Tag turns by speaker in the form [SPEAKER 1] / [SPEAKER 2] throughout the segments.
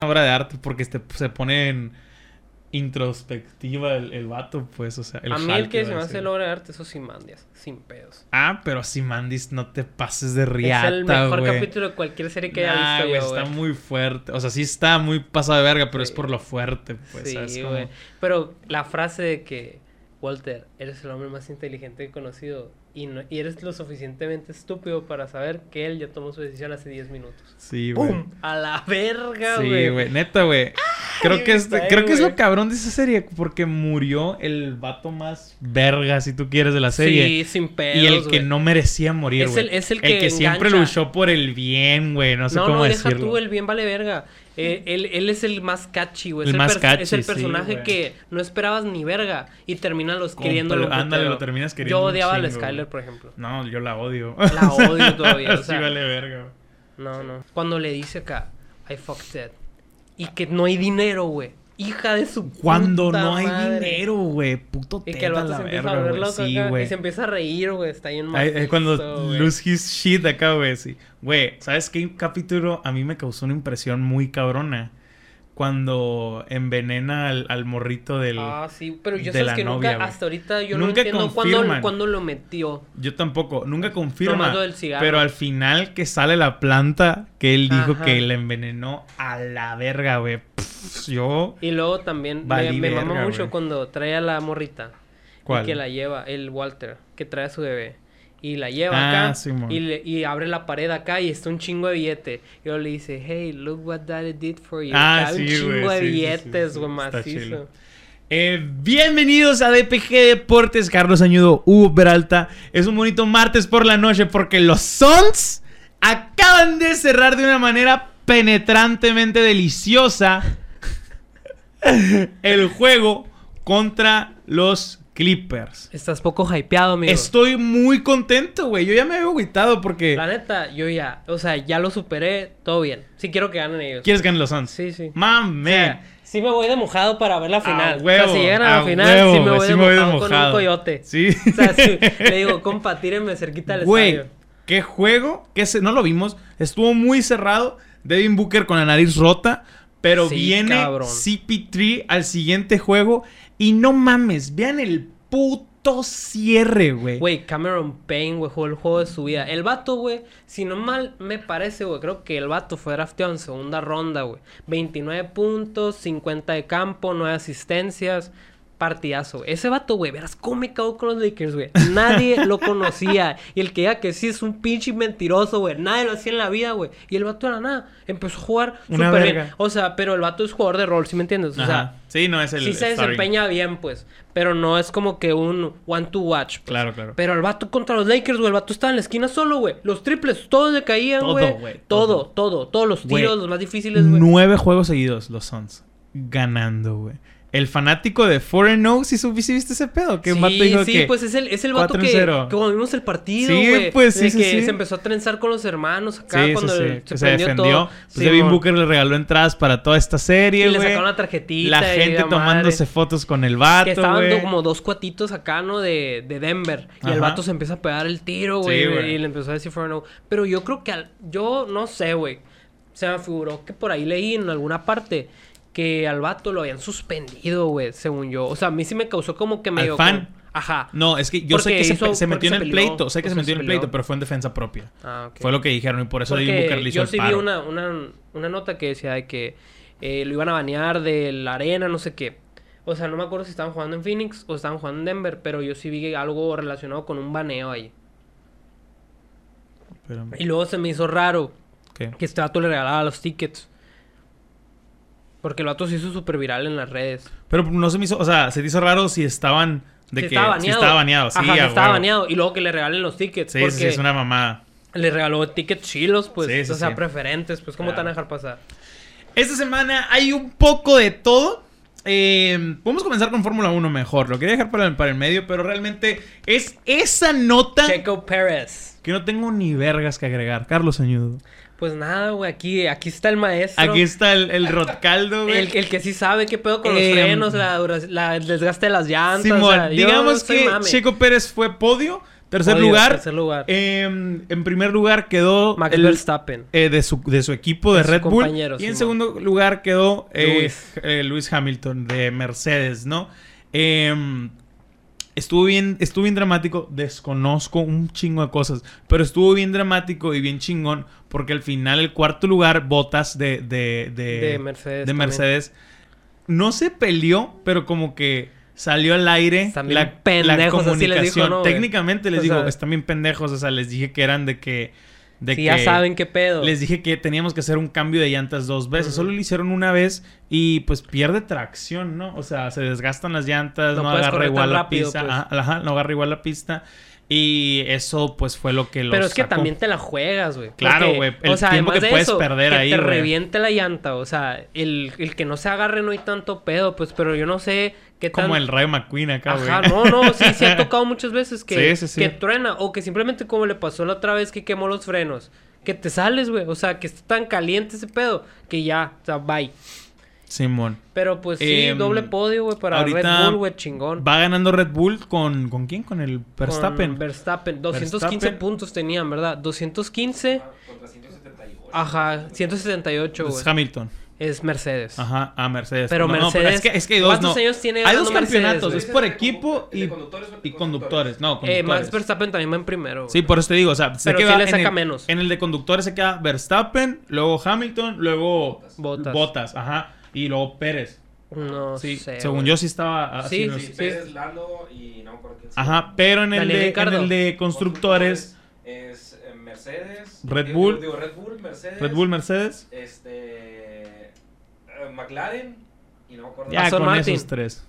[SPEAKER 1] obra de arte porque este, se pone en introspectiva el, el vato, pues, o sea, el
[SPEAKER 2] a mí
[SPEAKER 1] Hulk,
[SPEAKER 2] el que
[SPEAKER 1] iba
[SPEAKER 2] se
[SPEAKER 1] a
[SPEAKER 2] me
[SPEAKER 1] decir.
[SPEAKER 2] hace el obra de arte es Ozymandias, sin pedos.
[SPEAKER 1] Ah, pero si Mandis no te pases de riata,
[SPEAKER 2] es el mejor
[SPEAKER 1] güey.
[SPEAKER 2] capítulo de cualquier serie que
[SPEAKER 1] Nah,
[SPEAKER 2] haya visto
[SPEAKER 1] güey,
[SPEAKER 2] yo,
[SPEAKER 1] está
[SPEAKER 2] güey.
[SPEAKER 1] muy fuerte. O sea, sí está muy pasado de verga, pero es
[SPEAKER 2] Sí.
[SPEAKER 1] por lo fuerte, pues,
[SPEAKER 2] sí,
[SPEAKER 1] ¿sabes? Como-
[SPEAKER 2] güey. Pero la frase de que, Walter, eres el hombre más inteligente que he conocido y, no- y eres lo suficientemente estúpido para saber que él ya tomó su decisión hace 10 minutos.
[SPEAKER 1] Sí, güey.
[SPEAKER 2] ¡Pum! A la verga, güey.
[SPEAKER 1] Sí, güey, neta, güey. Creo que, es,
[SPEAKER 2] está ahí,
[SPEAKER 1] creo que es lo
[SPEAKER 2] güey.
[SPEAKER 1] cabrón de esa serie, porque murió el vato más verga, si tú quieres, de la serie.
[SPEAKER 2] Sí, sin pedos.
[SPEAKER 1] y el que
[SPEAKER 2] güey.
[SPEAKER 1] no merecía morir,
[SPEAKER 2] Es
[SPEAKER 1] güey.
[SPEAKER 2] el- es el
[SPEAKER 1] que,
[SPEAKER 2] que
[SPEAKER 1] siempre
[SPEAKER 2] engancha.
[SPEAKER 1] luchó por el bien, güey. No sé
[SPEAKER 2] No,
[SPEAKER 1] cómo
[SPEAKER 2] no, deja
[SPEAKER 1] decirlo.
[SPEAKER 2] tú, el bien vale verga. Eh, él, él es el más catchy, güey. Es
[SPEAKER 1] El
[SPEAKER 2] el,
[SPEAKER 1] más
[SPEAKER 2] pers- es
[SPEAKER 1] catchy,
[SPEAKER 2] el
[SPEAKER 1] sí,
[SPEAKER 2] personaje
[SPEAKER 1] güey.
[SPEAKER 2] que no esperabas ni verga y terminan los
[SPEAKER 1] Compa,
[SPEAKER 2] queriendo.
[SPEAKER 1] ándale, lo terminas queriendo
[SPEAKER 2] Yo
[SPEAKER 1] un
[SPEAKER 2] odiaba a
[SPEAKER 1] chingo,
[SPEAKER 2] la Skyler,
[SPEAKER 1] güey.
[SPEAKER 2] por ejemplo.
[SPEAKER 1] No, yo la odio.
[SPEAKER 2] La odio todavía, o
[SPEAKER 1] sí,
[SPEAKER 2] sea.
[SPEAKER 1] vale verga. güey.
[SPEAKER 2] No, no. Cuando le dice acá, I fucked Ted. Y que no hay dinero, güey. Hija de su
[SPEAKER 1] Cuando
[SPEAKER 2] puta
[SPEAKER 1] no hay
[SPEAKER 2] madre.
[SPEAKER 1] dinero, güey. Puto
[SPEAKER 2] Y
[SPEAKER 1] teta
[SPEAKER 2] que el vato
[SPEAKER 1] la
[SPEAKER 2] se empieza
[SPEAKER 1] verga,
[SPEAKER 2] a volver
[SPEAKER 1] güey.
[SPEAKER 2] loco
[SPEAKER 1] Sí,
[SPEAKER 2] acá,
[SPEAKER 1] güey.
[SPEAKER 2] y se empieza a reír, güey. Está bien
[SPEAKER 1] Ay,
[SPEAKER 2] mal.
[SPEAKER 1] Es cuando lose his shit acá, güey. Sí. Güey, ¿sabes qué capítulo a mí me causó una impresión muy cabrona? Cuando envenena al, al morrito del...
[SPEAKER 2] Ah, sí, pero
[SPEAKER 1] de
[SPEAKER 2] yo sabes
[SPEAKER 1] la
[SPEAKER 2] que
[SPEAKER 1] novia,
[SPEAKER 2] nunca,
[SPEAKER 1] güey.
[SPEAKER 2] hasta ahorita yo
[SPEAKER 1] Nunca
[SPEAKER 2] no entiendo cuándo,
[SPEAKER 1] confirman.
[SPEAKER 2] cuándo lo metió.
[SPEAKER 1] Yo tampoco, nunca confirma.
[SPEAKER 2] Pues, Tomando el cigarro.
[SPEAKER 1] Pero al final que sale la planta que él dijo
[SPEAKER 2] Ajá.
[SPEAKER 1] que la envenenó a la verga, güey. Pff, Yo...
[SPEAKER 2] Y luego también me,
[SPEAKER 1] Valí
[SPEAKER 2] me
[SPEAKER 1] verga,
[SPEAKER 2] mama mucho
[SPEAKER 1] güey.
[SPEAKER 2] cuando trae a la morrita.
[SPEAKER 1] ¿Cuál?
[SPEAKER 2] Y que la lleva, el Walter, que trae a su bebé. Y la lleva
[SPEAKER 1] Ah,
[SPEAKER 2] acá.
[SPEAKER 1] Simón.
[SPEAKER 2] y, le- y abre la pared acá y está un chingo de billete. Y luego le dice, hey, look what daddy did for you.
[SPEAKER 1] Ah,
[SPEAKER 2] Acá
[SPEAKER 1] sí,
[SPEAKER 2] un chingo
[SPEAKER 1] güey, sí, sí,
[SPEAKER 2] de
[SPEAKER 1] sí,
[SPEAKER 2] billetes,
[SPEAKER 1] sí,
[SPEAKER 2] güey,
[SPEAKER 1] está
[SPEAKER 2] macizo.
[SPEAKER 1] chilo. Eh, bienvenidos a DPG Deportes, Carlos Añudo, Hugo Peralta. Es un bonito martes por la noche porque los Suns acaban de cerrar de una manera penetrantemente deliciosa el juego contra los Clippers.
[SPEAKER 2] Estás poco hypeado, amigo.
[SPEAKER 1] Estoy muy contento, güey. Yo ya me había agüitado porque
[SPEAKER 2] La neta, yo ya, o sea, ya lo superé, todo bien. Sí quiero que ganen ellos.
[SPEAKER 1] quieres ganar los Suns.
[SPEAKER 2] Sí, sí.
[SPEAKER 1] Mame.
[SPEAKER 2] Sí me voy de mojado para ver la final. O sea,
[SPEAKER 1] huevo,
[SPEAKER 2] si llegan a
[SPEAKER 1] a
[SPEAKER 2] la final, sí
[SPEAKER 1] huevo,
[SPEAKER 2] me
[SPEAKER 1] güey,
[SPEAKER 2] voy de
[SPEAKER 1] sí me voy de
[SPEAKER 2] mojado, con
[SPEAKER 1] mojado.
[SPEAKER 2] un coyote.
[SPEAKER 1] Sí.
[SPEAKER 2] O sea, sí, le digo, compa, tírenme cerquita del
[SPEAKER 1] Güey,
[SPEAKER 2] estadio.
[SPEAKER 1] qué juego, que se, no lo vimos, estuvo muy cerrado. Devin Booker con la nariz rota, pero
[SPEAKER 2] Sí,
[SPEAKER 1] viene
[SPEAKER 2] cabrón.
[SPEAKER 1] CP3 al siguiente juego y no mames, vean el puto cierre, güey.
[SPEAKER 2] Güey, Cameron Payne, güey, jugó el juego de su vida. El vato, güey, si no mal me parece, güey, creo que el vato fue drafteado en segunda ronda, güey. 29 puntos, 50 de campo, 9 asistencias. Partidazo, güey. Ese vato, güey, verás cómo me cago con los Lakers, güey. Nadie lo conocía. Y el que diga que sí es un pinche mentiroso, güey. Nadie lo hacía en la vida, güey. Y el vato era nada. Empezó a jugar
[SPEAKER 1] Una
[SPEAKER 2] súper bien.
[SPEAKER 1] verga.
[SPEAKER 2] O sea, pero el vato es jugador de rol, ¿sí me entiendes? O
[SPEAKER 1] Ajá.
[SPEAKER 2] sea,
[SPEAKER 1] sí, no es el
[SPEAKER 2] sí se
[SPEAKER 1] starting.
[SPEAKER 2] desempeña bien, pues. Pero no es como que un one to watch. pues.
[SPEAKER 1] Claro, claro.
[SPEAKER 2] Pero el vato contra los Lakers, güey. El vato estaba en la esquina solo, güey. Los triples, todos le caían,
[SPEAKER 1] Todo,
[SPEAKER 2] güey.
[SPEAKER 1] güey, todo.
[SPEAKER 2] Todo, todo, Todos los
[SPEAKER 1] Güey,
[SPEAKER 2] tiros, los más difíciles, güey.
[SPEAKER 1] Nueve juegos seguidos los Suns ganando, güey. El fanático de 4-0, si supiste viste ese pedo, que un vato dijo
[SPEAKER 2] sí,
[SPEAKER 1] que
[SPEAKER 2] pues es el, es el vato que,
[SPEAKER 1] 4-0.
[SPEAKER 2] que cuando vimos el partido,
[SPEAKER 1] Sí,
[SPEAKER 2] güey.
[SPEAKER 1] pues, sí,
[SPEAKER 2] de
[SPEAKER 1] sí,
[SPEAKER 2] que
[SPEAKER 1] sí.
[SPEAKER 2] se empezó a trenzar con los hermanos acá
[SPEAKER 1] Sí, sí,
[SPEAKER 2] cuando
[SPEAKER 1] sí,
[SPEAKER 2] el-
[SPEAKER 1] que
[SPEAKER 2] se,
[SPEAKER 1] se
[SPEAKER 2] prendió
[SPEAKER 1] defendió.
[SPEAKER 2] todo.
[SPEAKER 1] Pues Devin
[SPEAKER 2] Simón.
[SPEAKER 1] Booker le regaló entradas para toda esta
[SPEAKER 2] Y
[SPEAKER 1] serie,
[SPEAKER 2] le
[SPEAKER 1] güey.
[SPEAKER 2] sacaron la tarjetita.
[SPEAKER 1] La
[SPEAKER 2] y
[SPEAKER 1] gente
[SPEAKER 2] madre.
[SPEAKER 1] tomándose fotos con el
[SPEAKER 2] Que
[SPEAKER 1] vato,
[SPEAKER 2] estaban do-
[SPEAKER 1] güey.
[SPEAKER 2] como dos cuatitos acá, ¿no? De, de Denver. Y el
[SPEAKER 1] Ajá.
[SPEAKER 2] vato se empieza a pegar el tiro,
[SPEAKER 1] Sí,
[SPEAKER 2] güey.
[SPEAKER 1] güey.
[SPEAKER 2] y le empezó a decir for no. Pero yo creo que al- yo no sé, güey. Se me figuró que por ahí leí en alguna parte que al vato lo habían suspendido, güey, según yo. O sea, a mí sí me causó como que medio.
[SPEAKER 1] fan?
[SPEAKER 2] como- Ajá.
[SPEAKER 1] No, es que yo sé
[SPEAKER 2] Porque
[SPEAKER 1] que se,
[SPEAKER 2] hizo-
[SPEAKER 1] pe- se
[SPEAKER 2] porque
[SPEAKER 1] metió
[SPEAKER 2] se
[SPEAKER 1] en el
[SPEAKER 2] peleó,
[SPEAKER 1] pleito, sé que
[SPEAKER 2] porque
[SPEAKER 1] se
[SPEAKER 2] se
[SPEAKER 1] metió en el
[SPEAKER 2] peleó.
[SPEAKER 1] pleito, pero fue en defensa propia.
[SPEAKER 2] Ah, ok.
[SPEAKER 1] Fue lo que dijeron y por eso Devin Booker le
[SPEAKER 2] Porque
[SPEAKER 1] hizo
[SPEAKER 2] yo
[SPEAKER 1] el
[SPEAKER 2] sí vi
[SPEAKER 1] paro.
[SPEAKER 2] una, una, una nota que decía de que eh, lo iban a banear de la arena, no sé qué. O sea, no me acuerdo si estaban jugando en Phoenix o estaban jugando en Denver, pero yo sí vi algo relacionado con un baneo ahí.
[SPEAKER 1] Espérame,
[SPEAKER 2] Y luego se me hizo raro
[SPEAKER 1] ¿qué?
[SPEAKER 2] que este vato le regalaba los tickets. Porque el vato se hizo súper viral en las redes.
[SPEAKER 1] Pero no se me hizo, o sea, se te hizo raro si estaban de
[SPEAKER 2] Si
[SPEAKER 1] que si estaba baneado, sí,
[SPEAKER 2] Ajá, si
[SPEAKER 1] a
[SPEAKER 2] estaba
[SPEAKER 1] huevo.
[SPEAKER 2] baneado. Y luego que le regalen los tickets.
[SPEAKER 1] Sí,
[SPEAKER 2] porque
[SPEAKER 1] sí, sí, es una mamada.
[SPEAKER 2] le regaló tickets chilos, pues.
[SPEAKER 1] Sí, sí,
[SPEAKER 2] o sea,
[SPEAKER 1] sí.
[SPEAKER 2] preferentes. Pues, ¿cómo te van a
[SPEAKER 1] Claro.
[SPEAKER 2] dejar pasar?
[SPEAKER 1] Esta semana hay un poco de todo. Eh, podemos comenzar con Fórmula 1 mejor. Lo quería dejar para el, para el medio, pero realmente es esa nota
[SPEAKER 2] Checo Pérez.
[SPEAKER 1] que no tengo ni vergas que agregar. Carlos Añudo.
[SPEAKER 2] Pues nada, güey, aquí, aquí está el maestro.
[SPEAKER 1] Aquí está el, el Rotcaldo, güey.
[SPEAKER 2] el, el que sí sabe qué pedo con
[SPEAKER 1] Eh,
[SPEAKER 2] los frenos, la, dura- la- el desgaste de las llantas. o
[SPEAKER 1] Simón,
[SPEAKER 2] sea, yo
[SPEAKER 1] digamos
[SPEAKER 2] soy
[SPEAKER 1] que
[SPEAKER 2] mame.
[SPEAKER 1] Checo Pérez fue podio, Tercer
[SPEAKER 2] Odio,
[SPEAKER 1] lugar.
[SPEAKER 2] tercer lugar.
[SPEAKER 1] eh, en primer lugar quedó
[SPEAKER 2] Max
[SPEAKER 1] el-
[SPEAKER 2] Verstappen.
[SPEAKER 1] eh, de, su, de su equipo de,
[SPEAKER 2] De su
[SPEAKER 1] Red Bull. Y
[SPEAKER 2] compañero,
[SPEAKER 1] en
[SPEAKER 2] Simón.
[SPEAKER 1] segundo lugar quedó eh,
[SPEAKER 2] Lewis.
[SPEAKER 1] eh, Lewis Hamilton de Mercedes, ¿no? Em, estuvo, bien, estuvo bien dramático. Desconozco un chingo de cosas. Pero estuvo bien dramático y bien chingón. Porque al final, el cuarto lugar, Botas de, de, de,
[SPEAKER 2] De Mercedes
[SPEAKER 1] de
[SPEAKER 2] también.
[SPEAKER 1] Mercedes. No se peleó, pero como que salió al aire
[SPEAKER 2] Están bien pendejos, así les dijo, ¿no, güey?
[SPEAKER 1] Técnicamente les
[SPEAKER 2] O
[SPEAKER 1] digo,
[SPEAKER 2] sea-
[SPEAKER 1] están bien pendejos. O sea, les dije que eran de que. De
[SPEAKER 2] Si
[SPEAKER 1] que
[SPEAKER 2] ya saben qué pedo.
[SPEAKER 1] les dije que teníamos que hacer un cambio de llantas dos veces.
[SPEAKER 2] Ujú.
[SPEAKER 1] Solo lo hicieron una vez y pues pierde tracción, ¿no? O sea, se desgastan las llantas, no,
[SPEAKER 2] No puedes
[SPEAKER 1] agarra
[SPEAKER 2] correr tan
[SPEAKER 1] igual la
[SPEAKER 2] rápido,
[SPEAKER 1] pista.
[SPEAKER 2] pues.
[SPEAKER 1] Ajá, ajá, no agarra igual la pista. Y eso pues fue lo que los
[SPEAKER 2] Pero es que
[SPEAKER 1] sacó.
[SPEAKER 2] también te la juegas, güey.
[SPEAKER 1] Claro,
[SPEAKER 2] Porque,
[SPEAKER 1] güey, el tiempo
[SPEAKER 2] además
[SPEAKER 1] que
[SPEAKER 2] de
[SPEAKER 1] puedes perder
[SPEAKER 2] que
[SPEAKER 1] ahí,
[SPEAKER 2] Te
[SPEAKER 1] güey.
[SPEAKER 2] reviente la llanta, o sea, el, el que no se agarre no hay tanto pedo, pues, pero yo no sé qué tan.
[SPEAKER 1] Como el Rayo McQueen acá, güey.
[SPEAKER 2] Ajá, no, no, sí, se ha tocado muchas veces que,
[SPEAKER 1] Sí, sí, sí.
[SPEAKER 2] que truena o que simplemente como le pasó la otra vez que quemó los frenos, que te sales, güey, o sea, que está tan caliente ese pedo que ya, o sea, bye.
[SPEAKER 1] Simón.
[SPEAKER 2] Pero pues sí,
[SPEAKER 1] Em,
[SPEAKER 2] doble podio, güey, para
[SPEAKER 1] ahorita
[SPEAKER 2] Red Bull, güey, chingón.
[SPEAKER 1] Va ganando Red Bull con... ¿Con quién? Con el
[SPEAKER 2] Con
[SPEAKER 1] Verstappen.
[SPEAKER 2] Verstappen, 215
[SPEAKER 1] Verstappen.
[SPEAKER 2] puntos tenían, ¿verdad? 215. Ajá, 178,
[SPEAKER 1] Es
[SPEAKER 2] güey.
[SPEAKER 1] Pues, Hamilton.
[SPEAKER 2] Es Mercedes.
[SPEAKER 1] Ajá, a Mercedes.
[SPEAKER 2] Pero Mercedes-
[SPEAKER 1] es que, es que hay dos,
[SPEAKER 2] ¿cuántos
[SPEAKER 1] no.
[SPEAKER 2] años tiene
[SPEAKER 1] Hay dos
[SPEAKER 2] ganando Mercedes,
[SPEAKER 1] campeonatos.
[SPEAKER 2] güey?
[SPEAKER 1] es por
[SPEAKER 3] Ese es el de
[SPEAKER 1] equipo
[SPEAKER 3] condu- el
[SPEAKER 1] y,
[SPEAKER 3] de conductores
[SPEAKER 1] y
[SPEAKER 3] o conductores.
[SPEAKER 1] conductores. No,
[SPEAKER 2] Eh,
[SPEAKER 1] conductores.
[SPEAKER 2] Max Verstappen también va en primero. güey.
[SPEAKER 1] Sí, por eso te digo, o sea, sé
[SPEAKER 2] Pero
[SPEAKER 1] que
[SPEAKER 2] sí
[SPEAKER 1] va
[SPEAKER 2] le
[SPEAKER 1] en
[SPEAKER 2] saca
[SPEAKER 1] el,
[SPEAKER 2] menos.
[SPEAKER 1] En el de conductores se queda Verstappen, luego Hamilton, luego
[SPEAKER 2] Bottas.
[SPEAKER 1] ajá, y luego Pérez.
[SPEAKER 2] No
[SPEAKER 1] Sí,
[SPEAKER 2] sé.
[SPEAKER 1] según
[SPEAKER 2] güey.
[SPEAKER 1] yo sí estaba así.
[SPEAKER 2] Sí,
[SPEAKER 1] no
[SPEAKER 3] Sí,
[SPEAKER 1] sé.
[SPEAKER 2] sí.
[SPEAKER 3] Pérez, Lando y no me acuerdo quién.
[SPEAKER 1] Ajá, pero en el,
[SPEAKER 2] Daniel
[SPEAKER 1] de, en
[SPEAKER 2] Ricciardo.
[SPEAKER 1] el de constructores,
[SPEAKER 3] Es eh, Mercedes.
[SPEAKER 1] Red
[SPEAKER 3] digo-
[SPEAKER 1] Bull.
[SPEAKER 3] Digo, Red Bull, Mercedes.
[SPEAKER 1] Red Bull, Mercedes,
[SPEAKER 3] Este. eh, McLaren. Y no me acuerdo.
[SPEAKER 1] ya
[SPEAKER 2] Aston
[SPEAKER 1] con
[SPEAKER 2] Martin.
[SPEAKER 1] esos tres.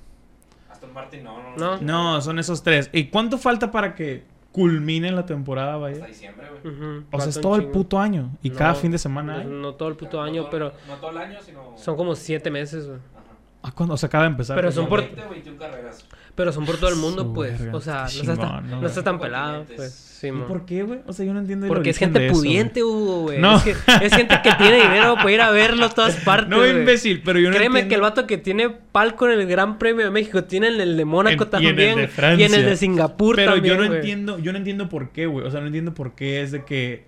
[SPEAKER 3] Aston Martin, no, no.
[SPEAKER 2] No.
[SPEAKER 1] No, son esos tres. ¿Y cuánto falta para que culmine la temporada,
[SPEAKER 3] Hasta
[SPEAKER 1] vaya?
[SPEAKER 3] diciembre, güey.
[SPEAKER 2] Ujú,
[SPEAKER 1] O sea, es
[SPEAKER 2] falta un
[SPEAKER 1] todo el
[SPEAKER 2] chingo.
[SPEAKER 1] puto año y
[SPEAKER 2] No,
[SPEAKER 1] cada fin de semana. hay.
[SPEAKER 2] No, no todo el puto
[SPEAKER 3] No
[SPEAKER 2] año,
[SPEAKER 3] todo-
[SPEAKER 2] pero
[SPEAKER 3] No todo el año, sino.
[SPEAKER 2] son como siete meses, güey.
[SPEAKER 3] Ajá.
[SPEAKER 1] ¿A cuándo? O sea, Ah, acaba de empezar.
[SPEAKER 2] Pero son por-
[SPEAKER 3] 20, 21 carreras.
[SPEAKER 2] Pero son por todo el
[SPEAKER 1] Su
[SPEAKER 2] mundo, pues.
[SPEAKER 1] verga,
[SPEAKER 2] O sea,
[SPEAKER 1] qué
[SPEAKER 2] no está
[SPEAKER 1] chingón,
[SPEAKER 2] tan,
[SPEAKER 1] ¿no,
[SPEAKER 2] no
[SPEAKER 1] güey?
[SPEAKER 2] está tan pelado, pues. Sí,
[SPEAKER 1] ¿Y
[SPEAKER 2] mo.
[SPEAKER 1] ¿Por qué, güey? O sea, yo no entiendo el
[SPEAKER 2] Porque es
[SPEAKER 1] origen de
[SPEAKER 2] gente
[SPEAKER 1] eso, güey.
[SPEAKER 2] pudiente, Hugo, güey.
[SPEAKER 1] No.
[SPEAKER 2] Es, que- es gente que tiene dinero para ir a verlo a todas partes.
[SPEAKER 1] No,
[SPEAKER 2] güey.
[SPEAKER 1] imbécil, pero yo no
[SPEAKER 2] Créeme
[SPEAKER 1] entiendo.
[SPEAKER 2] que el vato que tiene palco en el Gran Premio de México tiene en el de Mónaco
[SPEAKER 1] En- y en el
[SPEAKER 2] también.
[SPEAKER 1] de Francia.
[SPEAKER 2] Y en el de Singapur
[SPEAKER 1] Pero
[SPEAKER 2] también.
[SPEAKER 1] yo no
[SPEAKER 2] güey.
[SPEAKER 1] entiendo, yo no entiendo por qué, güey. O sea, no entiendo por qué es de que.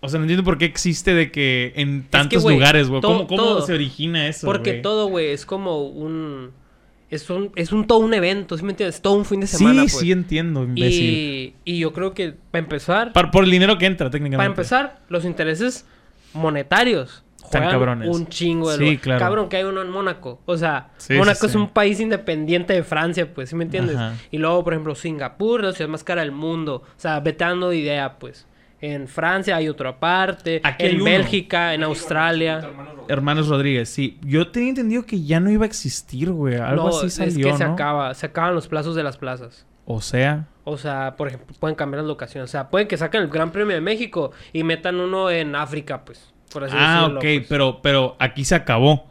[SPEAKER 1] O sea, no entiendo por qué existe de que en tantos
[SPEAKER 2] güey,
[SPEAKER 1] lugares, güey.
[SPEAKER 2] to-
[SPEAKER 1] ¿Cómo, cómo
[SPEAKER 2] todo.
[SPEAKER 1] se origina eso?
[SPEAKER 2] Porque
[SPEAKER 1] güey?
[SPEAKER 2] todo, güey, es como un. Es un. Es un todo un evento, ¿sí me entiendes? Todo un fin de
[SPEAKER 1] Sí,
[SPEAKER 2] semana. pues.
[SPEAKER 1] sí entiendo, imbécil.
[SPEAKER 2] y, y yo creo que para empezar.
[SPEAKER 1] Par- por el dinero que entra, técnicamente.
[SPEAKER 2] Para empezar, los intereses monetarios.
[SPEAKER 1] Están
[SPEAKER 2] Juegan
[SPEAKER 1] cabrones.
[SPEAKER 2] Un chingo de
[SPEAKER 1] Sí,
[SPEAKER 2] lugar.
[SPEAKER 1] claro.
[SPEAKER 2] Cabrón, que hay uno en Mónaco. O sea,
[SPEAKER 1] Sí,
[SPEAKER 2] Mónaco
[SPEAKER 1] sí,
[SPEAKER 2] es
[SPEAKER 1] sí.
[SPEAKER 2] un país independiente de Francia, pues, ¿sí me entiendes?
[SPEAKER 1] Ajá.
[SPEAKER 2] Y luego, por ejemplo, Singapur, la ciudad más cara del mundo. O sea, vetando de idea, pues. En Francia hay otro aparte.
[SPEAKER 1] Aquí hay
[SPEAKER 2] en
[SPEAKER 1] uno.
[SPEAKER 2] Bélgica, en
[SPEAKER 3] México,
[SPEAKER 2] Australia.
[SPEAKER 3] tu hermano Rodríguez.
[SPEAKER 1] Hermanos Rodríguez, sí. Yo tenía entendido que ya no iba a existir, güey. Algo
[SPEAKER 2] no,
[SPEAKER 1] así salió,
[SPEAKER 2] es que se
[SPEAKER 1] ¿no?
[SPEAKER 2] acaba. Se acaban los plazos de las plazas.
[SPEAKER 1] O sea,
[SPEAKER 2] O sea, por ejemplo, pueden cambiar las locaciones. O sea, pueden que saquen el Gran Premio de México y metan uno en África, pues. Por así
[SPEAKER 1] ah,
[SPEAKER 2] decirlo.
[SPEAKER 1] ok,
[SPEAKER 2] pues.
[SPEAKER 1] pero, pero aquí se acabó.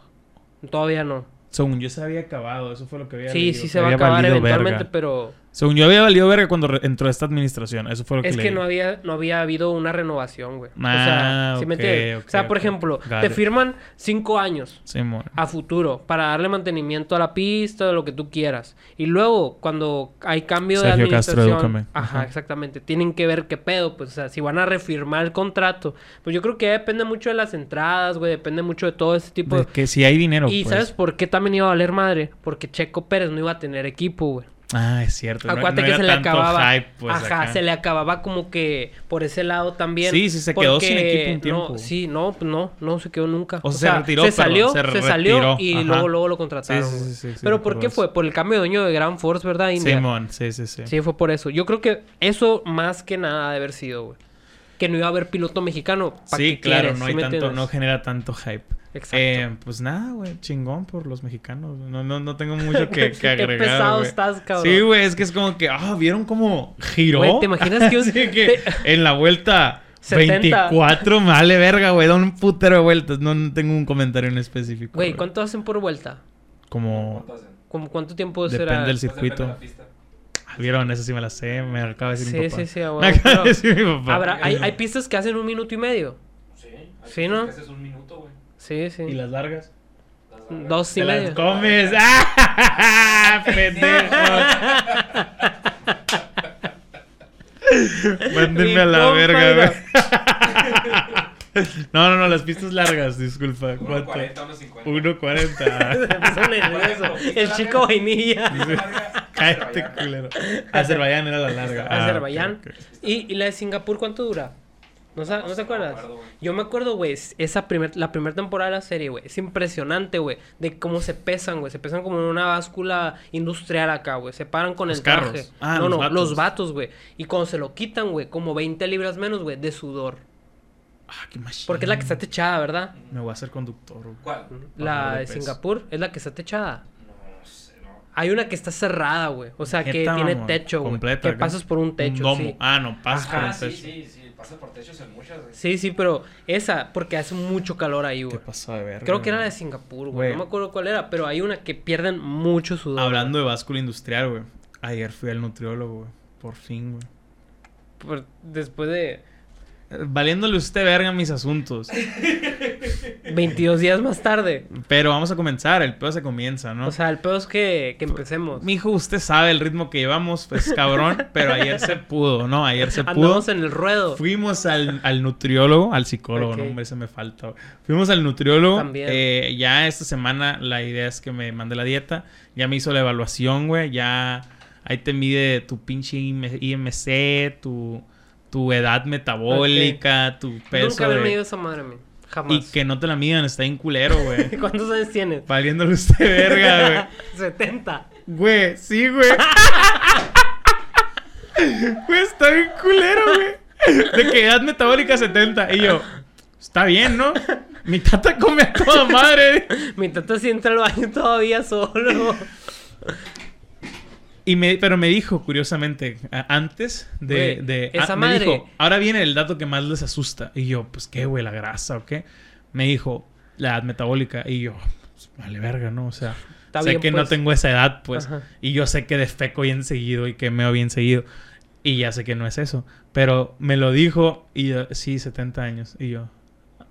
[SPEAKER 2] Todavía no.
[SPEAKER 1] Según yo se había acabado, eso fue lo que había
[SPEAKER 2] Sí,
[SPEAKER 1] leído,
[SPEAKER 2] sí
[SPEAKER 1] que
[SPEAKER 2] se va a
[SPEAKER 1] había
[SPEAKER 2] acabar
[SPEAKER 1] valido
[SPEAKER 2] eventualmente,
[SPEAKER 1] verga.
[SPEAKER 2] pero
[SPEAKER 1] Según yo había valido verga cuando re- entró esta administración, eso fue lo que
[SPEAKER 2] es que
[SPEAKER 1] leí.
[SPEAKER 2] no había no había habido una renovación, güey.
[SPEAKER 1] Ah,
[SPEAKER 2] o sea, ¿sí me
[SPEAKER 1] ok,
[SPEAKER 2] entiendes?
[SPEAKER 1] ok,
[SPEAKER 2] o sea, por
[SPEAKER 1] ok.
[SPEAKER 2] ejemplo,
[SPEAKER 1] Got
[SPEAKER 2] te
[SPEAKER 1] it.
[SPEAKER 2] firman cinco años
[SPEAKER 1] Simón.
[SPEAKER 2] a futuro para darle mantenimiento a la pista, lo que tú quieras. Y luego, cuando hay cambio de
[SPEAKER 1] Sergio Castro,
[SPEAKER 2] administración,
[SPEAKER 1] edúcame.
[SPEAKER 2] ajá,
[SPEAKER 1] Ajá.
[SPEAKER 2] exactamente, tienen que ver qué pedo, pues, o sea, si van a refirmar el contrato, pues yo creo que ya depende mucho de las entradas, güey, depende mucho de todo ese tipo
[SPEAKER 1] De
[SPEAKER 2] de
[SPEAKER 1] que si hay dinero,
[SPEAKER 2] pues, y
[SPEAKER 1] pues.
[SPEAKER 2] sabes por qué también iba a valer madre, porque Checo Pérez no iba a tener equipo, güey.
[SPEAKER 1] Ah, es cierto. no-
[SPEAKER 2] Acuérdate
[SPEAKER 1] no
[SPEAKER 2] que
[SPEAKER 1] era
[SPEAKER 2] se le
[SPEAKER 1] tanto
[SPEAKER 2] acababa.
[SPEAKER 1] hype, pues,
[SPEAKER 2] ajá,
[SPEAKER 1] acá.
[SPEAKER 2] se le acababa como que por ese lado también.
[SPEAKER 1] Sí, sí, se quedó
[SPEAKER 2] porque
[SPEAKER 1] sin equipo un tiempo.
[SPEAKER 2] No, sí, no, no, no se quedó nunca.
[SPEAKER 1] O sea, se retiró,
[SPEAKER 2] Se
[SPEAKER 1] perdón,
[SPEAKER 2] salió,
[SPEAKER 1] se
[SPEAKER 2] se,
[SPEAKER 1] retiró,
[SPEAKER 2] salió y
[SPEAKER 1] ajá.
[SPEAKER 2] luego, luego lo contrataron.
[SPEAKER 1] Sí, sí, sí,
[SPEAKER 2] güey.
[SPEAKER 1] sí, sí, me
[SPEAKER 2] Pero ¿por
[SPEAKER 1] acuerdo
[SPEAKER 2] qué
[SPEAKER 1] de eso.
[SPEAKER 2] fue? Por el cambio de dueño de Grand Force, ¿verdad, India?
[SPEAKER 1] Simón, sí, sí, sí.
[SPEAKER 2] Sí, fue por eso. Yo creo que eso más que nada ha de haber sido, güey. Que no iba a haber piloto mexicano. ¿pa'
[SPEAKER 1] Sí,
[SPEAKER 2] qué
[SPEAKER 1] claro,
[SPEAKER 2] quieres?
[SPEAKER 1] no
[SPEAKER 2] ¿Sí
[SPEAKER 1] hay
[SPEAKER 2] me
[SPEAKER 1] tanto,
[SPEAKER 2] entiendes?
[SPEAKER 1] no genera tanto hype.
[SPEAKER 2] Exacto.
[SPEAKER 1] Eh, pues nada, güey, chingón por los mexicanos. No, no, no tengo mucho que, que
[SPEAKER 2] Qué
[SPEAKER 1] agregar.
[SPEAKER 2] pesado
[SPEAKER 1] güey.
[SPEAKER 2] estás, cabrón.
[SPEAKER 1] Sí, güey, es que es como que, ah, ¿vieron cómo giró?
[SPEAKER 2] Güey, ¿te imaginas que un-
[SPEAKER 1] Así que en la vuelta
[SPEAKER 2] 70.
[SPEAKER 1] 24, me vale verga, güey, da un putero de vueltas. No, no tengo un comentario en específico.
[SPEAKER 2] Güey, ¿cuánto hacen por vuelta?
[SPEAKER 1] Como,
[SPEAKER 3] ¿Cuánto hacen?
[SPEAKER 2] ¿Cómo- ¿Cuánto tiempo
[SPEAKER 1] Depende
[SPEAKER 2] será?
[SPEAKER 1] del
[SPEAKER 3] Pues depende de
[SPEAKER 1] circuito.
[SPEAKER 3] la pista.
[SPEAKER 1] Ah, Vieron, eso sí me la sé, me acaba de decir mi
[SPEAKER 2] Sí,
[SPEAKER 1] papá.
[SPEAKER 2] sí, sí, a
[SPEAKER 1] Me
[SPEAKER 2] huevo,
[SPEAKER 1] acaba
[SPEAKER 2] pero-
[SPEAKER 1] de decir mi papá.
[SPEAKER 2] Habrá, hay, hay pistas que hacen un minuto y medio.
[SPEAKER 3] Sí. hay
[SPEAKER 2] Sí,
[SPEAKER 3] pistas
[SPEAKER 2] ¿no?
[SPEAKER 3] que haces un minuto, güey.
[SPEAKER 2] Sí, sí.
[SPEAKER 1] ¿Y las largas?
[SPEAKER 3] Las agarras.
[SPEAKER 2] Dos y
[SPEAKER 1] Te las
[SPEAKER 2] medio.
[SPEAKER 1] comes. ¡Ah! ¡Pendejo! Mándenme a la
[SPEAKER 2] compa
[SPEAKER 1] verga,
[SPEAKER 2] era-
[SPEAKER 1] güey. No, no, no, las pistas largas, disculpa.
[SPEAKER 3] Uno
[SPEAKER 1] ¿Cuánto?
[SPEAKER 3] 40, uno 50.
[SPEAKER 1] 1.40.
[SPEAKER 2] Se puso nervioso. El chico
[SPEAKER 1] Ah,
[SPEAKER 2] vainilla.
[SPEAKER 1] Cállate, culero. Azerbaiyán era la larga. Ah,
[SPEAKER 2] Azerbaiyán.
[SPEAKER 1] ok, ok.
[SPEAKER 2] ¿Y, y la de Singapur cuánto dura? ¿No, sa- no
[SPEAKER 3] No
[SPEAKER 2] te
[SPEAKER 3] sé, no me
[SPEAKER 2] acuerdas?
[SPEAKER 3] acuerdo, güey.
[SPEAKER 2] Yo me acuerdo, güey, es- esa primer, la primera temporada de la serie, güey. Es impresionante, güey, de cómo se pesan, güey. Se pesan como en una báscula industrial acá, güey. Se paran con
[SPEAKER 1] Los
[SPEAKER 2] el
[SPEAKER 1] carros.
[SPEAKER 2] traje.
[SPEAKER 1] Ah,
[SPEAKER 2] no,
[SPEAKER 1] los
[SPEAKER 2] no,
[SPEAKER 1] vatos.
[SPEAKER 2] los vatos, güey. Y cuando se lo quitan, güey, como 20 libras menos, güey, de sudor.
[SPEAKER 1] Ah, qué machín.
[SPEAKER 2] Porque es la que está techada, ¿verdad?
[SPEAKER 1] Me voy a hacer conductor, güey.
[SPEAKER 3] ¿Cuál?
[SPEAKER 2] La
[SPEAKER 1] Bajar de
[SPEAKER 2] de
[SPEAKER 1] peso.
[SPEAKER 2] Singapur es la que está techada.
[SPEAKER 3] No sé, no.
[SPEAKER 2] Hay una que está cerrada, güey. O sea, que
[SPEAKER 1] Neta,
[SPEAKER 2] tiene
[SPEAKER 1] mamón.
[SPEAKER 2] techo, güey.
[SPEAKER 1] Completa,
[SPEAKER 2] Que
[SPEAKER 1] acá.
[SPEAKER 2] pasas por un techo,
[SPEAKER 1] domo.
[SPEAKER 2] sí.
[SPEAKER 1] Ah, no, pasas por
[SPEAKER 3] Ah,
[SPEAKER 1] un
[SPEAKER 3] sí,
[SPEAKER 1] techo.
[SPEAKER 3] sí, sí. Pasa por techos en muchas, güey.
[SPEAKER 2] Sí, sí, pero esa, porque hace mucho calor ahí,
[SPEAKER 1] ¿Qué
[SPEAKER 2] güey.
[SPEAKER 1] pasó de verga?
[SPEAKER 2] Creo que era la
[SPEAKER 1] güey?
[SPEAKER 2] de Singapur, güey.
[SPEAKER 1] Güey.
[SPEAKER 2] No me acuerdo cuál era, pero hay una que pierden mucho sudor.
[SPEAKER 1] Hablando de báscula industrial, güey. Ayer fui al nutriólogo, güey. Por fin, güey.
[SPEAKER 2] Por- después de
[SPEAKER 1] Eh, Valiéndole usted verga mis asuntos.
[SPEAKER 2] 22 días más tarde.
[SPEAKER 1] Pero vamos a comenzar, el pedo se comienza, ¿no?
[SPEAKER 2] O sea, el peor es que, que empecemos.
[SPEAKER 1] Mijo, usted sabe el ritmo que llevamos, pues cabrón, pero ayer se pudo, ¿no? Ayer se pudo.
[SPEAKER 2] Andamos en el ruedo.
[SPEAKER 1] Fuimos al, al nutriólogo, al psicólogo,
[SPEAKER 2] Ok.
[SPEAKER 1] no, hombre, se me falta. güey. Fuimos al nutriólogo.
[SPEAKER 2] También.
[SPEAKER 1] eh, ya esta semana la idea es que me mande la dieta. Ya me hizo la evaluación, güey. Ya ahí te mide tu pinche IM- IMC, tu, tu edad metabólica, tu peso.
[SPEAKER 2] Nunca había
[SPEAKER 1] de-
[SPEAKER 2] medido esa madre, mí.
[SPEAKER 1] Y
[SPEAKER 2] Jamás.
[SPEAKER 1] que no te la midan, está en culero, güey.
[SPEAKER 2] ¿Cuántos años tienes?
[SPEAKER 1] Valiéndole usted verga, güey.
[SPEAKER 2] 70.
[SPEAKER 1] Güey, sí, güey. Güey, está bien culero, güey. De que edad metabólica 70. Y yo, está bien, ¿no? Mi tata come a toda madre.
[SPEAKER 2] Mi tata sí entra al baño todavía solo.
[SPEAKER 1] Y me, pero me dijo, curiosamente, a- antes de...
[SPEAKER 2] Güey,
[SPEAKER 1] de-
[SPEAKER 2] esa
[SPEAKER 1] a- me
[SPEAKER 2] madre.
[SPEAKER 1] dijo, ahora viene el dato que más les asusta. Y yo, pues qué, güey, la grasa o qué. Me dijo, la edad metabólica. Y yo, pues, vale verga, ¿no? O sea,
[SPEAKER 2] Está
[SPEAKER 1] sé
[SPEAKER 2] bien,
[SPEAKER 1] que no
[SPEAKER 2] pues.
[SPEAKER 1] tengo esa edad, pues.
[SPEAKER 2] Ajá.
[SPEAKER 1] Y yo sé que defeco bien seguido y que meo bien seguido. Y ya sé que no es eso. Pero me lo dijo y yo, sí, 70 años. Y yo,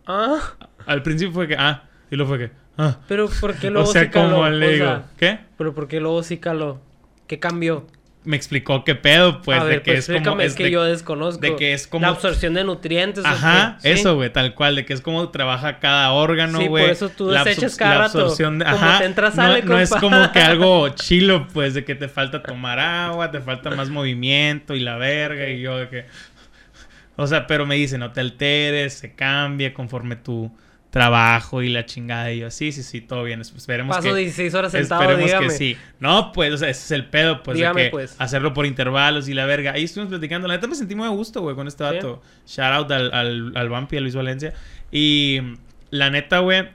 [SPEAKER 2] Ah,
[SPEAKER 1] al principio fue que, ah, y luego fue que, ah.
[SPEAKER 2] pero ¿por qué
[SPEAKER 1] O
[SPEAKER 2] luego
[SPEAKER 1] sea,
[SPEAKER 2] sí caló?
[SPEAKER 1] como le
[SPEAKER 2] O
[SPEAKER 1] digo,
[SPEAKER 2] sea,
[SPEAKER 1] ¿qué?
[SPEAKER 2] pero ¿por qué luego sí caló? ¿Qué cambió?
[SPEAKER 1] Me explicó qué pedo, pues,
[SPEAKER 2] a
[SPEAKER 1] de
[SPEAKER 2] ver,
[SPEAKER 1] que
[SPEAKER 2] pues
[SPEAKER 1] es como...
[SPEAKER 2] explícame, es
[SPEAKER 1] es
[SPEAKER 2] que
[SPEAKER 1] de-
[SPEAKER 2] yo desconozco.
[SPEAKER 1] de que es como-
[SPEAKER 2] La absorción de nutrientes. ¿o
[SPEAKER 1] Ajá,
[SPEAKER 2] qué? Sí.
[SPEAKER 1] eso, güey, tal cual, de que es como trabaja cada órgano,
[SPEAKER 2] Sí,
[SPEAKER 1] güey.
[SPEAKER 2] por eso tú
[SPEAKER 1] la
[SPEAKER 2] desechas
[SPEAKER 1] absor-
[SPEAKER 2] cada
[SPEAKER 1] la
[SPEAKER 2] rato.
[SPEAKER 1] absorción de-
[SPEAKER 2] Como
[SPEAKER 1] Ajá,
[SPEAKER 2] te entra,
[SPEAKER 1] no-
[SPEAKER 2] sale,
[SPEAKER 1] no, es
[SPEAKER 2] compa.
[SPEAKER 1] como que algo chilo, pues, de que te falta tomar agua, te falta más movimiento y la verga, y yo de que... O sea, pero me dice, no te alteres, se cambia conforme tu trabajo y la chingada. Y yo, sí, sí, sí, todo bien. Esperemos
[SPEAKER 2] Paso
[SPEAKER 1] que...
[SPEAKER 2] 16 horas sentado,
[SPEAKER 1] Esperemos
[SPEAKER 2] dígame.
[SPEAKER 1] que sí. No, pues, o sea, ese es el pedo, pues,
[SPEAKER 2] Dígame,
[SPEAKER 1] de que
[SPEAKER 2] pues.
[SPEAKER 1] hacerlo por intervalos y la verga. Ahí estuvimos platicando. La neta me sentí muy a gusto, güey, con este
[SPEAKER 2] Sí.
[SPEAKER 1] vato. Shout out al, al, al Vampi, a Luis Valencia. Y la neta, güey.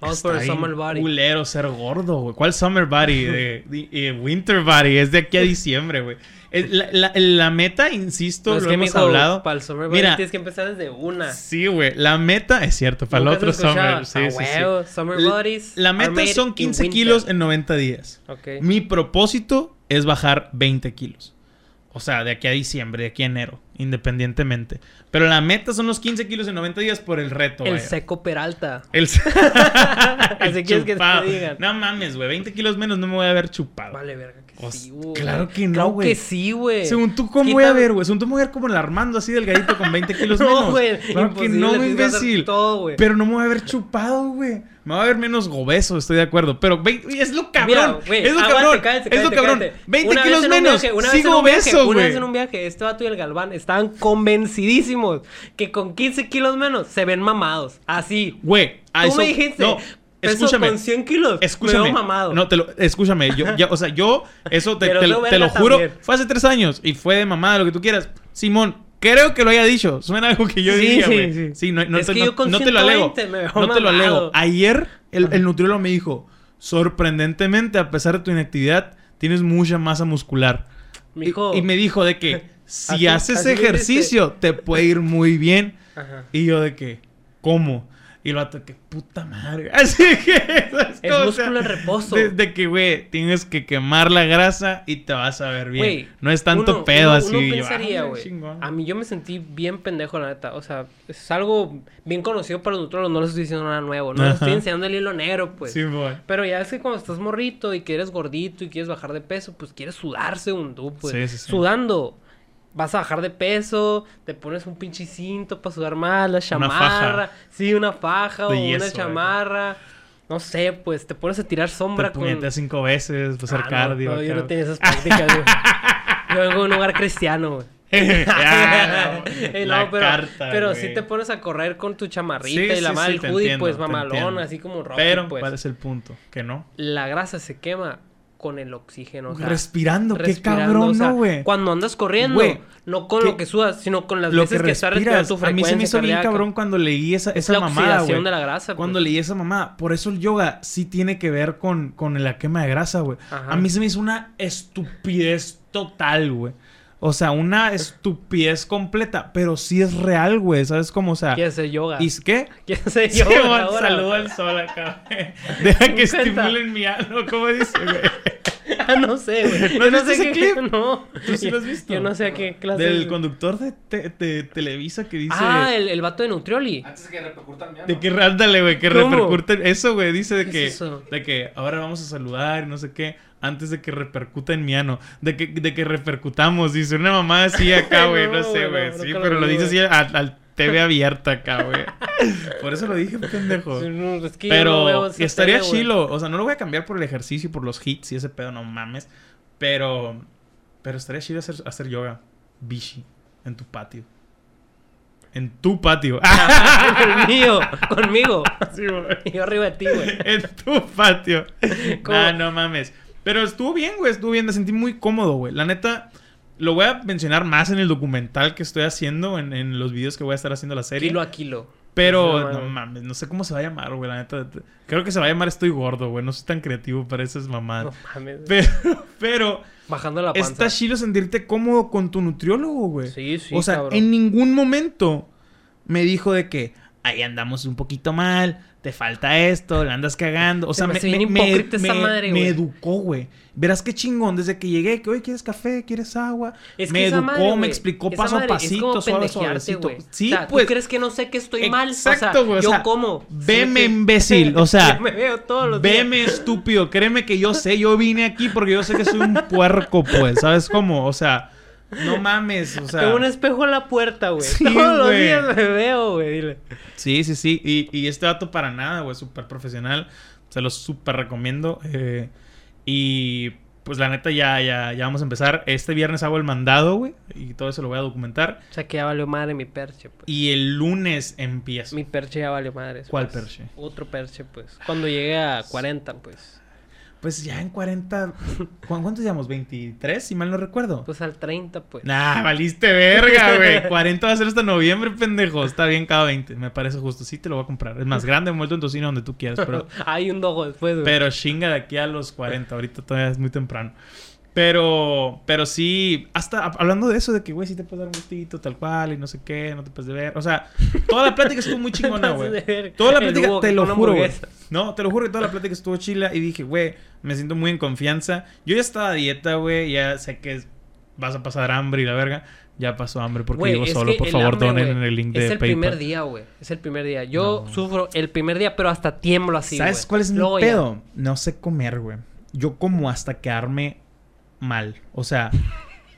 [SPEAKER 2] Vamos
[SPEAKER 1] está
[SPEAKER 2] por el
[SPEAKER 1] bien
[SPEAKER 2] Summer Body.
[SPEAKER 1] culero ser gordo, güey. ¿Cuál Summer Body? De, de- eh, winter Body. Es de aquí a diciembre, güey. Es La, la- la meta, insisto,
[SPEAKER 2] No, es
[SPEAKER 1] lo
[SPEAKER 2] que,
[SPEAKER 1] hemos
[SPEAKER 2] mijo,
[SPEAKER 1] hablado.
[SPEAKER 2] Para el Summer Body
[SPEAKER 1] Mira.
[SPEAKER 2] tienes que empezar desde una.
[SPEAKER 1] Sí, güey. La meta, es cierto, para el
[SPEAKER 2] Nunca
[SPEAKER 1] otro
[SPEAKER 2] se escuchaba.
[SPEAKER 1] Summer. Sí, sí,
[SPEAKER 2] A
[SPEAKER 1] sí.
[SPEAKER 2] huevo, Summer
[SPEAKER 1] La-
[SPEAKER 2] Bodies.
[SPEAKER 1] La
[SPEAKER 2] are
[SPEAKER 1] meta
[SPEAKER 2] made
[SPEAKER 1] son
[SPEAKER 2] in
[SPEAKER 1] 15
[SPEAKER 2] winter.
[SPEAKER 1] kilos en 90 días.
[SPEAKER 2] Ok.
[SPEAKER 1] Mi propósito es bajar 20 kilos. O sea, de aquí a diciembre, de aquí a enero, independientemente. Pero la meta son los 15 kilos en 90 días por el reto.
[SPEAKER 2] El
[SPEAKER 1] vaya.
[SPEAKER 2] seco Peralta.
[SPEAKER 1] El se-
[SPEAKER 2] Así
[SPEAKER 1] El
[SPEAKER 2] quieres que te
[SPEAKER 1] chupado.
[SPEAKER 2] digan.
[SPEAKER 1] No mames, güey. 20 kilos menos no me voy a ver chupado.
[SPEAKER 2] Vale, verga, que
[SPEAKER 1] Os-
[SPEAKER 2] sí, güey.
[SPEAKER 1] claro que no,
[SPEAKER 2] Claro
[SPEAKER 1] güey.
[SPEAKER 2] que sí, güey.
[SPEAKER 1] Según tú, ¿cómo voy a
[SPEAKER 2] Quítame-
[SPEAKER 1] ver, güey? Según tú, me voy a ver como el Armando así delgadito con 20 kilos
[SPEAKER 2] No,
[SPEAKER 1] menos.
[SPEAKER 2] güey.
[SPEAKER 1] Claro que no,
[SPEAKER 2] imposible, tienes que hacer
[SPEAKER 1] imbécil.
[SPEAKER 2] todo, güey.
[SPEAKER 1] Pero no me voy a ver chupado, güey. Me va a ver menos gobeso, estoy de acuerdo. Pero ve- es lo cabrón.
[SPEAKER 2] Mira, güey,
[SPEAKER 1] es lo
[SPEAKER 2] aguante,
[SPEAKER 1] cabrón.
[SPEAKER 2] cállate,
[SPEAKER 1] es lo
[SPEAKER 2] cállate,
[SPEAKER 1] cabrón.
[SPEAKER 2] cállate.
[SPEAKER 1] 20
[SPEAKER 2] Una vez
[SPEAKER 1] kilos
[SPEAKER 2] en un
[SPEAKER 1] menos.
[SPEAKER 2] viaje, una vez en
[SPEAKER 1] Sigo
[SPEAKER 2] un viaje,
[SPEAKER 1] obeso,
[SPEAKER 2] Una
[SPEAKER 1] güey.
[SPEAKER 2] vez en un viaje, este vato y el Galván estaban convencidísimos que con 15 kilos menos se ven mamados. Así.
[SPEAKER 1] Güey, a
[SPEAKER 2] Tú
[SPEAKER 1] Ah, eso-
[SPEAKER 2] me dijiste,
[SPEAKER 1] No,
[SPEAKER 2] peso
[SPEAKER 1] escúchame.
[SPEAKER 2] con 100 kilos, me
[SPEAKER 1] Escúchame.
[SPEAKER 2] veo mamado.
[SPEAKER 1] No, te lo, escúchame. Yo, ya, o sea, yo, eso te,
[SPEAKER 2] Pero
[SPEAKER 1] te-
[SPEAKER 2] tú
[SPEAKER 1] te lo
[SPEAKER 2] verga
[SPEAKER 1] juro.
[SPEAKER 2] también.
[SPEAKER 1] Fue hace tres años y fue de mamada, lo que tú quieras. Simón, creo que lo haya dicho. Suena algo que yo
[SPEAKER 2] Sí,
[SPEAKER 1] diría,
[SPEAKER 2] sí,
[SPEAKER 1] güey. Sí,
[SPEAKER 2] sí.
[SPEAKER 1] no, no
[SPEAKER 2] Es
[SPEAKER 1] te,
[SPEAKER 2] que
[SPEAKER 1] no-
[SPEAKER 2] yo con
[SPEAKER 1] no te lo alego.
[SPEAKER 2] 120 me veo
[SPEAKER 1] No te lo
[SPEAKER 2] mamado.
[SPEAKER 1] alego. Ayer el, el nutriólogo me dijo: sorprendentemente, a pesar de tu inactividad, tienes mucha masa muscular. Y,
[SPEAKER 2] Mijo.
[SPEAKER 1] y me dijo de que
[SPEAKER 2] Así-
[SPEAKER 1] si haces
[SPEAKER 2] así me
[SPEAKER 1] ejercicio, te puede ir muy bien.
[SPEAKER 2] Ajá.
[SPEAKER 1] Y yo de que, ¿cómo? Y lo de que, puta madre. Así que esas
[SPEAKER 2] Es
[SPEAKER 1] cosas
[SPEAKER 2] músculo en reposo.
[SPEAKER 1] De, de que, güey, tienes que quemar la grasa y te vas a ver bien.
[SPEAKER 2] Güey,
[SPEAKER 1] no es tanto
[SPEAKER 2] uno-
[SPEAKER 1] pedo
[SPEAKER 2] uno-
[SPEAKER 1] así.
[SPEAKER 2] uno
[SPEAKER 1] Y yo,
[SPEAKER 2] pensaría,
[SPEAKER 1] ah,
[SPEAKER 2] güey,
[SPEAKER 1] chingón.
[SPEAKER 2] A mí yo me sentí bien pendejo, la neta. O sea, es algo bien conocido para los nutrólogos. No les estoy diciendo nada nuevo. No les estoy
[SPEAKER 1] Ajá.
[SPEAKER 2] enseñando el hilo negro, pues.
[SPEAKER 1] Sí, güey.
[SPEAKER 2] Pero ya es que cuando estás morrito y que eres gordito y quieres bajar de peso, pues quieres sudarse un tú, pues.
[SPEAKER 1] Sí, sí, sí.
[SPEAKER 2] Sudando Vas a bajar de peso, te pones un pinche cinto para sudar más, la
[SPEAKER 1] Una faja.
[SPEAKER 2] chamarra. sí, una faja
[SPEAKER 1] De
[SPEAKER 2] o una
[SPEAKER 1] yeso,
[SPEAKER 2] chamarra. No sé, pues te pones a tirar sombra
[SPEAKER 1] Te
[SPEAKER 2] con.
[SPEAKER 1] puñeteas cinco veces, pues hacer
[SPEAKER 2] Ah, no,
[SPEAKER 1] cardio.
[SPEAKER 2] no, yo
[SPEAKER 1] acá.
[SPEAKER 2] no tenía esas prácticas, güey. Yo vengo de un hogar cristiano, güey.
[SPEAKER 1] Ah,
[SPEAKER 2] Eh,
[SPEAKER 1] la
[SPEAKER 2] no, pero,
[SPEAKER 1] carta,
[SPEAKER 2] pero
[SPEAKER 1] güey.
[SPEAKER 2] sí te pones a correr con tu chamarrita
[SPEAKER 1] Sí,
[SPEAKER 2] y la
[SPEAKER 1] sí,
[SPEAKER 2] madre
[SPEAKER 1] sí, te
[SPEAKER 2] del hoodie,
[SPEAKER 1] entiendo,
[SPEAKER 2] pues
[SPEAKER 1] te
[SPEAKER 2] mamalón,
[SPEAKER 1] entiendo.
[SPEAKER 2] así como Rocky,
[SPEAKER 1] Pero,
[SPEAKER 2] pues.
[SPEAKER 1] ¿cuál es el punto? Que no.
[SPEAKER 2] La grasa se quema con el oxígeno, o sea,
[SPEAKER 1] respirando, qué
[SPEAKER 2] respirando,
[SPEAKER 1] cabrón,
[SPEAKER 2] o sea,
[SPEAKER 1] ¿no, güey?
[SPEAKER 2] Cuando andas corriendo,
[SPEAKER 1] Güey,
[SPEAKER 2] no con
[SPEAKER 1] ¿qué-
[SPEAKER 2] lo que sudas, sino con las
[SPEAKER 1] Lo que
[SPEAKER 2] veces que estás respirando
[SPEAKER 1] respiras.
[SPEAKER 2] tu
[SPEAKER 1] A mí
[SPEAKER 2] frecuencia
[SPEAKER 1] se me hizo bien
[SPEAKER 2] cardíaca.
[SPEAKER 1] cabrón cuando leí esa,
[SPEAKER 2] Es
[SPEAKER 1] esa
[SPEAKER 2] la
[SPEAKER 1] mamada,
[SPEAKER 2] oxidación
[SPEAKER 1] güey.
[SPEAKER 2] de la grasa.
[SPEAKER 1] Cuando
[SPEAKER 2] pues.
[SPEAKER 1] leí esa mamá, por eso el yoga sí tiene que ver con, con la quema de grasa, güey.
[SPEAKER 2] Ajá.
[SPEAKER 1] A mí se me hizo una estupidez total, güey. O sea, una estupidez completa, pero sí es real, güey. ¿Sabes cómo? O sea,
[SPEAKER 2] Quieres hacer yoga.
[SPEAKER 1] ¿y qué?
[SPEAKER 2] Quieres hacer
[SPEAKER 1] Sí,
[SPEAKER 2] yoga
[SPEAKER 1] güey,
[SPEAKER 2] ahora.
[SPEAKER 1] saludo al sol acá. güey. Deja que
[SPEAKER 2] Me encanta.
[SPEAKER 1] estimulen mi ano, ¿cómo dice, güey?
[SPEAKER 2] Ah, no sé, güey.
[SPEAKER 1] ¿No
[SPEAKER 2] Yo
[SPEAKER 1] has
[SPEAKER 2] no
[SPEAKER 1] visto
[SPEAKER 2] sé qué
[SPEAKER 1] ese clip?
[SPEAKER 2] No.
[SPEAKER 1] ¿Tú sí lo has visto?
[SPEAKER 2] Yo no sé a qué clase.
[SPEAKER 1] Del conductor de, te- de Televisa que dice...
[SPEAKER 2] Ah, el, el vato de Nutrioli.
[SPEAKER 3] Antes de que repercutan mi
[SPEAKER 1] De
[SPEAKER 3] ano.
[SPEAKER 1] que ándale, güey, que
[SPEAKER 2] ¿Cómo?
[SPEAKER 1] repercuten. Eso, güey, dice de
[SPEAKER 2] ¿Qué
[SPEAKER 1] que,
[SPEAKER 2] es eso?
[SPEAKER 1] de que ahora vamos a saludar, y no sé qué, antes de que repercuta en mi ano. De que, de que repercutamos, dice una mamá así acá, güey, no,
[SPEAKER 2] No,
[SPEAKER 1] sé,
[SPEAKER 2] güey,
[SPEAKER 1] güey.
[SPEAKER 2] no,
[SPEAKER 1] sí,
[SPEAKER 2] nunca lo
[SPEAKER 1] pero lo
[SPEAKER 2] vi,
[SPEAKER 1] dice así
[SPEAKER 2] güey.
[SPEAKER 1] al, al TV abierta acá, güey. Por eso lo dije, pendejo.
[SPEAKER 2] No, es que yo no veo
[SPEAKER 1] Pero
[SPEAKER 2] esa
[SPEAKER 1] estaría
[SPEAKER 2] tele, güey.
[SPEAKER 1] chilo. O sea, no lo voy a cambiar por el ejercicio y por los hits y ese pedo, no mames. Pero, pero estaría chido hacer, hacer yoga, bishi, en tu patio. En tu patio. ¡Ah!
[SPEAKER 2] En el mío, conmigo.
[SPEAKER 1] Sí, güey.
[SPEAKER 2] Y Yo arriba de ti, güey.
[SPEAKER 1] en tu patio.
[SPEAKER 2] ¿Cómo?
[SPEAKER 1] Nah, no mames. Pero estuvo bien, güey. Estuvo bien. Me sentí muy cómodo, güey. La neta, lo voy a mencionar más en el documental que estoy haciendo, en, en los videos que voy a estar haciendo la serie.
[SPEAKER 2] Kilo a kilo.
[SPEAKER 1] Pero,
[SPEAKER 2] No,
[SPEAKER 1] no
[SPEAKER 2] mames.
[SPEAKER 1] mames, no sé cómo se va a llamar, güey. La neta, creo que se va a llamar Estoy Gordo, güey. No soy tan creativo para esas
[SPEAKER 2] No
[SPEAKER 1] mamadas.
[SPEAKER 2] mames.
[SPEAKER 1] Ah. Pero, pero,
[SPEAKER 2] Bajando la panza.
[SPEAKER 1] está chido sentirte cómodo con tu nutriólogo, güey.
[SPEAKER 2] Sí, sí,
[SPEAKER 1] O sea,
[SPEAKER 2] cabrón.
[SPEAKER 1] en ningún momento me dijo de que ahí andamos un poquito mal, te falta esto, la andas cagando. O sea,
[SPEAKER 2] me
[SPEAKER 1] me,
[SPEAKER 2] hace bien
[SPEAKER 1] me-
[SPEAKER 2] hipócrita esa
[SPEAKER 1] me-
[SPEAKER 2] madre,
[SPEAKER 1] me
[SPEAKER 2] güey.
[SPEAKER 1] educó, güey. Verás qué chingón, desde que llegué, que hoy quieres café, quieres agua.
[SPEAKER 2] Es
[SPEAKER 1] me
[SPEAKER 2] que esa
[SPEAKER 1] educó,
[SPEAKER 2] madre,
[SPEAKER 1] me
[SPEAKER 2] güey,
[SPEAKER 1] explicó
[SPEAKER 2] esa
[SPEAKER 1] paso a
[SPEAKER 2] madre es como
[SPEAKER 1] pasito, suave,
[SPEAKER 2] pendejearte,
[SPEAKER 1] suavecito.
[SPEAKER 2] güey.
[SPEAKER 1] Sí,
[SPEAKER 2] O sea,
[SPEAKER 1] pues.
[SPEAKER 2] ¿Tú crees que no sé que estoy mal? O sea,
[SPEAKER 1] Exacto, güey. o
[SPEAKER 2] yo
[SPEAKER 1] sea,
[SPEAKER 2] como.
[SPEAKER 1] Veme,
[SPEAKER 2] Sí,
[SPEAKER 1] imbécil. O sea,
[SPEAKER 2] yo me veo todos los días.
[SPEAKER 1] Veme estúpido, créeme que yo sé, yo vine aquí porque yo sé que soy un puerco, pues, ¿sabes cómo? O sea, no mames, o sea.
[SPEAKER 2] Tengo un espejo en la puerta, güey.
[SPEAKER 1] Sí,
[SPEAKER 2] todos los
[SPEAKER 1] güey.
[SPEAKER 2] días me veo, güey. Dile.
[SPEAKER 1] Sí, sí, sí, y, y este dato para nada, güey, súper profesional, se los súper recomiendo. eh, y pues la neta ya, ya, ya vamos a empezar. Este viernes hago el mandado, güey, y todo eso lo voy a documentar.
[SPEAKER 2] O sea, que ya valió madre mi perche, pues.
[SPEAKER 1] Y el lunes empiezo.
[SPEAKER 2] Mi perche ya valió madre.
[SPEAKER 1] ¿Cuál
[SPEAKER 2] pues.
[SPEAKER 1] perche?
[SPEAKER 2] Otro perche, pues. Cuando llegué a 40, pues.
[SPEAKER 1] Pues ya en 40... ¿cu- ¿Cuántos llevamos? ¿23? Si mal no recuerdo.
[SPEAKER 2] Pues al 30, pues.
[SPEAKER 1] Nah, valiste verga, güey. 40 va a ser hasta noviembre, pendejo. Está bien cada 20. Me parece justo. Sí, te lo voy a comprar. Es más grande, envuelto en tocino donde tú quieras. Pero,
[SPEAKER 2] Hay un dogo después, güey.
[SPEAKER 1] pero chinga de aquí a los 40. Ahorita todavía es muy temprano. Pero, pero sí, hasta hab- hablando de eso, de que, güey, sí te puedes dar un gustito, tal cual, y no sé qué, no te puedes de ver. O sea, toda la plática estuvo muy chingona,
[SPEAKER 2] Entonces,
[SPEAKER 1] güey.
[SPEAKER 2] de ver,
[SPEAKER 1] Toda la
[SPEAKER 2] el
[SPEAKER 1] plática,
[SPEAKER 2] Hugo
[SPEAKER 1] te
[SPEAKER 2] con
[SPEAKER 1] lo
[SPEAKER 2] una
[SPEAKER 1] juro, güey.
[SPEAKER 2] hamburguesa.
[SPEAKER 1] No, te lo juro que toda la plática estuvo chila y dije, güey, me siento muy en confianza. Yo ya estaba a dieta, güey, ya sé que es- vas a pasar hambre y la verga. Ya pasó hambre porque
[SPEAKER 2] Güey,
[SPEAKER 1] vivo
[SPEAKER 2] es
[SPEAKER 1] solo.
[SPEAKER 2] que
[SPEAKER 1] Por
[SPEAKER 2] el
[SPEAKER 1] favor,
[SPEAKER 2] hambre,
[SPEAKER 1] donen
[SPEAKER 2] güey,
[SPEAKER 1] en el link de
[SPEAKER 2] Es el
[SPEAKER 1] PayPal.
[SPEAKER 2] primer día, güey. Es el primer día. Yo
[SPEAKER 1] No.
[SPEAKER 2] sufro el primer día, pero hasta tiemblo así,
[SPEAKER 1] ¿Sabes
[SPEAKER 2] güey.
[SPEAKER 1] cuál es mi
[SPEAKER 2] Luego ya.
[SPEAKER 1] pedo? No sé comer, güey. Yo como hasta quedarme mal. O sea,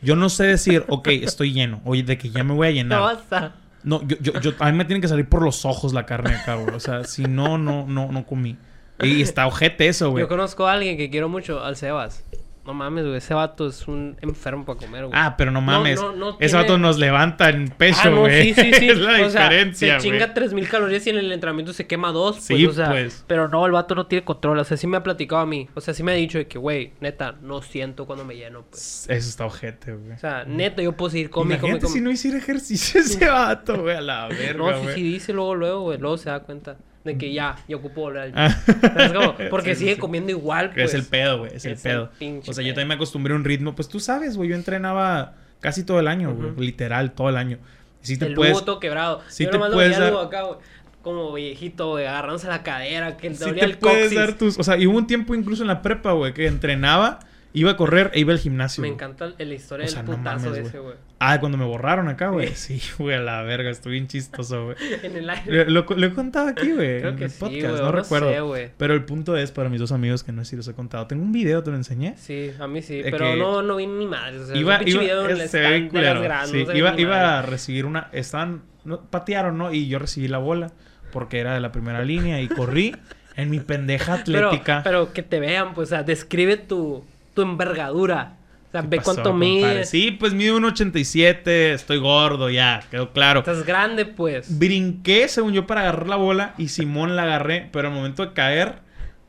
[SPEAKER 1] yo no sé decir, ok, estoy lleno. Oye, de que ya me voy a
[SPEAKER 2] No,
[SPEAKER 1] llenar.
[SPEAKER 2] basta.
[SPEAKER 1] No, yo, yo, yo- a mí me tiene que salir por los ojos la carne acá, güey. O sea, si no, no, no, no comí. Y está ojete eso, güey.
[SPEAKER 2] Yo conozco a alguien que quiero mucho, al Sebas. No mames, güey. Ese vato es un enfermo para comer, güey.
[SPEAKER 1] Ah, pero no mames.
[SPEAKER 2] no, no
[SPEAKER 1] Ese
[SPEAKER 2] tiene-
[SPEAKER 1] vato nos levanta en
[SPEAKER 2] Ah,
[SPEAKER 1] peso,
[SPEAKER 2] no,
[SPEAKER 1] güey.
[SPEAKER 2] sí, sí, sí.
[SPEAKER 1] es la
[SPEAKER 2] O sea,
[SPEAKER 1] diferencia,
[SPEAKER 2] se
[SPEAKER 1] güey.
[SPEAKER 2] chinga 3000 calorías y en el entrenamiento se quema dos, pues,
[SPEAKER 1] Sí,
[SPEAKER 2] o sea,
[SPEAKER 1] pues.
[SPEAKER 2] pero no, el vato no tiene control, o sea, sí me ha platicado a mí, o sea, sí me ha dicho de que, güey, neta, no siento cuando me lleno, pues.
[SPEAKER 1] Eso está ojete, güey.
[SPEAKER 2] O sea, neta, yo puedo seguir comiendo,
[SPEAKER 1] Imagínate
[SPEAKER 2] comiendo,
[SPEAKER 1] si no hiciera ejercicio ese vato, güey, a la
[SPEAKER 2] No,
[SPEAKER 1] verga,
[SPEAKER 2] sí,
[SPEAKER 1] güey.
[SPEAKER 2] sí dice luego, luego, güey. Luego se da cuenta de que ya, yo ocupo volver al
[SPEAKER 1] Ah.
[SPEAKER 2] ¿Sabes cómo? Porque
[SPEAKER 1] Sí, sí,
[SPEAKER 2] sigue
[SPEAKER 1] sí.
[SPEAKER 2] comiendo igual,
[SPEAKER 1] Que es
[SPEAKER 2] pues.
[SPEAKER 1] el pedo, güey. Es, el
[SPEAKER 2] es el
[SPEAKER 1] pedo.
[SPEAKER 2] pinche
[SPEAKER 1] o sea, yo
[SPEAKER 2] pedo.
[SPEAKER 1] también me acostumbré a un ritmo. Pues tú sabes, güey. Yo entrenaba casi todo el año, güey.
[SPEAKER 2] Ujú.
[SPEAKER 1] Literal, todo el año. Y si te
[SPEAKER 2] El
[SPEAKER 1] puedes.
[SPEAKER 2] Hugo todo quebrado.
[SPEAKER 1] sí
[SPEAKER 2] yo
[SPEAKER 1] te
[SPEAKER 2] nomás lo
[SPEAKER 1] puedes
[SPEAKER 2] veía al
[SPEAKER 1] dar-
[SPEAKER 2] Hugo acá, güey. Como viejito, güey, agarrándose la cadera, que le
[SPEAKER 1] sí
[SPEAKER 2] dolía
[SPEAKER 1] te
[SPEAKER 2] el
[SPEAKER 1] puedes
[SPEAKER 2] coxis.
[SPEAKER 1] dar tus. O sea, y hubo un tiempo incluso en la prepa, güey, que entrenaba Iba a correr e iba al gimnasio.
[SPEAKER 2] Me
[SPEAKER 1] güey.
[SPEAKER 2] encanta el- la historia
[SPEAKER 1] O
[SPEAKER 2] del
[SPEAKER 1] sea, no
[SPEAKER 2] putazo
[SPEAKER 1] mames,
[SPEAKER 2] ese, güey.
[SPEAKER 1] Ah, cuando me borraron acá, güey. Sí, güey, a la verga, estuve bien chistoso, güey.
[SPEAKER 2] En el aire.
[SPEAKER 1] Lo, lo- lo he contado aquí, güey.
[SPEAKER 2] Creo
[SPEAKER 1] en
[SPEAKER 2] que
[SPEAKER 1] el
[SPEAKER 2] sí,
[SPEAKER 1] podcast,
[SPEAKER 2] güey,
[SPEAKER 1] no,
[SPEAKER 2] no
[SPEAKER 1] recuerdo.
[SPEAKER 2] sé, güey.
[SPEAKER 1] pero el punto es para mis dos amigos que no sé si los he contado. Tengo un video, te lo enseñé.
[SPEAKER 2] Sí, a mí sí,
[SPEAKER 1] De
[SPEAKER 2] pero
[SPEAKER 1] que-
[SPEAKER 2] no, no vi ni madre. O sea,
[SPEAKER 1] iba,
[SPEAKER 2] un pinche
[SPEAKER 1] iba,
[SPEAKER 2] video en el
[SPEAKER 1] se ve
[SPEAKER 2] stand de las
[SPEAKER 1] culero,
[SPEAKER 2] gradas,
[SPEAKER 1] sí,
[SPEAKER 2] no se ve
[SPEAKER 1] iba,
[SPEAKER 2] ni
[SPEAKER 1] iba
[SPEAKER 2] madre.
[SPEAKER 1] a recibir una, estaban, no, patearon, ¿no? Y yo recibí la bola porque era de la primera línea y corrí en mi pendeja
[SPEAKER 2] Pero-
[SPEAKER 1] atlética.
[SPEAKER 2] Pero, que te vean, pues, o sea, describe tu, tu envergadura. O sea,
[SPEAKER 1] ¿Qué
[SPEAKER 2] ve
[SPEAKER 1] pasó,
[SPEAKER 2] cuánto
[SPEAKER 1] compadre?
[SPEAKER 2] mides.
[SPEAKER 1] Sí, pues mide un 87, estoy gordo, ya, quedó claro.
[SPEAKER 2] Estás grande, pues.
[SPEAKER 1] Brinqué, según yo, para agarrar la bola y Simón la agarré, pero al momento de caer,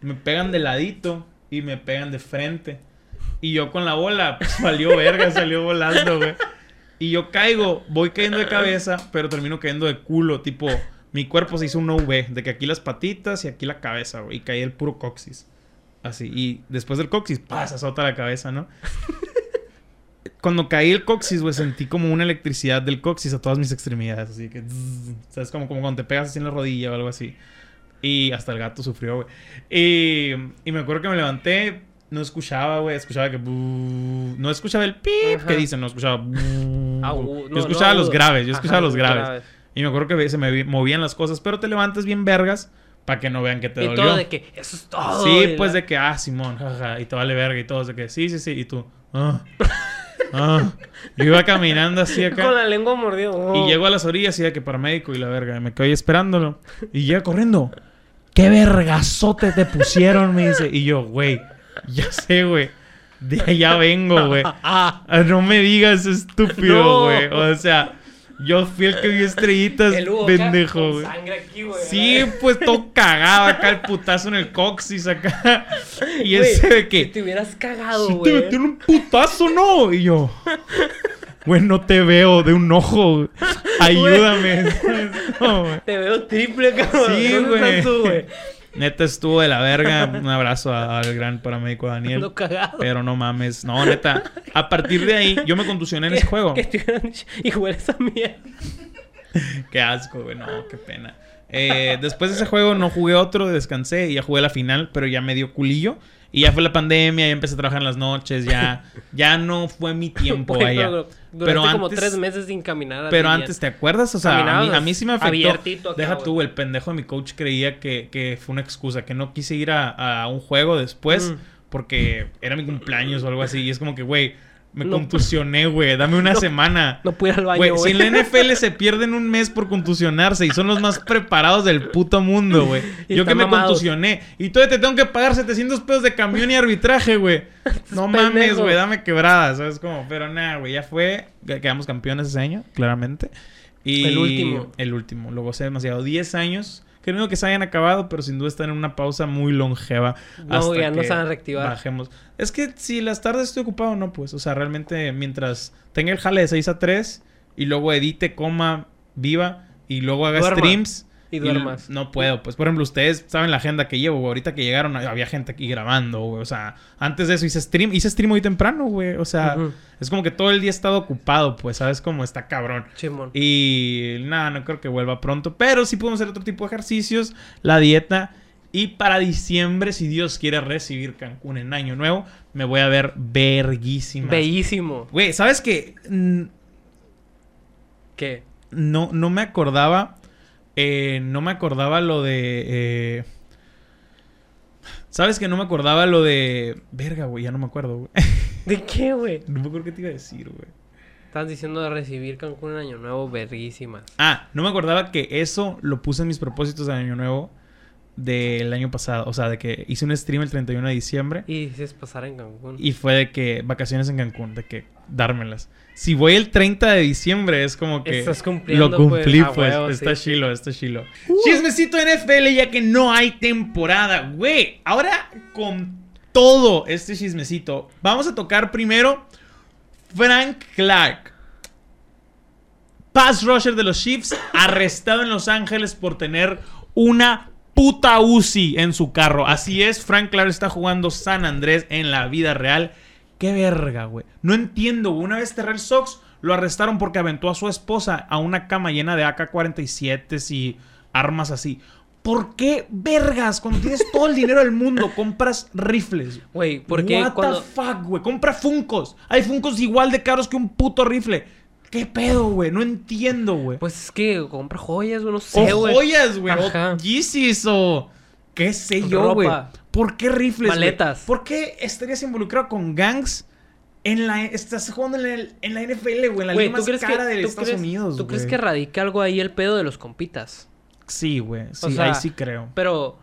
[SPEAKER 1] me pegan de ladito y me pegan de frente. Y yo con la bola, pues valió verga, salió volando, güey. Y yo caigo, voy cayendo de cabeza, pero termino cayendo de culo, tipo, mi cuerpo se hizo un V, de que aquí las patitas y aquí la cabeza, güey. Y caí el puro coxis. Así, y después del coxis, pasa, azota la cabeza, ¿no? Cuando caí el coxis, güey, sentí como una electricidad del coxis a todas mis extremidades. Así que, zzz, ¿sabes? Como, como cuando te pegas así en la rodilla o algo así. Y hasta el gato sufrió, güey. Y, y me acuerdo que me levanté, no escuchaba, güey. Escuchaba que... "Bú". No escuchaba el pip
[SPEAKER 2] Ajá.
[SPEAKER 1] que dicen, no escuchaba... "Bú".
[SPEAKER 2] Agu- Ah, no,
[SPEAKER 1] yo
[SPEAKER 2] no
[SPEAKER 1] escuchaba los
[SPEAKER 2] agudo.
[SPEAKER 1] graves, yo
[SPEAKER 2] Ajá,
[SPEAKER 1] escuchaba los graves. Y me acuerdo que se me vi- movían las cosas, pero te levantas bien vergas para que no vean que te
[SPEAKER 2] y
[SPEAKER 1] dolió.
[SPEAKER 2] todo de que, eso es todo.
[SPEAKER 1] Sí,
[SPEAKER 2] y
[SPEAKER 1] pues
[SPEAKER 2] la-
[SPEAKER 1] de que, ah, Simón, jaja, y te vale verga y todos de que, sí, sí, sí, y tú, ah, ah. Yo iba caminando así
[SPEAKER 2] Con
[SPEAKER 1] acá
[SPEAKER 2] la Oh. lengua mordida.
[SPEAKER 1] y llego a las orillas y de que paramédico y la verga, y me quedo ahí esperándolo y llega corriendo. ¿Qué vergazote te pusieron? Me dice. Y yo, güey, ya sé, güey. De allá vengo, güey. Ah, No me digas
[SPEAKER 2] No.
[SPEAKER 1] estúpido, güey. O sea, yo fui el que vio estrellitas,
[SPEAKER 2] El Hugo acá
[SPEAKER 1] pendejo,
[SPEAKER 2] con
[SPEAKER 1] güey.
[SPEAKER 2] sangre aquí, güey.
[SPEAKER 1] Sí, pues todo cagado acá, el putazo en el coxis acá. Y
[SPEAKER 2] Güey,
[SPEAKER 1] ese de
[SPEAKER 2] Si
[SPEAKER 1] que.
[SPEAKER 2] te hubieras cagado,
[SPEAKER 1] "Sí
[SPEAKER 2] güey.
[SPEAKER 1] te metieron un putazo, ¿no? Y yo. Güey, no te veo de un ojo. güey. Ayúdame. No, güey.
[SPEAKER 2] Te veo triple, cabrón.
[SPEAKER 1] Sí,
[SPEAKER 2] ¿Dónde estás tú,
[SPEAKER 1] güey.
[SPEAKER 2] güey?
[SPEAKER 1] Neta estuvo de la verga. Un abrazo a- al gran paramédico Daniel.
[SPEAKER 2] Ando cagado.
[SPEAKER 1] Pero no mames. No, neta. A partir de ahí, yo me contusioné en ese juego.
[SPEAKER 2] Que te hubieran dicho, igual esa mierda.
[SPEAKER 1] Qué asco, güey. No, qué pena. Eh, después de ese juego no jugué otro, descansé y ya jugué la final, pero ya me dio culillo. Y ya fue la pandemia, ya empecé a trabajar en las noches, ya, ya no fue mi tiempo
[SPEAKER 2] Güey,
[SPEAKER 1] allá.
[SPEAKER 2] pero Durante
[SPEAKER 1] Pero
[SPEAKER 2] como
[SPEAKER 1] antes-
[SPEAKER 2] tres meses sin caminar. así
[SPEAKER 1] Pero
[SPEAKER 2] bien.
[SPEAKER 1] antes, ¿te acuerdas? O sea, a mí,
[SPEAKER 2] Caminabas
[SPEAKER 1] a mí sí me
[SPEAKER 2] abiertito
[SPEAKER 1] afectó.
[SPEAKER 2] acá,
[SPEAKER 1] Deja
[SPEAKER 2] güey.
[SPEAKER 1] tú, el pendejo de mi coach creía que, que fue una excusa, que no quise ir a, a un juego después
[SPEAKER 2] Mm.
[SPEAKER 1] porque era mi cumpleaños o algo así. Y es como que, güey, me
[SPEAKER 2] No.
[SPEAKER 1] contusioné, güey, dame una
[SPEAKER 2] No.
[SPEAKER 1] semana.
[SPEAKER 2] No pude ir al baño,
[SPEAKER 1] Güey,
[SPEAKER 2] güey.
[SPEAKER 1] si en la NFL se pierden un mes por contusionarse y son los más preparados del puto mundo, güey.
[SPEAKER 2] Y
[SPEAKER 1] Yo
[SPEAKER 2] están
[SPEAKER 1] que me
[SPEAKER 2] mamados.
[SPEAKER 1] contusioné. Y todavía te tengo que pagar 700 pesos de camión y arbitraje, güey. No mames,
[SPEAKER 2] pendejo.
[SPEAKER 1] güey, dame quebrada, ¿sabes cómo? Pero nada, güey, ya fue. que- Quedamos campeones ese año, claramente. Y
[SPEAKER 2] El último.
[SPEAKER 1] El último, lo gocé demasiado. 10 años. Que no que se hayan acabado, pero sin duda están en una pausa muy longeva.
[SPEAKER 2] No, ya no se van a reactivar.
[SPEAKER 1] Bajemos. Es que si las tardes estoy ocupado, no, pues. O sea, realmente mientras tenga el jale de 6 a 3 y luego edite, coma, viva y luego haga
[SPEAKER 2] Duerma.
[SPEAKER 1] streams.
[SPEAKER 2] Y duermas.
[SPEAKER 1] No puedo, pues por ejemplo, ustedes saben la agenda que llevo, güey. Ahorita que llegaron había gente aquí grabando, güey. O sea, antes de eso hice stream, hice stream hoy temprano, güey. O sea,
[SPEAKER 2] Ujú.
[SPEAKER 1] es como que todo el día he estado ocupado, pues, ¿sabes cómo está cabrón?
[SPEAKER 2] Chimón.
[SPEAKER 1] Y nada, no creo que vuelva pronto, pero sí podemos hacer otro tipo de ejercicios, la dieta. Y para diciembre, si Dios quiere recibir Cancún en año nuevo, me voy a ver verguísima.
[SPEAKER 2] Bellísimo.
[SPEAKER 1] Güey, ¿sabes qué? Mm,
[SPEAKER 2] ¿Qué?
[SPEAKER 1] no, no me acordaba. eh, no me acordaba lo de. eh, ¿Sabes que no me acordaba lo de. Verga, güey, ya no me acuerdo, güey.
[SPEAKER 2] ¿De qué, güey?
[SPEAKER 1] no me acuerdo qué te iba a decir, güey.
[SPEAKER 2] Estás diciendo de recibir Cancún en Año Nuevo, verguísimas.
[SPEAKER 1] Ah, no me acordaba que eso lo puse en mis propósitos del año nuevo del año pasado. O sea, de que hice un stream el 31 de diciembre
[SPEAKER 2] Y dices pasar en Cancún.
[SPEAKER 1] y fue de que vacaciones en Cancún, de que dármelas. Si voy el 30 de diciembre es como que
[SPEAKER 2] Estás cumpliendo,
[SPEAKER 1] lo cumplí,
[SPEAKER 2] pues, a
[SPEAKER 1] pues.
[SPEAKER 2] huevo,
[SPEAKER 1] está
[SPEAKER 2] sí.
[SPEAKER 1] chilo, está chilo. Chismecito NFL ya que no hay temporada, güey. Ahora con todo este chismecito, vamos a tocar primero Frank Clark. Pass rusher de los Chiefs, arrestado en Los Ángeles por tener una puta UCI en su carro. Así es, Frank Clark está jugando San Andrés en la vida real. Qué verga, güey. No entiendo. güey. Una vez Terrell Sox lo arrestaron porque aventó a su esposa a una cama llena de AK-47s y armas así. ¿Por qué vergas cuando tienes todo el dinero del mundo compras rifles?
[SPEAKER 2] Güey, porque
[SPEAKER 1] What
[SPEAKER 2] cuando...
[SPEAKER 1] the fuck, güey. Compra Funcos. Hay Funcos igual de caros que un puto rifle. ¿Qué pedo, güey? No entiendo, güey.
[SPEAKER 2] Pues es que compra joyas, güey, no sé,
[SPEAKER 1] o
[SPEAKER 2] güey.
[SPEAKER 1] joyas, güey. O
[SPEAKER 2] Ajá.
[SPEAKER 1] Yeezys o qué sé yo,
[SPEAKER 2] Ropa.
[SPEAKER 1] güey. ¿Por qué rifles, güey?
[SPEAKER 2] Maletas.
[SPEAKER 1] ¿Por qué estarías involucrado con gangs en la... Estás jugando en, el- en la NFL, güey. En la
[SPEAKER 2] Güey,
[SPEAKER 1] liga más cara de
[SPEAKER 2] tú
[SPEAKER 1] Estados
[SPEAKER 2] crees-
[SPEAKER 1] Unidos,
[SPEAKER 2] ¿Tú crees
[SPEAKER 1] güey.
[SPEAKER 2] que radica algo ahí el pedo de los compitas?
[SPEAKER 1] Sí, güey. Sí, ahí
[SPEAKER 2] sea,
[SPEAKER 1] sí creo.
[SPEAKER 2] Pero,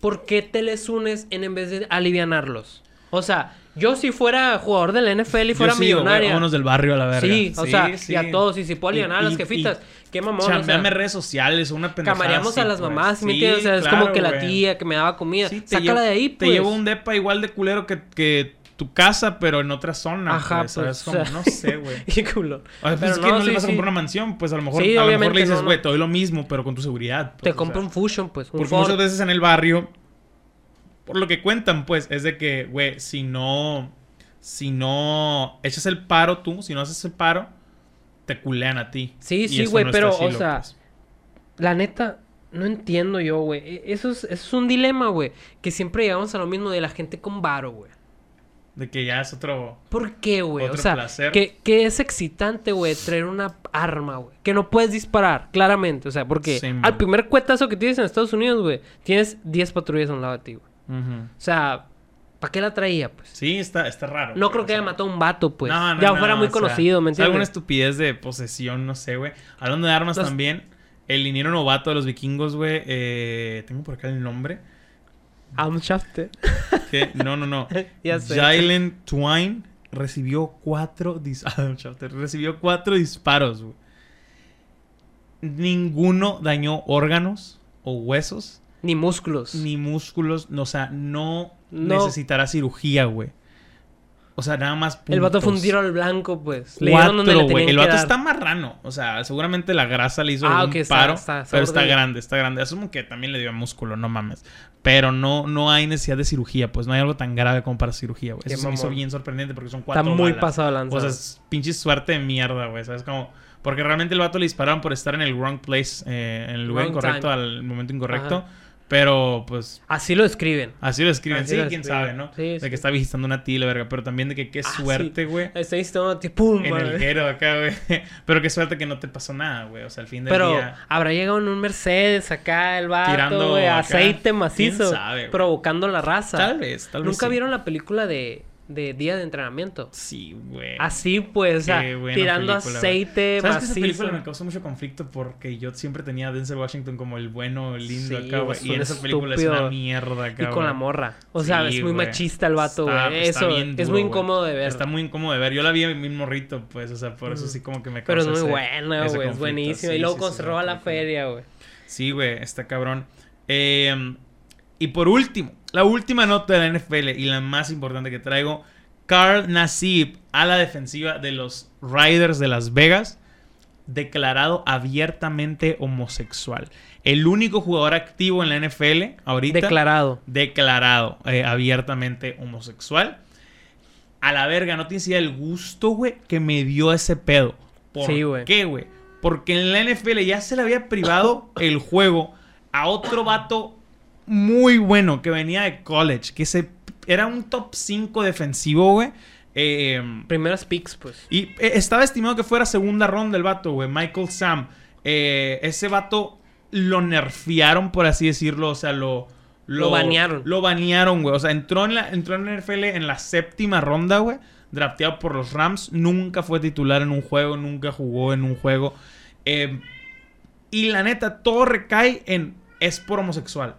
[SPEAKER 2] ¿por qué te les unes en, en vez de alivianarlos? O sea, yo si fuera jugador de la NFL y
[SPEAKER 1] Yo
[SPEAKER 2] fuera
[SPEAKER 1] sí digo, güey,
[SPEAKER 2] millonaria.
[SPEAKER 1] vámonos del barrio a la verga.
[SPEAKER 2] sí, o sea,
[SPEAKER 1] sí.
[SPEAKER 2] y a todos, y si puedo
[SPEAKER 1] Y-
[SPEAKER 2] alivianar a las
[SPEAKER 1] y-
[SPEAKER 2] jefitas, qué mamón. o sea,
[SPEAKER 1] Chambeame redes sociales o una pendejada
[SPEAKER 2] camareamos a
[SPEAKER 1] así,
[SPEAKER 2] las
[SPEAKER 1] pues.
[SPEAKER 2] mamás, ¿sí ¿me
[SPEAKER 1] Sí,
[SPEAKER 2] entiendes? O sea, es como
[SPEAKER 1] claro,
[SPEAKER 2] que la
[SPEAKER 1] güey.
[SPEAKER 2] tía que me daba comida.
[SPEAKER 1] Sí, te
[SPEAKER 2] Sácala
[SPEAKER 1] llevo-
[SPEAKER 2] de ahí, pues.
[SPEAKER 1] Te llevo un depa igual de culero que, que tu casa, pero en otra zona.
[SPEAKER 2] Ajá,
[SPEAKER 1] pues, ¿sabes?
[SPEAKER 2] pues, o
[SPEAKER 1] Como,
[SPEAKER 2] sea.
[SPEAKER 1] no sé, güey.
[SPEAKER 2] Qué culo.
[SPEAKER 1] O sea, pues
[SPEAKER 2] Pero
[SPEAKER 1] es que no,
[SPEAKER 2] sí,
[SPEAKER 1] le vas a
[SPEAKER 2] sí.
[SPEAKER 1] comprar una mansión, pues a lo mejor,
[SPEAKER 2] Sí,
[SPEAKER 1] a lo mejor
[SPEAKER 2] obviamente,
[SPEAKER 1] le dices,
[SPEAKER 2] no,
[SPEAKER 1] güey,
[SPEAKER 2] no.
[SPEAKER 1] te doy lo mismo, pero con tu seguridad.
[SPEAKER 2] Te
[SPEAKER 1] pues, o
[SPEAKER 2] compro
[SPEAKER 1] sea.
[SPEAKER 2] un Fusion, pues. Un
[SPEAKER 1] Porque
[SPEAKER 2] Ford.
[SPEAKER 1] muchas veces en el barrio, por lo que cuentan, pues, es de que, güey, si no, si no echas el paro tú, si no haces el paro, te culean a ti.
[SPEAKER 2] Sí,
[SPEAKER 1] Y
[SPEAKER 2] sí,
[SPEAKER 1] eso
[SPEAKER 2] güey,
[SPEAKER 1] no está
[SPEAKER 2] pero, o
[SPEAKER 1] chilo,
[SPEAKER 2] sea,
[SPEAKER 1] pues.
[SPEAKER 2] La neta, no entiendo yo, güey. E- Eso es, eso es un dilema, güey. Que siempre llegamos a lo mismo de la gente con varo, güey.
[SPEAKER 1] De que ya es otro...
[SPEAKER 2] ¿Por qué, güey? O
[SPEAKER 1] Otro
[SPEAKER 2] sea,
[SPEAKER 1] placer.
[SPEAKER 2] que, que es excitante, güey, traer una arma, güey. Que no puedes disparar, claramente. O sea, porque
[SPEAKER 1] Sí, man.
[SPEAKER 2] al primer cuetazo que tienes en Estados Unidos, güey, tienes 10 patrullas a un lado de ti, güey.
[SPEAKER 1] Ujú.
[SPEAKER 2] O sea, ¿para qué la traía, pues?
[SPEAKER 1] Sí, está, está raro.
[SPEAKER 2] No
[SPEAKER 1] güey,
[SPEAKER 2] creo
[SPEAKER 1] o
[SPEAKER 2] que haya
[SPEAKER 1] sea.
[SPEAKER 2] matado a un vato, pues.
[SPEAKER 1] No, no,
[SPEAKER 2] ya
[SPEAKER 1] no,
[SPEAKER 2] fuera muy
[SPEAKER 1] o sea,
[SPEAKER 2] conocido, ¿me
[SPEAKER 1] o sea, Alguna
[SPEAKER 2] entiendes?
[SPEAKER 1] estupidez de posesión, no sé, güey. Hablando de armas
[SPEAKER 2] Los-
[SPEAKER 1] también, el liniero novato de los vikingos, güey. eh, tengo por acá el nombre.
[SPEAKER 2] Amshafte.
[SPEAKER 1] Que, no, no, no.
[SPEAKER 2] Ya sé.
[SPEAKER 1] Jalen Twine recibió cuatro ah, disparos. recibió cuatro disparos, güey. Ninguno dañó órganos o huesos,
[SPEAKER 2] Ni músculos.
[SPEAKER 1] ni músculos. no, o sea, no,
[SPEAKER 2] No.
[SPEAKER 1] necesitará cirugía, güey. O sea, nada más
[SPEAKER 2] El vato fue un
[SPEAKER 1] puntos.
[SPEAKER 2] tiro al blanco, pues. Le dieron donde
[SPEAKER 1] Cuatro,
[SPEAKER 2] le
[SPEAKER 1] güey.
[SPEAKER 2] tenían
[SPEAKER 1] El
[SPEAKER 2] que
[SPEAKER 1] vato
[SPEAKER 2] dar.
[SPEAKER 1] está marrano. O sea, seguramente la grasa le hizo
[SPEAKER 2] Ah,
[SPEAKER 1] algún
[SPEAKER 2] ok, está-
[SPEAKER 1] paro.
[SPEAKER 2] está- está
[SPEAKER 1] pero está
[SPEAKER 2] gordillo.
[SPEAKER 1] grande, está grande. Asumo que también le dio músculo, no mames. Pero no, no hay necesidad de cirugía, pues. No hay algo tan grave como para cirugía, güey.
[SPEAKER 2] Qué
[SPEAKER 1] Eso se me hizo
[SPEAKER 2] mamón.
[SPEAKER 1] bien sorprendente porque son
[SPEAKER 2] Está
[SPEAKER 1] cuatro
[SPEAKER 2] muy
[SPEAKER 1] balas.
[SPEAKER 2] pasado de lanza.
[SPEAKER 1] O sea, es pinche suerte de mierda, güey. ¿Sabes? Como... Porque realmente el vato le dispararon por estar en el wrong place. eh, en el lugar
[SPEAKER 2] Wrong
[SPEAKER 1] incorrecto,
[SPEAKER 2] time.
[SPEAKER 1] al momento incorrecto.
[SPEAKER 2] Ajá.
[SPEAKER 1] Pero, pues...
[SPEAKER 2] Así lo describen.
[SPEAKER 1] Así lo escriben.
[SPEAKER 2] Así
[SPEAKER 1] sí,
[SPEAKER 2] lo
[SPEAKER 1] quién
[SPEAKER 2] describen.
[SPEAKER 1] sabe, ¿no?
[SPEAKER 2] Sí,
[SPEAKER 1] de
[SPEAKER 2] sí.
[SPEAKER 1] que está visitando una tía, y la verga. Pero también de que qué
[SPEAKER 2] Ah, sí.
[SPEAKER 1] suerte, güey
[SPEAKER 2] Está diciendo, tipo, pum,
[SPEAKER 1] en el
[SPEAKER 2] güey.
[SPEAKER 1] gero acá, güey. Pero qué suerte que no te pasó nada, güey. O sea, al fin del
[SPEAKER 2] Pero
[SPEAKER 1] día.
[SPEAKER 2] habrá llegado en un Mercedes acá el vato,
[SPEAKER 1] Tirando
[SPEAKER 2] güey,
[SPEAKER 1] acá.
[SPEAKER 2] aceite
[SPEAKER 1] ¿Quién
[SPEAKER 2] macizo,
[SPEAKER 1] sabe, güey?
[SPEAKER 2] provocando la raza.
[SPEAKER 1] Tal vez, tal vez.
[SPEAKER 2] Nunca
[SPEAKER 1] sí.
[SPEAKER 2] vieron la película de, de Día de Entrenamiento.
[SPEAKER 1] Sí, güey.
[SPEAKER 2] Así pues, o sea,
[SPEAKER 1] Qué buena
[SPEAKER 2] tirando
[SPEAKER 1] película, güey.
[SPEAKER 2] aceite
[SPEAKER 1] ¿Sabes que esa
[SPEAKER 2] macizo.
[SPEAKER 1] película me causó mucho conflicto porque yo siempre tenía a Denzel Washington como el bueno, el lindo
[SPEAKER 2] Sí,
[SPEAKER 1] acá,
[SPEAKER 2] güey,
[SPEAKER 1] güey.
[SPEAKER 2] es
[SPEAKER 1] Y
[SPEAKER 2] un
[SPEAKER 1] en esa película es
[SPEAKER 2] estúpido.
[SPEAKER 1] una mierda acá.
[SPEAKER 2] y con la
[SPEAKER 1] güey.
[SPEAKER 2] morra. O sea,
[SPEAKER 1] Sí,
[SPEAKER 2] es muy
[SPEAKER 1] güey.
[SPEAKER 2] machista el vato,
[SPEAKER 1] Está-
[SPEAKER 2] güey.
[SPEAKER 1] está
[SPEAKER 2] Eso
[SPEAKER 1] bien
[SPEAKER 2] es
[SPEAKER 1] duro,
[SPEAKER 2] muy
[SPEAKER 1] güey.
[SPEAKER 2] incómodo de ver. Mm.
[SPEAKER 1] Está muy incómodo de ver. Yo la vi en mi morrito, pues, o sea, por eso sí como que me
[SPEAKER 2] Pero
[SPEAKER 1] causó
[SPEAKER 2] es muy
[SPEAKER 1] ese-
[SPEAKER 2] buena,
[SPEAKER 1] ese
[SPEAKER 2] güey. Es
[SPEAKER 1] conflicto.
[SPEAKER 2] buenísima.
[SPEAKER 1] Sí,
[SPEAKER 2] y luego
[SPEAKER 1] sí,
[SPEAKER 2] cuando
[SPEAKER 1] sí,
[SPEAKER 2] se
[SPEAKER 1] es una
[SPEAKER 2] roba la
[SPEAKER 1] película.
[SPEAKER 2] feria, güey.
[SPEAKER 1] Sí, güey, está cabrón. Eh, y por último, la última nota de la NFL y la más importante que traigo. Carl Nassib, a la defensiva de los Riders de Las Vegas, declarado abiertamente homosexual. El único jugador activo en la NFL ahorita
[SPEAKER 2] Declarado.
[SPEAKER 1] declarado eh, abiertamente homosexual. A la verga, no tienes idea el gusto, güey, que me dio ese pedo. ¿Por
[SPEAKER 2] Sí, güey.
[SPEAKER 1] qué, güey? Porque en la NFL ya se le había privado el juego a otro vato muy bueno que venía de college, que se, era un top 5 defensivo, güey. Eh,
[SPEAKER 2] Primeros picks, pues.
[SPEAKER 1] y eh, estaba estimado que fuera segunda ronda el vato, güey. Michael Sam. Eh, ese vato lo nerfearon, por así decirlo. O sea, lo.
[SPEAKER 2] Lo banearon.
[SPEAKER 1] Lo banearon, güey. O sea, entró en la, entró en la NFL en la séptima ronda, güey. Drafteado por los Rams. Nunca fue titular en un juego. Nunca jugó en un juego. Eh, y la neta, todo recae en. Es por homosexual.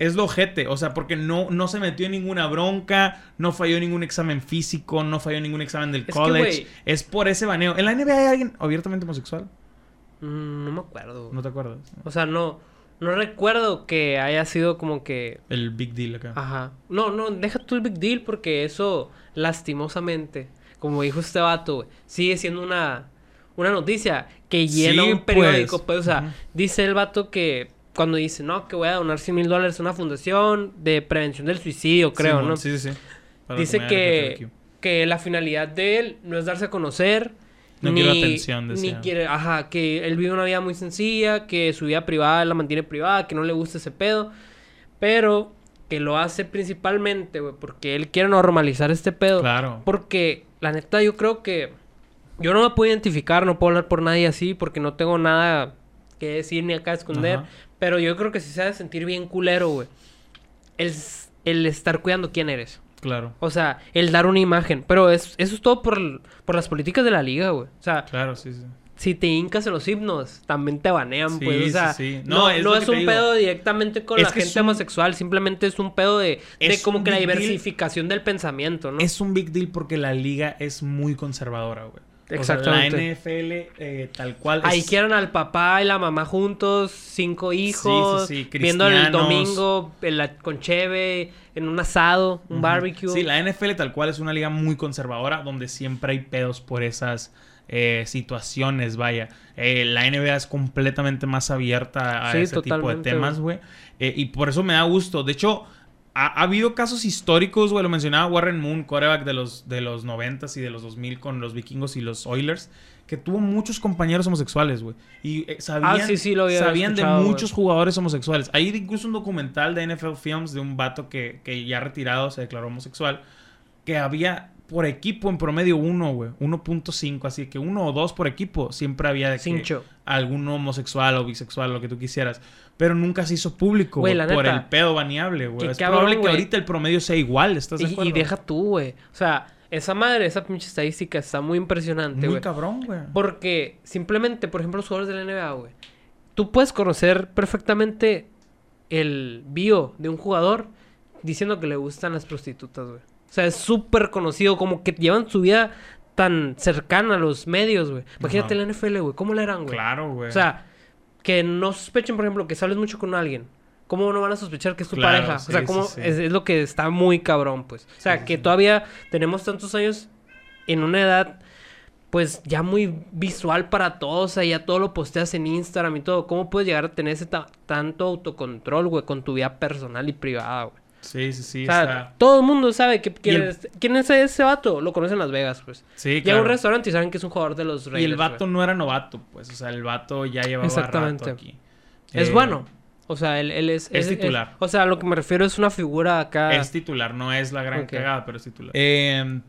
[SPEAKER 1] Es lo ojete, o sea, porque no, no se metió en ninguna bronca, no falló ningún examen físico, no falló ningún examen del
[SPEAKER 2] que,
[SPEAKER 1] college.
[SPEAKER 2] güey.
[SPEAKER 1] es por ese baneo. ¿En la NBA hay alguien abiertamente homosexual?
[SPEAKER 2] Mm, No me acuerdo. güey.
[SPEAKER 1] ¿No te acuerdas?
[SPEAKER 2] O sea, no, no recuerdo que haya sido como que.
[SPEAKER 1] El big deal acá.
[SPEAKER 2] Ajá. No, no, deja tú el big deal porque eso, lastimosamente, como dijo este vato, güey, sigue siendo una, una noticia que llena
[SPEAKER 1] Sí,
[SPEAKER 2] un periódico.
[SPEAKER 1] pues.
[SPEAKER 2] Pues, o sea,
[SPEAKER 1] Ujú.
[SPEAKER 2] dice el vato que cuando dice, no, que voy a donar 100 mil dólares a una fundación de prevención del suicidio, creo,
[SPEAKER 1] Simón,
[SPEAKER 2] ¿no?
[SPEAKER 1] Sí, sí, sí. Para la
[SPEAKER 2] Dice
[SPEAKER 1] comunidad
[SPEAKER 2] que,
[SPEAKER 1] LGBTQ.
[SPEAKER 2] que la finalidad de él no es darse a conocer
[SPEAKER 1] No quiero atención, decía.
[SPEAKER 2] Ni quiere, ajá, que él vive una vida muy sencilla, que su vida privada la mantiene privada, que no le gusta ese pedo. Pero que lo hace principalmente, güey, porque él quiere normalizar este pedo.
[SPEAKER 1] Claro.
[SPEAKER 2] Porque, la neta, yo creo que... Yo no me puedo identificar, no puedo hablar por nadie así, porque no tengo nada que decir ni acá esconder.
[SPEAKER 1] Ajá.
[SPEAKER 2] Pero yo creo que sí se ha de sentir bien culero, güey. El, s- el estar cuidando quién eres.
[SPEAKER 1] Claro.
[SPEAKER 2] O sea, el dar una imagen. Pero es, eso es todo por, l- por las políticas de la liga, güey. O sea,
[SPEAKER 1] Claro, sí, sí.
[SPEAKER 2] si te hincas en los himnos, también te banean,
[SPEAKER 1] Sí,
[SPEAKER 2] pues. O
[SPEAKER 1] sí,
[SPEAKER 2] sea,
[SPEAKER 1] sí. No,
[SPEAKER 2] no, no
[SPEAKER 1] es
[SPEAKER 2] es,
[SPEAKER 1] lo que te
[SPEAKER 2] un
[SPEAKER 1] digo.
[SPEAKER 2] pedo directamente con
[SPEAKER 1] Es
[SPEAKER 2] la
[SPEAKER 1] que es
[SPEAKER 2] gente
[SPEAKER 1] un-
[SPEAKER 2] homosexual. Simplemente es un pedo de, de
[SPEAKER 1] Es
[SPEAKER 2] como
[SPEAKER 1] un
[SPEAKER 2] que la
[SPEAKER 1] big deal.
[SPEAKER 2] diversificación del pensamiento, ¿no?
[SPEAKER 1] Es un big deal porque la liga es muy conservadora, güey.
[SPEAKER 2] Exactamente.
[SPEAKER 1] O sea, la NFL eh, tal cual
[SPEAKER 2] Ahí
[SPEAKER 1] es...
[SPEAKER 2] quieran al papá y la mamá juntos, cinco hijos,
[SPEAKER 1] sí, sí,
[SPEAKER 2] viendo el
[SPEAKER 1] cristianos.
[SPEAKER 2] domingo en la- con cheve, en un asado, un
[SPEAKER 1] Ujú.
[SPEAKER 2] barbecue.
[SPEAKER 1] Sí, la NFL tal cual es una liga muy conservadora donde siempre hay pedos por esas eh, situaciones, vaya. Eh, la NBA es completamente más abierta a
[SPEAKER 2] Sí,
[SPEAKER 1] ese tipo de
[SPEAKER 2] totalmente,
[SPEAKER 1] temas, güey. Eh, y por eso me da gusto. De hecho, ha, ha habido casos históricos, güey. Lo mencionaba Warren Moon, quarterback de los, de los 90s y de los 2000 con los vikingos y los Oilers. Que tuvo muchos compañeros homosexuales, güey. Y eh, sabían,
[SPEAKER 2] Ah, sí, sí, lo había
[SPEAKER 1] sabían de
[SPEAKER 2] escuchado, güey.
[SPEAKER 1] muchos jugadores homosexuales. Hay incluso un documental de NFL Films de un vato que, que ya retirado se declaró homosexual, que había por equipo en promedio uno, güey, 1.5, así que uno o dos por equipo siempre había de que
[SPEAKER 2] Cincho.
[SPEAKER 1] algún homosexual o bisexual, lo que tú quisieras, pero nunca se hizo público
[SPEAKER 2] Güey,
[SPEAKER 1] güey,
[SPEAKER 2] la
[SPEAKER 1] por
[SPEAKER 2] neta.
[SPEAKER 1] el pedo baneable, güey.
[SPEAKER 2] Qué
[SPEAKER 1] Es
[SPEAKER 2] cabrón,
[SPEAKER 1] probable que
[SPEAKER 2] güey.
[SPEAKER 1] ahorita el promedio sea igual, ¿estás de
[SPEAKER 2] Y,
[SPEAKER 1] acuerdo?
[SPEAKER 2] y deja tú, güey. O sea, esa madre, esa pinche estadística está muy impresionante,
[SPEAKER 1] muy
[SPEAKER 2] güey.
[SPEAKER 1] cabrón, güey.
[SPEAKER 2] Porque simplemente, por ejemplo, los jugadores de la NBA, güey. Tú puedes conocer perfectamente el bio de un jugador diciendo que le gustan las prostitutas, güey. O sea, es súper conocido, como que llevan su vida tan cercana a los medios, güey. Imagínate
[SPEAKER 1] Ajá.
[SPEAKER 2] la NFL, güey. ¿Cómo la eran, güey?
[SPEAKER 1] Claro, güey.
[SPEAKER 2] O sea, que no sospechen, por ejemplo, que sales mucho con alguien. ¿Cómo no van a sospechar que es tu
[SPEAKER 1] Claro,
[SPEAKER 2] pareja?
[SPEAKER 1] sí,
[SPEAKER 2] o sea,
[SPEAKER 1] sí,
[SPEAKER 2] ¿cómo
[SPEAKER 1] sí.
[SPEAKER 2] Es, es lo que está muy cabrón, pues. O sea,
[SPEAKER 1] Sí, sí,
[SPEAKER 2] que
[SPEAKER 1] sí.
[SPEAKER 2] todavía tenemos tantos años en una edad, pues, ya muy visual para todos. O sea, ya todo lo posteas en Instagram y todo. ¿Cómo puedes llegar a tener ese ta- tanto autocontrol, güey, con tu vida personal y privada, güey?
[SPEAKER 1] sí, sí, sí,
[SPEAKER 2] O sea,
[SPEAKER 1] está-
[SPEAKER 2] todo el mundo sabe que, quién,
[SPEAKER 1] Y el-
[SPEAKER 2] es, quién es ese vato. Lo conocen en Las Vegas, pues.
[SPEAKER 1] Sí,
[SPEAKER 2] Llega a un
[SPEAKER 1] claro.
[SPEAKER 2] restaurante y saben que es un jugador de los Raiders.
[SPEAKER 1] Y el
[SPEAKER 2] güey.
[SPEAKER 1] vato no era novato, pues, o sea, el vato ya llevaba
[SPEAKER 2] Exactamente.
[SPEAKER 1] rato aquí.
[SPEAKER 2] Es
[SPEAKER 1] Eh,
[SPEAKER 2] bueno. O sea, él, él es...
[SPEAKER 1] es
[SPEAKER 2] él- él-
[SPEAKER 1] titular.
[SPEAKER 2] o sea, lo que me refiero es una figura acá...
[SPEAKER 1] Es titular, no es la gran
[SPEAKER 2] Ok.
[SPEAKER 1] cagada, pero es titular. Eh,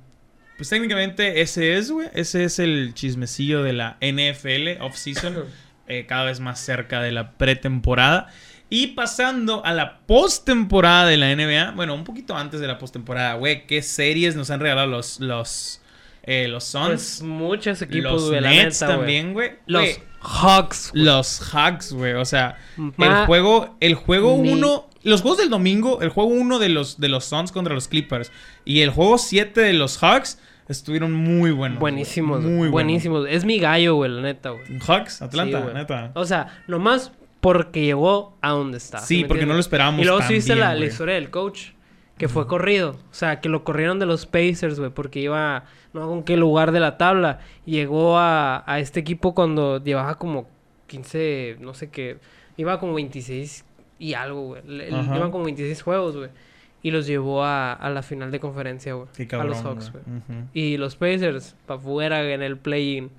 [SPEAKER 1] pues técnicamente ese es, güey. Ese es el chismecillo de la NFL off-season. eh, cada vez más cerca de la pretemporada. Y pasando a la postemporada de la NBA. Bueno, un poquito antes de la postemporada, güey. ¿Qué series nos han regalado los, los, eh, los
[SPEAKER 2] Pues
[SPEAKER 1] Suns?
[SPEAKER 2] muchos equipos,
[SPEAKER 1] los
[SPEAKER 2] güey, la
[SPEAKER 1] Nets
[SPEAKER 2] neta, güey.
[SPEAKER 1] también, güey.
[SPEAKER 2] Los
[SPEAKER 1] Güey,
[SPEAKER 2] Hawks. güey.
[SPEAKER 1] los hacks, güey. O sea, el
[SPEAKER 2] Ma-
[SPEAKER 1] juego, el juego
[SPEAKER 2] Ni-
[SPEAKER 1] 1, los juegos del domingo, el juego 1 de los, de los Suns contra los Clippers y el juego 7 de los Hawks estuvieron muy buenos. güey.
[SPEAKER 2] buenísimos.
[SPEAKER 1] muy
[SPEAKER 2] buenísimos. Es mi gallo, güey, la neta, güey.
[SPEAKER 1] buenos. Hawks, Atlanta,
[SPEAKER 2] Sí, güey.
[SPEAKER 1] neta.
[SPEAKER 2] O sea, nomás porque llegó a donde está.
[SPEAKER 1] Sí,
[SPEAKER 2] me
[SPEAKER 1] porque no lo esperábamos
[SPEAKER 2] Y luego
[SPEAKER 1] tan
[SPEAKER 2] sí viste la,
[SPEAKER 1] bien,
[SPEAKER 2] la
[SPEAKER 1] güey.
[SPEAKER 2] historia del coach, que fue corrido. O sea, que lo corrieron de los Pacers, güey, porque iba no con qué lugar de la tabla. Llegó a, a este equipo cuando llevaba como 15, no sé qué. Iba como 26 y algo, güey. Le- le-
[SPEAKER 1] Ajá.
[SPEAKER 2] Iban como 26 juegos, güey. Y los llevó a, a la final de conferencia, güey.
[SPEAKER 1] Qué
[SPEAKER 2] A
[SPEAKER 1] cabrón.
[SPEAKER 2] los Hawks, güey.
[SPEAKER 1] güey. Ujú.
[SPEAKER 2] Y los Pacers, para fuera en el play-in.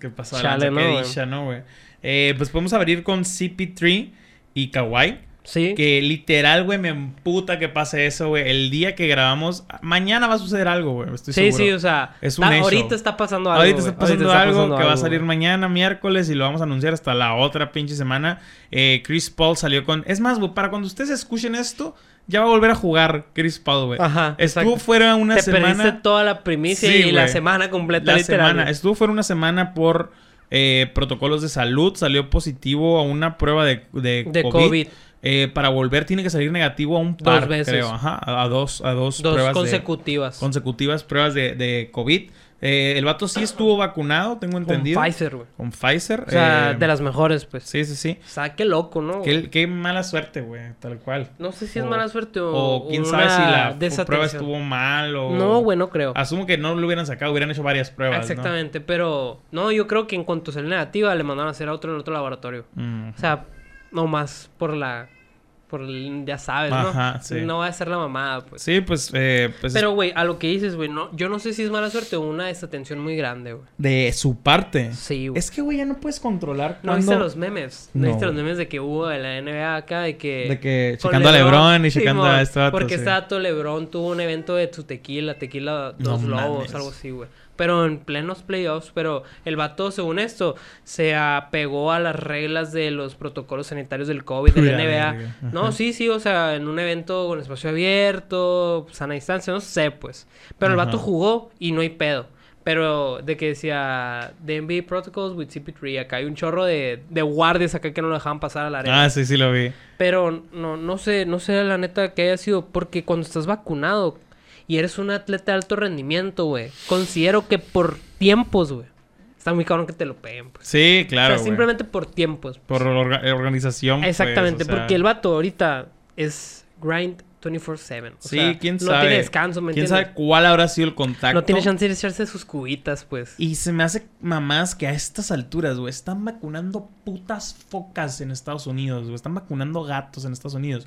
[SPEAKER 1] Qué pasada
[SPEAKER 2] Chale,
[SPEAKER 1] lanza, qué
[SPEAKER 2] ¿no, güey?
[SPEAKER 1] dicha, ¿no, güey? Eh, pues podemos abrir con CP3 y Kawhi.
[SPEAKER 2] Sí.
[SPEAKER 1] Que literal, güey, me emputa que pase eso, güey. El día que grabamos, mañana va a suceder algo, güey. Estoy
[SPEAKER 2] Sí,
[SPEAKER 1] seguro.
[SPEAKER 2] sí, o sea,
[SPEAKER 1] Es
[SPEAKER 2] ta-
[SPEAKER 1] un hecho.
[SPEAKER 2] ahorita está pasando algo.
[SPEAKER 1] Ahorita
[SPEAKER 2] güey.
[SPEAKER 1] está pasando
[SPEAKER 2] Ahorita está
[SPEAKER 1] algo
[SPEAKER 2] pasando
[SPEAKER 1] que va a
[SPEAKER 2] algo,
[SPEAKER 1] salir
[SPEAKER 2] güey.
[SPEAKER 1] mañana, miércoles, y lo vamos a anunciar hasta la otra pinche semana. Eh, Chris Paul salió con. Es más, güey, para cuando ustedes escuchen esto, ya va a volver a jugar Chris Paul, güey.
[SPEAKER 2] Ajá,
[SPEAKER 1] Estuvo
[SPEAKER 2] exacto.
[SPEAKER 1] fuera una
[SPEAKER 2] Te perdiste
[SPEAKER 1] semana.
[SPEAKER 2] toda la primicia
[SPEAKER 1] Sí,
[SPEAKER 2] y la
[SPEAKER 1] güey.
[SPEAKER 2] semana completa,
[SPEAKER 1] La
[SPEAKER 2] literal.
[SPEAKER 1] semana.
[SPEAKER 2] güey.
[SPEAKER 1] Estuvo fuera una semana por eh, protocolos de salud. Salió positivo a una prueba de, de,
[SPEAKER 2] De
[SPEAKER 1] COVID.
[SPEAKER 2] COVID.
[SPEAKER 1] Eh, para volver tiene que salir negativo a un par,
[SPEAKER 2] Dos veces.
[SPEAKER 1] creo. Ajá, a, a dos, a dos,
[SPEAKER 2] Dos
[SPEAKER 1] pruebas de-
[SPEAKER 2] consecutivas.
[SPEAKER 1] consecutivas pruebas de, de COVID. Eh, el vato sí estuvo vacunado, tengo
[SPEAKER 2] Con
[SPEAKER 1] entendido.
[SPEAKER 2] Pfizer, güey.
[SPEAKER 1] Con Pfizer.
[SPEAKER 2] O sea,
[SPEAKER 1] eh,
[SPEAKER 2] de las mejores, pues.
[SPEAKER 1] Sí, sí, sí.
[SPEAKER 2] O sea, qué loco, ¿no? güey?
[SPEAKER 1] Qué, qué mala suerte, güey, tal cual.
[SPEAKER 2] No sé si es
[SPEAKER 1] O-
[SPEAKER 2] mala suerte o.
[SPEAKER 1] O quién
[SPEAKER 2] una
[SPEAKER 1] sabe si la fu-
[SPEAKER 2] desatención.
[SPEAKER 1] prueba estuvo mal o...
[SPEAKER 2] No, güey, no creo.
[SPEAKER 1] Asumo que no lo hubieran sacado, hubieran hecho varias pruebas, ¿no?
[SPEAKER 2] Exactamente, pero. No, yo creo que en cuanto salió negativa, le mandaron a hacer a otro en otro laboratorio.
[SPEAKER 1] Mm.
[SPEAKER 2] O sea, no más por la Por el- ya sabes,
[SPEAKER 1] Ajá,
[SPEAKER 2] ¿no?
[SPEAKER 1] sí.
[SPEAKER 2] No va a ser la mamada, pues.
[SPEAKER 1] Sí, pues, eh, pues
[SPEAKER 2] Pero, güey, a lo que dices, güey, no, yo no sé si es mala suerte o una desatención muy grande, güey.
[SPEAKER 1] de su parte.
[SPEAKER 2] Sí, güey.
[SPEAKER 1] Es que, güey, ya no puedes controlar
[SPEAKER 2] ¿No
[SPEAKER 1] cuándo...
[SPEAKER 2] viste los memes? ¿No,
[SPEAKER 1] No,
[SPEAKER 2] viste los
[SPEAKER 1] güey.
[SPEAKER 2] memes de que hubo de la NBA acá? De que...
[SPEAKER 1] De que
[SPEAKER 2] con
[SPEAKER 1] checando a LeBron y checando a
[SPEAKER 2] Simón,
[SPEAKER 1] este vato,
[SPEAKER 2] Porque
[SPEAKER 1] sí.
[SPEAKER 2] este dato LeBron tuvo un evento de tu tequila, tequila
[SPEAKER 1] No
[SPEAKER 2] dos lobos,
[SPEAKER 1] mames.
[SPEAKER 2] algo así, güey. Pero en plenos playoffs, pero el vato, según esto, se apegó a las reglas de los protocolos sanitarios del COVID, de la
[SPEAKER 1] Pura
[SPEAKER 2] NBA.
[SPEAKER 1] verga.
[SPEAKER 2] No, sí, sí, o sea, en un evento con espacio abierto, sana distancia, no sé, pues. Pero el vato
[SPEAKER 1] Ajá.
[SPEAKER 2] jugó y no hay pedo. Pero de que decía The NBA Protocols with CP3, acá hay un chorro de, de guardias acá que no lo dejaban pasar a la arena.
[SPEAKER 1] Ah, sí, sí lo vi.
[SPEAKER 2] Pero no, no sé, no sé la neta que haya sido, porque cuando estás vacunado y eres un atleta de alto rendimiento, güey, considero que por tiempos, güey, está muy cabrón que te lo peguen, pues.
[SPEAKER 1] Sí, claro,
[SPEAKER 2] o sea,
[SPEAKER 1] güey.
[SPEAKER 2] simplemente por tiempos. pues.
[SPEAKER 1] Por orga- organización, pues,
[SPEAKER 2] Exactamente,
[SPEAKER 1] o sea,
[SPEAKER 2] porque el vato ahorita es grind 24/7. o
[SPEAKER 1] Sí,
[SPEAKER 2] sea,
[SPEAKER 1] quién
[SPEAKER 2] no
[SPEAKER 1] sabe.
[SPEAKER 2] tiene descanso, ¿me
[SPEAKER 1] ¿Quién
[SPEAKER 2] entiendes?
[SPEAKER 1] sabe cuál habrá sido el contacto?
[SPEAKER 2] No tiene chance de echarse sus cubitas, pues.
[SPEAKER 1] Y se me hace mamás que a estas alturas, güey, están vacunando putas focas en Estados Unidos, güey, están vacunando gatos en Estados Unidos.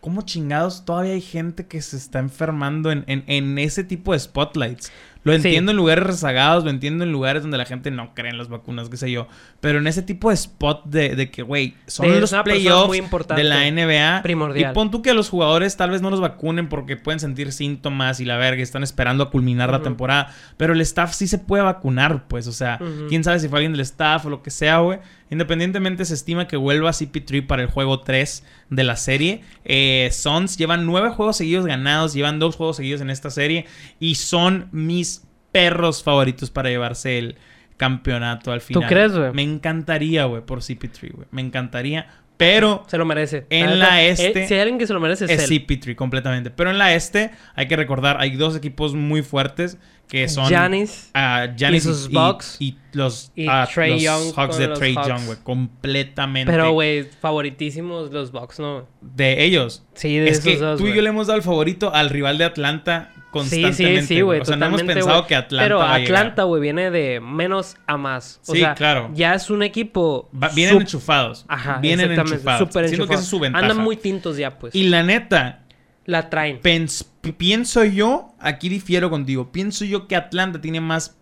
[SPEAKER 1] ¿Cómo chingados todavía hay gente que se está enfermando en, en- en ese tipo de spotlights? Lo entiendo en lugares rezagados, lo entiendo en lugares donde la gente no cree en las vacunas, qué sé yo. Pero en ese tipo de spot de, de que, güey, son
[SPEAKER 2] De
[SPEAKER 1] los
[SPEAKER 2] una persona muy
[SPEAKER 1] playoffs
[SPEAKER 2] importante,
[SPEAKER 1] de la NBA.
[SPEAKER 2] primordial.
[SPEAKER 1] Y pon tú que los jugadores tal vez no los vacunen porque pueden sentir síntomas y la verga, y están esperando a culminar la
[SPEAKER 2] Ujú.
[SPEAKER 1] temporada. Pero el staff sí se puede vacunar, pues, o sea,
[SPEAKER 2] Ujú.
[SPEAKER 1] quién sabe si fue alguien del staff o lo que sea, güey. Independientemente, se estima que vuelva CP3 para el juego 3 de la serie. Eh, Sons llevan nueve juegos seguidos ganados, llevan dos juegos seguidos en esta serie y son mis perros favoritos para llevarse el campeonato al final.
[SPEAKER 2] crees, güey?
[SPEAKER 1] Me encantaría, güey, por CP3, güey. Me encantaría, pero
[SPEAKER 2] Se lo merece.
[SPEAKER 1] En
[SPEAKER 2] neta,
[SPEAKER 1] la
[SPEAKER 2] eh,
[SPEAKER 1] este-
[SPEAKER 2] si hay alguien que se lo merece, es,
[SPEAKER 1] es
[SPEAKER 2] él.
[SPEAKER 1] CP3 completamente. Pero en la este, hay que recordar, hay dos equipos muy fuertes que son...
[SPEAKER 2] Giannis.
[SPEAKER 1] Ah, Giannis
[SPEAKER 2] Y sus
[SPEAKER 1] y,
[SPEAKER 2] Bucks.
[SPEAKER 1] y los,
[SPEAKER 2] Y
[SPEAKER 1] ah,
[SPEAKER 2] Trae
[SPEAKER 1] los
[SPEAKER 2] Young
[SPEAKER 1] Hawks
[SPEAKER 2] con
[SPEAKER 1] de
[SPEAKER 2] los
[SPEAKER 1] Trey
[SPEAKER 2] Hawks.
[SPEAKER 1] Young, güey. Completamente.
[SPEAKER 2] Pero, güey, favoritísimos los Bucks, ¿no?
[SPEAKER 1] De ellos.
[SPEAKER 2] Sí, de
[SPEAKER 1] Es
[SPEAKER 2] esos
[SPEAKER 1] que
[SPEAKER 2] dos,
[SPEAKER 1] tú y
[SPEAKER 2] güey.
[SPEAKER 1] yo le hemos dado el favorito al rival de Atlanta
[SPEAKER 2] Sí,
[SPEAKER 1] constantemente.
[SPEAKER 2] sí, sí, güey.
[SPEAKER 1] O sea, no hemos
[SPEAKER 2] totalmente,
[SPEAKER 1] pensado
[SPEAKER 2] güey.
[SPEAKER 1] que Atlanta
[SPEAKER 2] Pero
[SPEAKER 1] va a llegar.
[SPEAKER 2] Atlanta, güey, viene de menos a más. O
[SPEAKER 1] Sí,
[SPEAKER 2] sea,
[SPEAKER 1] claro.
[SPEAKER 2] Ya es un equipo.
[SPEAKER 1] Va- vienen
[SPEAKER 2] sup-
[SPEAKER 1] enchufados.
[SPEAKER 2] Ajá,
[SPEAKER 1] Vienen
[SPEAKER 2] exactamente,
[SPEAKER 1] enchufados.
[SPEAKER 2] súper
[SPEAKER 1] Siento que esa es su
[SPEAKER 2] enchufados.
[SPEAKER 1] ventaja.
[SPEAKER 2] Andan muy tintos ya, pues.
[SPEAKER 1] Y la neta,
[SPEAKER 2] la traen.
[SPEAKER 1] pens- pienso yo, aquí difiero contigo, pienso yo que Atlanta tiene más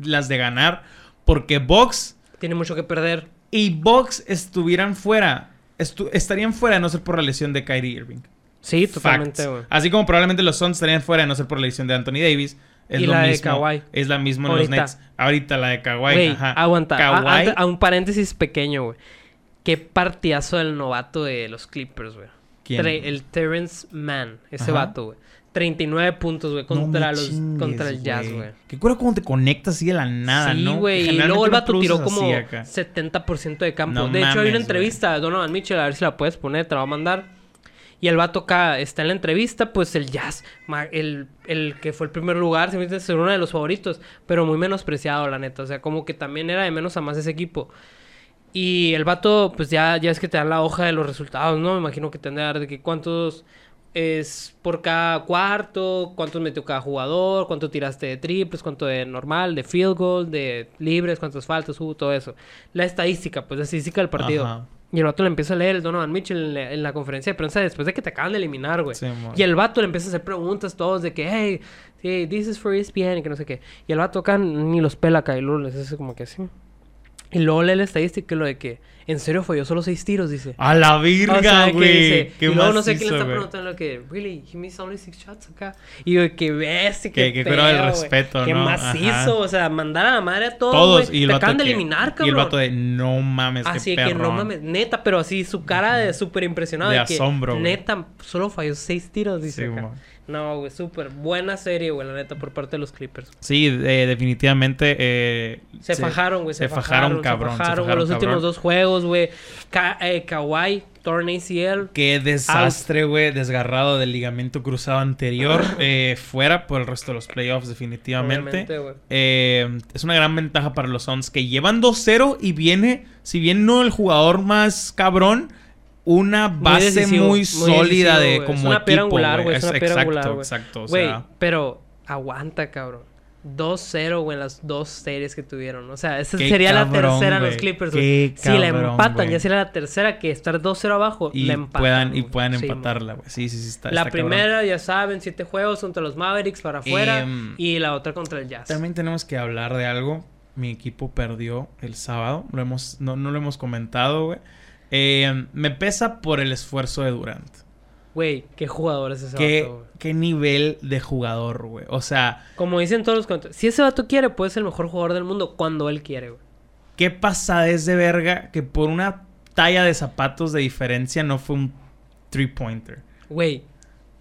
[SPEAKER 1] las de ganar porque Box...
[SPEAKER 2] Tiene mucho que perder.
[SPEAKER 1] y Bucks estuvieran fuera, estu- estarían fuera de no ser por la lesión de Kyrie Irving.
[SPEAKER 2] Sí,
[SPEAKER 1] Facts.
[SPEAKER 2] totalmente, güey.
[SPEAKER 1] Así como probablemente los Suns estarían fuera de no ser por la lesión de Anthony Davis. Es
[SPEAKER 2] Y
[SPEAKER 1] lo
[SPEAKER 2] la de
[SPEAKER 1] mismo,
[SPEAKER 2] Kawhi.
[SPEAKER 1] Es la misma en
[SPEAKER 2] Ahorita.
[SPEAKER 1] los Nets. Ahorita la de Kawhi.
[SPEAKER 2] Güey,
[SPEAKER 1] ajá.
[SPEAKER 2] aguanta. A,
[SPEAKER 1] Kawhi,
[SPEAKER 2] ante- a un paréntesis pequeño, güey. Qué partidazo del novato de los Clippers, güey.
[SPEAKER 1] ¿Quién?
[SPEAKER 2] Tre- el Terrence Mann, ese
[SPEAKER 1] Ajá.
[SPEAKER 2] vato, güey. 39 puntos, güey,
[SPEAKER 1] no me
[SPEAKER 2] contra, los contra el
[SPEAKER 1] chingues,
[SPEAKER 2] Jazz, güey.
[SPEAKER 1] Qué cura cuando te conectas así de la nada,
[SPEAKER 2] sí,
[SPEAKER 1] ¿no?
[SPEAKER 2] güey. Y
[SPEAKER 1] Generalmente
[SPEAKER 2] luego el
[SPEAKER 1] no
[SPEAKER 2] vato tiró
[SPEAKER 1] produces así
[SPEAKER 2] como
[SPEAKER 1] acá.
[SPEAKER 2] 70% de campo.
[SPEAKER 1] No
[SPEAKER 2] de hecho, hay
[SPEAKER 1] mames,
[SPEAKER 2] una
[SPEAKER 1] güey.
[SPEAKER 2] entrevista de Donovan Mitchell, a ver si la puedes poner, te la va a mandar. Y el vato acá está en la entrevista, pues el jazz, ma- el, el que fue el primer lugar, se mete a ser uno de los favoritos, pero muy menospreciado, la neta. O sea, como que también era de menos a más ese equipo. Y el vato, pues ya, ya es que te dan la hoja de los resultados, ¿no? Me imagino que te han de dar de que cuántos es por cada cuarto, cuántos metió cada jugador, cuánto tiraste de triples, cuánto de normal, de field goal, de libres, cuántas faltas hubo, todo eso. La estadística, pues la estadística del partido.
[SPEAKER 1] Ajá.
[SPEAKER 2] Y el vato le empieza a leer el Donovan Mitchell en la, en la conferencia de prensa después de que te acaban de eliminar, güey.
[SPEAKER 1] Sí, amor.
[SPEAKER 2] y el vato le empieza a hacer preguntas todos de que, hey, sí, this is for E ESPN y que no sé qué. Y el vato acá ni los pela acá y luego les hace como que así. Y luego lee la estadística y lo de que, en serio falló solo seis tiros, dice.
[SPEAKER 1] A la
[SPEAKER 2] O sea,
[SPEAKER 1] Ah, virga,
[SPEAKER 2] que
[SPEAKER 1] güey.
[SPEAKER 2] dice-
[SPEAKER 1] Qué
[SPEAKER 2] y luego no sé
[SPEAKER 1] macizo,
[SPEAKER 2] quién le está
[SPEAKER 1] güey.
[SPEAKER 2] preguntando lo que, really, he missed only six shots acá. Y yo, que ves, que
[SPEAKER 1] Que- que cura el
[SPEAKER 2] güey.
[SPEAKER 1] respeto,
[SPEAKER 2] Qué
[SPEAKER 1] ¿no?
[SPEAKER 2] macizo,
[SPEAKER 1] Ajá.
[SPEAKER 2] o sea, mandar a la madre a todos,
[SPEAKER 1] Todos.
[SPEAKER 2] güey.
[SPEAKER 1] Y el
[SPEAKER 2] Te
[SPEAKER 1] vato
[SPEAKER 2] acaban de
[SPEAKER 1] que-
[SPEAKER 2] eliminar, cabrón.
[SPEAKER 1] Y el vato de no mames,
[SPEAKER 2] Así
[SPEAKER 1] qué
[SPEAKER 2] que no
[SPEAKER 1] perrón.
[SPEAKER 2] mames, neta, pero así su cara de súper impresionado.
[SPEAKER 1] De
[SPEAKER 2] que,
[SPEAKER 1] asombro, güey.
[SPEAKER 2] Neta, solo falló seis tiros, dice.
[SPEAKER 1] Sí,
[SPEAKER 2] acá.
[SPEAKER 1] mo.
[SPEAKER 2] No, güey, súper buena serie, güey, la neta, por parte de los Clippers.
[SPEAKER 1] Sí, eh, definitivamente. eh,
[SPEAKER 2] Se fajaron, güey.
[SPEAKER 1] Se fajaron, cabrón.
[SPEAKER 2] Se
[SPEAKER 1] Se
[SPEAKER 2] fajaron, güey.
[SPEAKER 1] fajaron,
[SPEAKER 2] Los
[SPEAKER 1] cabrón.
[SPEAKER 2] últimos dos juegos, güey. Ka eh, Kawhi, torn ACL.
[SPEAKER 1] Qué desastre, güey. Desgarrado del ligamento cruzado anterior. eh, fuera por el resto de los playoffs, definitivamente.
[SPEAKER 2] Obviamente, güey.
[SPEAKER 1] Eh, es una gran ventaja para los Suns que llevan 2-0 y viene, si bien no el jugador más cabrón, una base muy,
[SPEAKER 2] decisivo, muy
[SPEAKER 1] sólida
[SPEAKER 2] decisivo,
[SPEAKER 1] de
[SPEAKER 2] güey.
[SPEAKER 1] como
[SPEAKER 2] Es una piedra
[SPEAKER 1] equipo,
[SPEAKER 2] angular, güey, es
[SPEAKER 1] Es-
[SPEAKER 2] una piedra
[SPEAKER 1] exacto,
[SPEAKER 2] angular, güey.
[SPEAKER 1] exacto. o
[SPEAKER 2] Güey,
[SPEAKER 1] sea,
[SPEAKER 2] pero aguanta, cabrón. 2-0, güey, en las dos series que tuvieron. O sea, esa
[SPEAKER 1] Qué
[SPEAKER 2] sería la
[SPEAKER 1] cabrón,
[SPEAKER 2] tercera en
[SPEAKER 1] güey.
[SPEAKER 2] los Clippers,
[SPEAKER 1] Qué
[SPEAKER 2] güey. Si la
[SPEAKER 1] cabrón,
[SPEAKER 2] empatan,
[SPEAKER 1] güey.
[SPEAKER 2] ya sería la tercera que estar 2-0 abajo,
[SPEAKER 1] Y
[SPEAKER 2] la empatan.
[SPEAKER 1] puedan, y
[SPEAKER 2] güey.
[SPEAKER 1] puedan
[SPEAKER 2] Sí,
[SPEAKER 1] empatarla, güey. Sí, sí, sí. Está,
[SPEAKER 2] mon. la
[SPEAKER 1] está cabrón.
[SPEAKER 2] primera, ya saben, siete juegos contra los Mavericks para afuera.
[SPEAKER 1] Em,
[SPEAKER 2] y la otra contra el Jazz.
[SPEAKER 1] También tenemos que hablar de algo. Mi equipo perdió el sábado. Lo hemos, no, no lo hemos comentado, güey. Eh, me pesa por el esfuerzo de Durant.
[SPEAKER 2] Güey, qué jugador es ese
[SPEAKER 1] ¿Qué,
[SPEAKER 2] vato, güey.
[SPEAKER 1] qué nivel de jugador, güey. O sea,
[SPEAKER 2] Como dicen todos los contratos. Si ese vato quiere, puede ser el mejor jugador del mundo cuando él quiere, güey.
[SPEAKER 1] qué pasadez de verga que por una talla de zapatos de diferencia no fue un three-pointer.
[SPEAKER 2] Güey.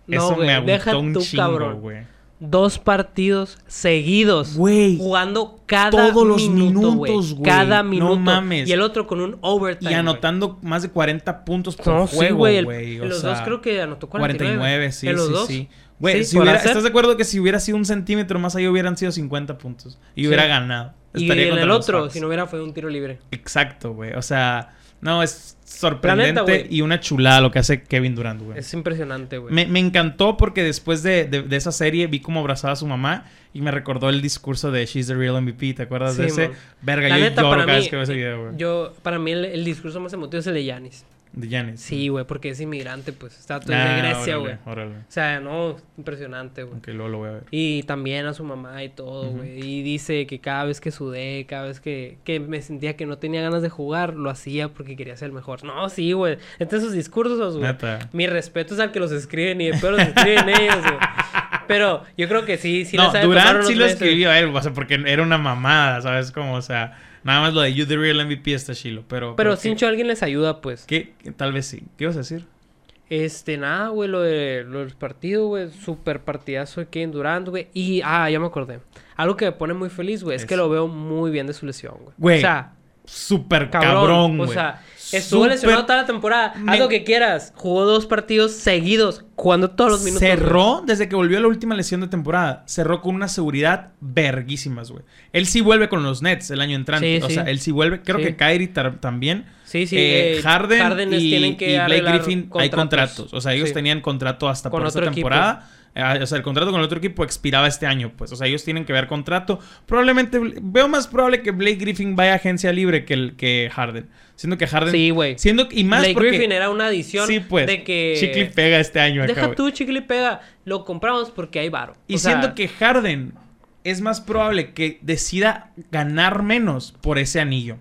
[SPEAKER 2] No,
[SPEAKER 1] Eso me
[SPEAKER 2] güey.
[SPEAKER 1] agüitó
[SPEAKER 2] Deja
[SPEAKER 1] un
[SPEAKER 2] tú,
[SPEAKER 1] chingo,
[SPEAKER 2] cabrón.
[SPEAKER 1] güey.
[SPEAKER 2] Dos partidos seguidos.
[SPEAKER 1] Güey,
[SPEAKER 2] Jugando cada
[SPEAKER 1] todos los
[SPEAKER 2] minuto, güey.
[SPEAKER 1] minutos, güey.
[SPEAKER 2] Cada
[SPEAKER 1] No
[SPEAKER 2] minuto.
[SPEAKER 1] mames.
[SPEAKER 2] Y el otro con un overtime.
[SPEAKER 1] Y anotando más de 40 puntos por
[SPEAKER 2] No, sí,
[SPEAKER 1] juego,
[SPEAKER 2] güey, el-
[SPEAKER 1] güey. o
[SPEAKER 2] los
[SPEAKER 1] sea,
[SPEAKER 2] dos creo que anotó 49.
[SPEAKER 1] 49, sí,
[SPEAKER 2] En los
[SPEAKER 1] sí,
[SPEAKER 2] dos.
[SPEAKER 1] sí. Güey,
[SPEAKER 2] Sí,
[SPEAKER 1] si
[SPEAKER 2] por
[SPEAKER 1] hubiera-
[SPEAKER 2] hacer.
[SPEAKER 1] ¿estás de acuerdo que si hubiera sido un centímetro más ahí hubieran sido 50 puntos? Y
[SPEAKER 2] Sí.
[SPEAKER 1] hubiera ganado.
[SPEAKER 2] Y
[SPEAKER 1] Estaría
[SPEAKER 2] en
[SPEAKER 1] contra
[SPEAKER 2] el
[SPEAKER 1] los
[SPEAKER 2] otro,
[SPEAKER 1] Bucks.
[SPEAKER 2] si no hubiera fue un tiro libre.
[SPEAKER 1] Exacto, güey. O sea, no, es
[SPEAKER 2] La neta,
[SPEAKER 1] sorprendente
[SPEAKER 2] güey.
[SPEAKER 1] y una chulada lo que hace Kevin Durant, güey.
[SPEAKER 2] Es impresionante, güey.
[SPEAKER 1] Me, me encantó porque después de, de- de esa serie vi cómo abrazaba a su mamá y me recordó el discurso de She's the real MVP, ¿te acuerdas
[SPEAKER 2] Sí,
[SPEAKER 1] de ese?
[SPEAKER 2] man.
[SPEAKER 1] Verga,
[SPEAKER 2] La
[SPEAKER 1] yo
[SPEAKER 2] neta,
[SPEAKER 1] lloro
[SPEAKER 2] para
[SPEAKER 1] cada
[SPEAKER 2] mí,
[SPEAKER 1] vez que veo ese video, güey.
[SPEAKER 2] Yo, para mí, el, el discurso más emotivo es el de Yanis.
[SPEAKER 1] De Giannis.
[SPEAKER 2] Sí, güey, porque es inmigrante, pues. Está todo
[SPEAKER 1] Ah,
[SPEAKER 2] de Grecia, güey.
[SPEAKER 1] órale, órale.
[SPEAKER 2] O sea, no, impresionante, güey.
[SPEAKER 1] Ok, luego lo voy a ver.
[SPEAKER 2] Y también a su mamá y todo,
[SPEAKER 1] Ujú.
[SPEAKER 2] güey. Y dice que cada vez que sudé, cada vez que, que me sentía que no tenía ganas de jugar, lo hacía porque quería ser el mejor. No, sí, güey. Entre sus discursos, güey.
[SPEAKER 1] Neta.
[SPEAKER 2] Mi respeto es al que los escriben y después los escriben ellos, güey. Pero yo creo que sí, sí
[SPEAKER 1] no,
[SPEAKER 2] les sabe tomar
[SPEAKER 1] Durant
[SPEAKER 2] unos
[SPEAKER 1] sí lo
[SPEAKER 2] meses.
[SPEAKER 1] escribió él, o sea, porque era una mamada, ¿sabes? Como, o sea, nada más lo de You the Real MVP está chilo, pero...
[SPEAKER 2] Pero
[SPEAKER 1] que-
[SPEAKER 2] Sincho alguien les ayuda, pues.
[SPEAKER 1] que- que Tal vez sí. ¿Qué ibas a decir?
[SPEAKER 2] Este, nada, güey, lo, de, lo del partido, güey. Super partidazo de Kevin Durant, güey. Y, ah, ya me acordé. Algo que me pone muy feliz, güey, es que
[SPEAKER 1] Eso.
[SPEAKER 2] lo veo muy bien de su lesión, güey.
[SPEAKER 1] Güey,
[SPEAKER 2] O sea,
[SPEAKER 1] Súper
[SPEAKER 2] cabrón,
[SPEAKER 1] cabrón,
[SPEAKER 2] O
[SPEAKER 1] güey.
[SPEAKER 2] sea, estuvo
[SPEAKER 1] Súper-
[SPEAKER 2] lesionado toda la temporada.
[SPEAKER 1] Me-
[SPEAKER 2] Haz lo que quieras. Jugó dos partidos seguidos, jugando todos los minutos. güey.
[SPEAKER 1] Cerró desde que volvió a la última lesión de temporada. Cerró con una seguridad verguísimas, güey. Él sí vuelve con los Nets el año entrante.
[SPEAKER 2] Sí,
[SPEAKER 1] o
[SPEAKER 2] sí.
[SPEAKER 1] sea, él sí vuelve. Creo
[SPEAKER 2] Sí.
[SPEAKER 1] que Kyrie tar- también.
[SPEAKER 2] Sí, sí.
[SPEAKER 1] Eh,
[SPEAKER 2] eh,
[SPEAKER 1] Harden,
[SPEAKER 2] Harden es-
[SPEAKER 1] y,
[SPEAKER 2] tienen que
[SPEAKER 1] y Blake
[SPEAKER 2] arreglar
[SPEAKER 1] Griffin hay contratos. O sea, ellos
[SPEAKER 2] Sí.
[SPEAKER 1] tenían contrato hasta
[SPEAKER 2] Con
[SPEAKER 1] por esta
[SPEAKER 2] otro equipo.
[SPEAKER 1] temporada. Eh, o sea, el contrato con el otro equipo expiraba este año, pues. O sea, ellos tienen que ver contrato. Probablemente, veo más probable que Blake Griffin vaya a agencia libre que, el, que Harden. Siendo que Harden.
[SPEAKER 2] Sí, güey.
[SPEAKER 1] Siendo, y más
[SPEAKER 2] Blake
[SPEAKER 1] porque.
[SPEAKER 2] Griffin era una adición
[SPEAKER 1] sí, pues.
[SPEAKER 2] de que...
[SPEAKER 1] Chicle pega este año acá,
[SPEAKER 2] Deja
[SPEAKER 1] güey.
[SPEAKER 2] tú, chicle y pega. Lo compramos porque hay varo.
[SPEAKER 1] Y
[SPEAKER 2] O sea,
[SPEAKER 1] siendo que Harden es más probable que decida ganar menos por ese anillo.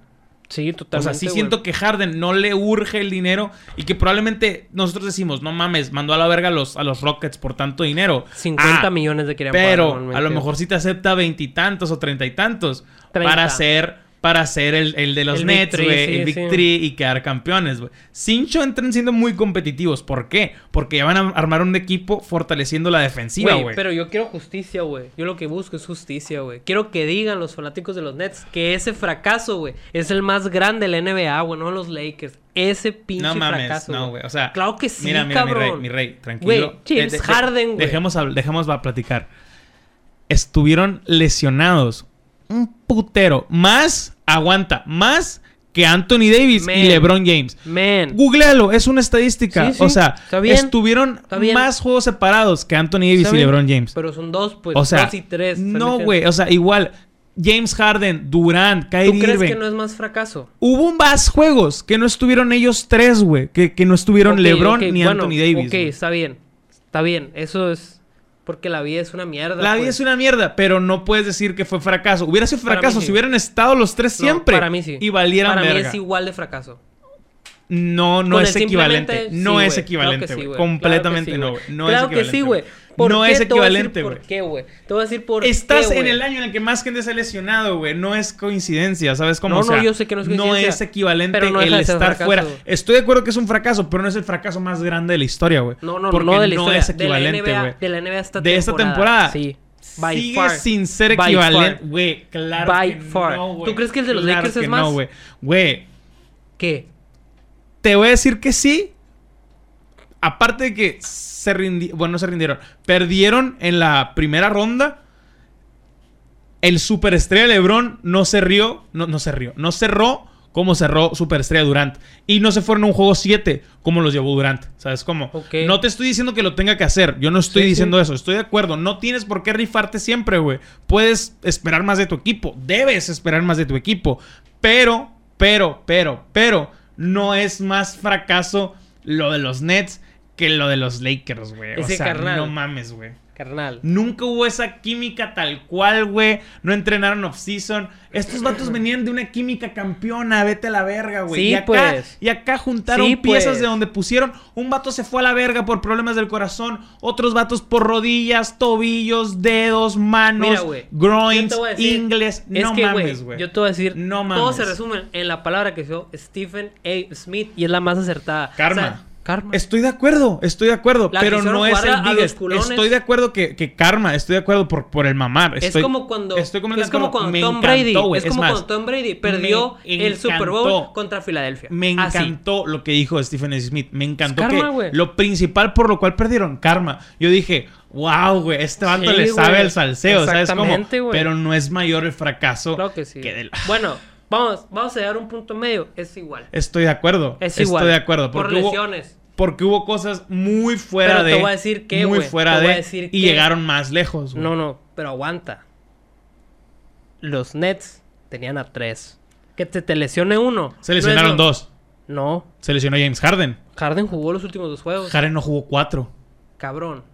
[SPEAKER 2] Sí,
[SPEAKER 1] O
[SPEAKER 2] totalmente,
[SPEAKER 1] sea, sí
[SPEAKER 2] güey.
[SPEAKER 1] siento que Harden no le urge el dinero y que probablemente nosotros decimos, no mames, mandó a la verga a los, a los Rockets por tanto dinero.
[SPEAKER 2] 50
[SPEAKER 1] Ah,
[SPEAKER 2] millones de querían pagar
[SPEAKER 1] Pero a
[SPEAKER 2] normalmente.
[SPEAKER 1] lo mejor sí te acepta veintitantos o treinta y tantos
[SPEAKER 2] Treinta.
[SPEAKER 1] para ser para ser el, el de los
[SPEAKER 2] El Big
[SPEAKER 1] Nets,
[SPEAKER 2] Three,
[SPEAKER 1] güey,
[SPEAKER 2] sí,
[SPEAKER 1] el Big
[SPEAKER 2] sí.
[SPEAKER 1] Three y quedar campeones, güey. Sincho entran siendo muy competitivos. ¿Por qué? Porque ya van a armar un equipo fortaleciendo la defensiva, güey.
[SPEAKER 2] Pero yo quiero justicia, güey. Yo lo que busco es justicia, güey. Quiero que digan los fanáticos de los Nets que ese fracaso, güey, es el más grande de la NBA, güey, no los Lakers. Ese pinche
[SPEAKER 1] No mames,
[SPEAKER 2] fracaso.
[SPEAKER 1] no, güey. O sea,
[SPEAKER 2] claro que sí,
[SPEAKER 1] mira, mira, mi rey,
[SPEAKER 2] cabrón.
[SPEAKER 1] mi rey, tranquilo. Eh,
[SPEAKER 2] Güey, James Harden, güey.
[SPEAKER 1] Dejemos, habl- dejemos va a platicar. Estuvieron lesionados. Un putero. Más, aguanta, más que Anthony Davis
[SPEAKER 2] Man.
[SPEAKER 1] y LeBron James.
[SPEAKER 2] Man.
[SPEAKER 1] Googlealo, es una estadística.
[SPEAKER 2] Sí, sí,
[SPEAKER 1] o sea,
[SPEAKER 2] está bien.
[SPEAKER 1] estuvieron
[SPEAKER 2] Está bien.
[SPEAKER 1] más juegos separados que Anthony Davis
[SPEAKER 2] Está
[SPEAKER 1] y
[SPEAKER 2] bien,
[SPEAKER 1] LeBron James.
[SPEAKER 2] Pero son dos, pues.
[SPEAKER 1] o sea,
[SPEAKER 2] dos y tres. ¿estás
[SPEAKER 1] no,
[SPEAKER 2] mintiendo?
[SPEAKER 1] güey. O sea, igual, James Harden, Durant, Kyrie
[SPEAKER 2] ¿Tú crees
[SPEAKER 1] Irving.
[SPEAKER 2] que no es más fracaso?
[SPEAKER 1] Hubo más juegos que no estuvieron ellos tres, güey. Que, que no estuvieron
[SPEAKER 2] Ok,
[SPEAKER 1] LeBron
[SPEAKER 2] ok,
[SPEAKER 1] ni
[SPEAKER 2] bueno,
[SPEAKER 1] Anthony Davis.
[SPEAKER 2] Ok,
[SPEAKER 1] güey.
[SPEAKER 2] está bien. Está bien. Eso es. Porque la vida es una mierda.
[SPEAKER 1] La vida
[SPEAKER 2] pues.
[SPEAKER 1] es una mierda, pero no puedes decir que fue fracaso. Hubiera sido
[SPEAKER 2] Para
[SPEAKER 1] fracaso
[SPEAKER 2] mí sí.
[SPEAKER 1] si hubieran estado los tres
[SPEAKER 2] No,
[SPEAKER 1] siempre.
[SPEAKER 2] para mí sí.
[SPEAKER 1] Y valieran
[SPEAKER 2] Para mí
[SPEAKER 1] verga.
[SPEAKER 2] es igual de fracaso.
[SPEAKER 1] No, no
[SPEAKER 2] Con el
[SPEAKER 1] es equivalente.
[SPEAKER 2] simplemente-
[SPEAKER 1] No
[SPEAKER 2] sí,
[SPEAKER 1] es
[SPEAKER 2] güey.
[SPEAKER 1] equivalente,
[SPEAKER 2] Claro que
[SPEAKER 1] güey.
[SPEAKER 2] sí, güey.
[SPEAKER 1] Completamente
[SPEAKER 2] Claro que
[SPEAKER 1] no,
[SPEAKER 2] sí, güey.
[SPEAKER 1] güey. No
[SPEAKER 2] claro
[SPEAKER 1] es
[SPEAKER 2] que sí, güey.
[SPEAKER 1] equivalente,
[SPEAKER 2] ¿Por
[SPEAKER 1] No
[SPEAKER 2] qué?
[SPEAKER 1] es
[SPEAKER 2] Te voy a decir
[SPEAKER 1] equivalente, güey.
[SPEAKER 2] ¿Por qué, güey? Te voy a decir por
[SPEAKER 1] Estás
[SPEAKER 2] qué,
[SPEAKER 1] en
[SPEAKER 2] güey.
[SPEAKER 1] el año en el que más gente se ha lesionado, güey. No es coincidencia, ¿sabes cómo?
[SPEAKER 2] No,
[SPEAKER 1] O sea,
[SPEAKER 2] no, yo sé que no es coincidencia,
[SPEAKER 1] es equivalente
[SPEAKER 2] pero no
[SPEAKER 1] el
[SPEAKER 2] deja de ser
[SPEAKER 1] estar
[SPEAKER 2] fracaso,
[SPEAKER 1] fuera.
[SPEAKER 2] güey.
[SPEAKER 1] Estoy de acuerdo que es un fracaso, pero no es el fracaso más grande de la historia, güey.
[SPEAKER 2] No, no,
[SPEAKER 1] Porque
[SPEAKER 2] no de la historia.
[SPEAKER 1] es equivalente,
[SPEAKER 2] de la
[SPEAKER 1] güey.
[SPEAKER 2] NBA, de la NBA esta
[SPEAKER 1] De
[SPEAKER 2] temporada.
[SPEAKER 1] esta temporada.
[SPEAKER 2] Sí. By
[SPEAKER 1] Sigue
[SPEAKER 2] far.
[SPEAKER 1] sin ser
[SPEAKER 2] By
[SPEAKER 1] equivalente,
[SPEAKER 2] far.
[SPEAKER 1] güey. Claro
[SPEAKER 2] By
[SPEAKER 1] que
[SPEAKER 2] far.
[SPEAKER 1] no, güey.
[SPEAKER 2] ¿Tú crees que el de los
[SPEAKER 1] Claro
[SPEAKER 2] Lakers
[SPEAKER 1] que
[SPEAKER 2] es más?
[SPEAKER 1] No, güey. Güey,
[SPEAKER 2] ¿Qué?
[SPEAKER 1] te voy a decir que sí. Aparte de que se rindieron, bueno, no se rindieron, perdieron en la primera ronda. El superestrella LeBron no se rió, no, no se rió, no cerró como cerró Superestrella Durant. Y no se fueron a un juego 7 como los llevó Durant. ¿Sabes cómo?
[SPEAKER 2] Ok.
[SPEAKER 1] No te estoy diciendo que lo tenga que hacer. Yo no estoy
[SPEAKER 2] Sí, sí.
[SPEAKER 1] diciendo eso. Estoy de acuerdo. No tienes por qué rifarte siempre, güey. Puedes esperar más de tu equipo. Debes esperar más de tu equipo. Pero, pero, pero, pero, no es más fracaso lo de los Nets que lo de los Lakers, güey. O
[SPEAKER 2] Ese
[SPEAKER 1] sea,
[SPEAKER 2] carnal.
[SPEAKER 1] no mames, güey.
[SPEAKER 2] Carnal.
[SPEAKER 1] Nunca hubo esa química tal cual, güey. No entrenaron off-season. Estos vatos venían de una química campeona. Vete a la verga, güey.
[SPEAKER 2] Sí,
[SPEAKER 1] y acá,
[SPEAKER 2] pues.
[SPEAKER 1] Y acá juntaron
[SPEAKER 2] Sí,
[SPEAKER 1] piezas
[SPEAKER 2] pues.
[SPEAKER 1] de donde pusieron. Un vato se fue a la verga por problemas del corazón. Otros vatos por rodillas, tobillos, dedos,
[SPEAKER 2] Mira,
[SPEAKER 1] manos,
[SPEAKER 2] güey.
[SPEAKER 1] groins,
[SPEAKER 2] yo te voy a decir-
[SPEAKER 1] ingles.
[SPEAKER 2] Es
[SPEAKER 1] No
[SPEAKER 2] que,
[SPEAKER 1] mames, güey.
[SPEAKER 2] Yo te voy a decir.
[SPEAKER 1] No
[SPEAKER 2] Todo
[SPEAKER 1] mames.
[SPEAKER 2] se resume en la palabra que hizo Stephen A. Smith y es la más acertada.
[SPEAKER 1] Karma.
[SPEAKER 2] O sea, karma.
[SPEAKER 1] Estoy de acuerdo, estoy de acuerdo,
[SPEAKER 2] La
[SPEAKER 1] pero
[SPEAKER 2] quisieron
[SPEAKER 1] no es
[SPEAKER 2] jugar a-
[SPEAKER 1] el
[SPEAKER 2] a los
[SPEAKER 1] biggest.
[SPEAKER 2] culones.
[SPEAKER 1] Estoy de acuerdo que, que karma, estoy de acuerdo por, por el mamar.
[SPEAKER 2] es
[SPEAKER 1] Estoy,
[SPEAKER 2] como cuando,
[SPEAKER 1] estoy completamente
[SPEAKER 2] es como
[SPEAKER 1] de
[SPEAKER 2] cuando
[SPEAKER 1] acuerdo. Me
[SPEAKER 2] Tom
[SPEAKER 1] encantó,
[SPEAKER 2] Brady.
[SPEAKER 1] güey.
[SPEAKER 2] es como
[SPEAKER 1] más,
[SPEAKER 2] cuando Tom Brady perdió el Super Bowl
[SPEAKER 1] encantó.
[SPEAKER 2] contra Filadelfia.
[SPEAKER 1] Me
[SPEAKER 2] Así.
[SPEAKER 1] encantó lo que dijo Stephen A. Smith. Me encantó
[SPEAKER 2] Ah, Es karma,
[SPEAKER 1] que
[SPEAKER 2] güey.
[SPEAKER 1] lo principal por lo cual perdieron, karma. Yo dije, wow, güey, este vato
[SPEAKER 2] Sí,
[SPEAKER 1] le sabe
[SPEAKER 2] güey.
[SPEAKER 1] al salseo, ¿sabes cómo?
[SPEAKER 2] Exactamente, güey.
[SPEAKER 1] Pero no es mayor el fracaso
[SPEAKER 2] Claro que sí.
[SPEAKER 1] del-
[SPEAKER 2] Bueno, vamos, vamos a dar un punto medio. Es igual.
[SPEAKER 1] Estoy de acuerdo.
[SPEAKER 2] Es
[SPEAKER 1] estoy
[SPEAKER 2] igual.
[SPEAKER 1] de acuerdo.
[SPEAKER 2] Por
[SPEAKER 1] porque hubo-
[SPEAKER 2] lesiones.
[SPEAKER 1] Porque hubo cosas muy fuera
[SPEAKER 2] Pero
[SPEAKER 1] de.
[SPEAKER 2] te voy a decir qué,
[SPEAKER 1] Muy
[SPEAKER 2] güey.
[SPEAKER 1] fuera
[SPEAKER 2] Te voy
[SPEAKER 1] de.
[SPEAKER 2] a decir
[SPEAKER 1] y
[SPEAKER 2] qué.
[SPEAKER 1] llegaron más lejos, güey.
[SPEAKER 2] No, no, pero aguanta. Los Nets tenían a tres. Que te, te lesione uno.
[SPEAKER 1] Se lesionaron
[SPEAKER 2] No es
[SPEAKER 1] dos.
[SPEAKER 2] lo- No.
[SPEAKER 1] Se lesionó James Harden.
[SPEAKER 2] Harden jugó los últimos dos juegos.
[SPEAKER 1] Harden no jugó cuatro.
[SPEAKER 2] Cabrón.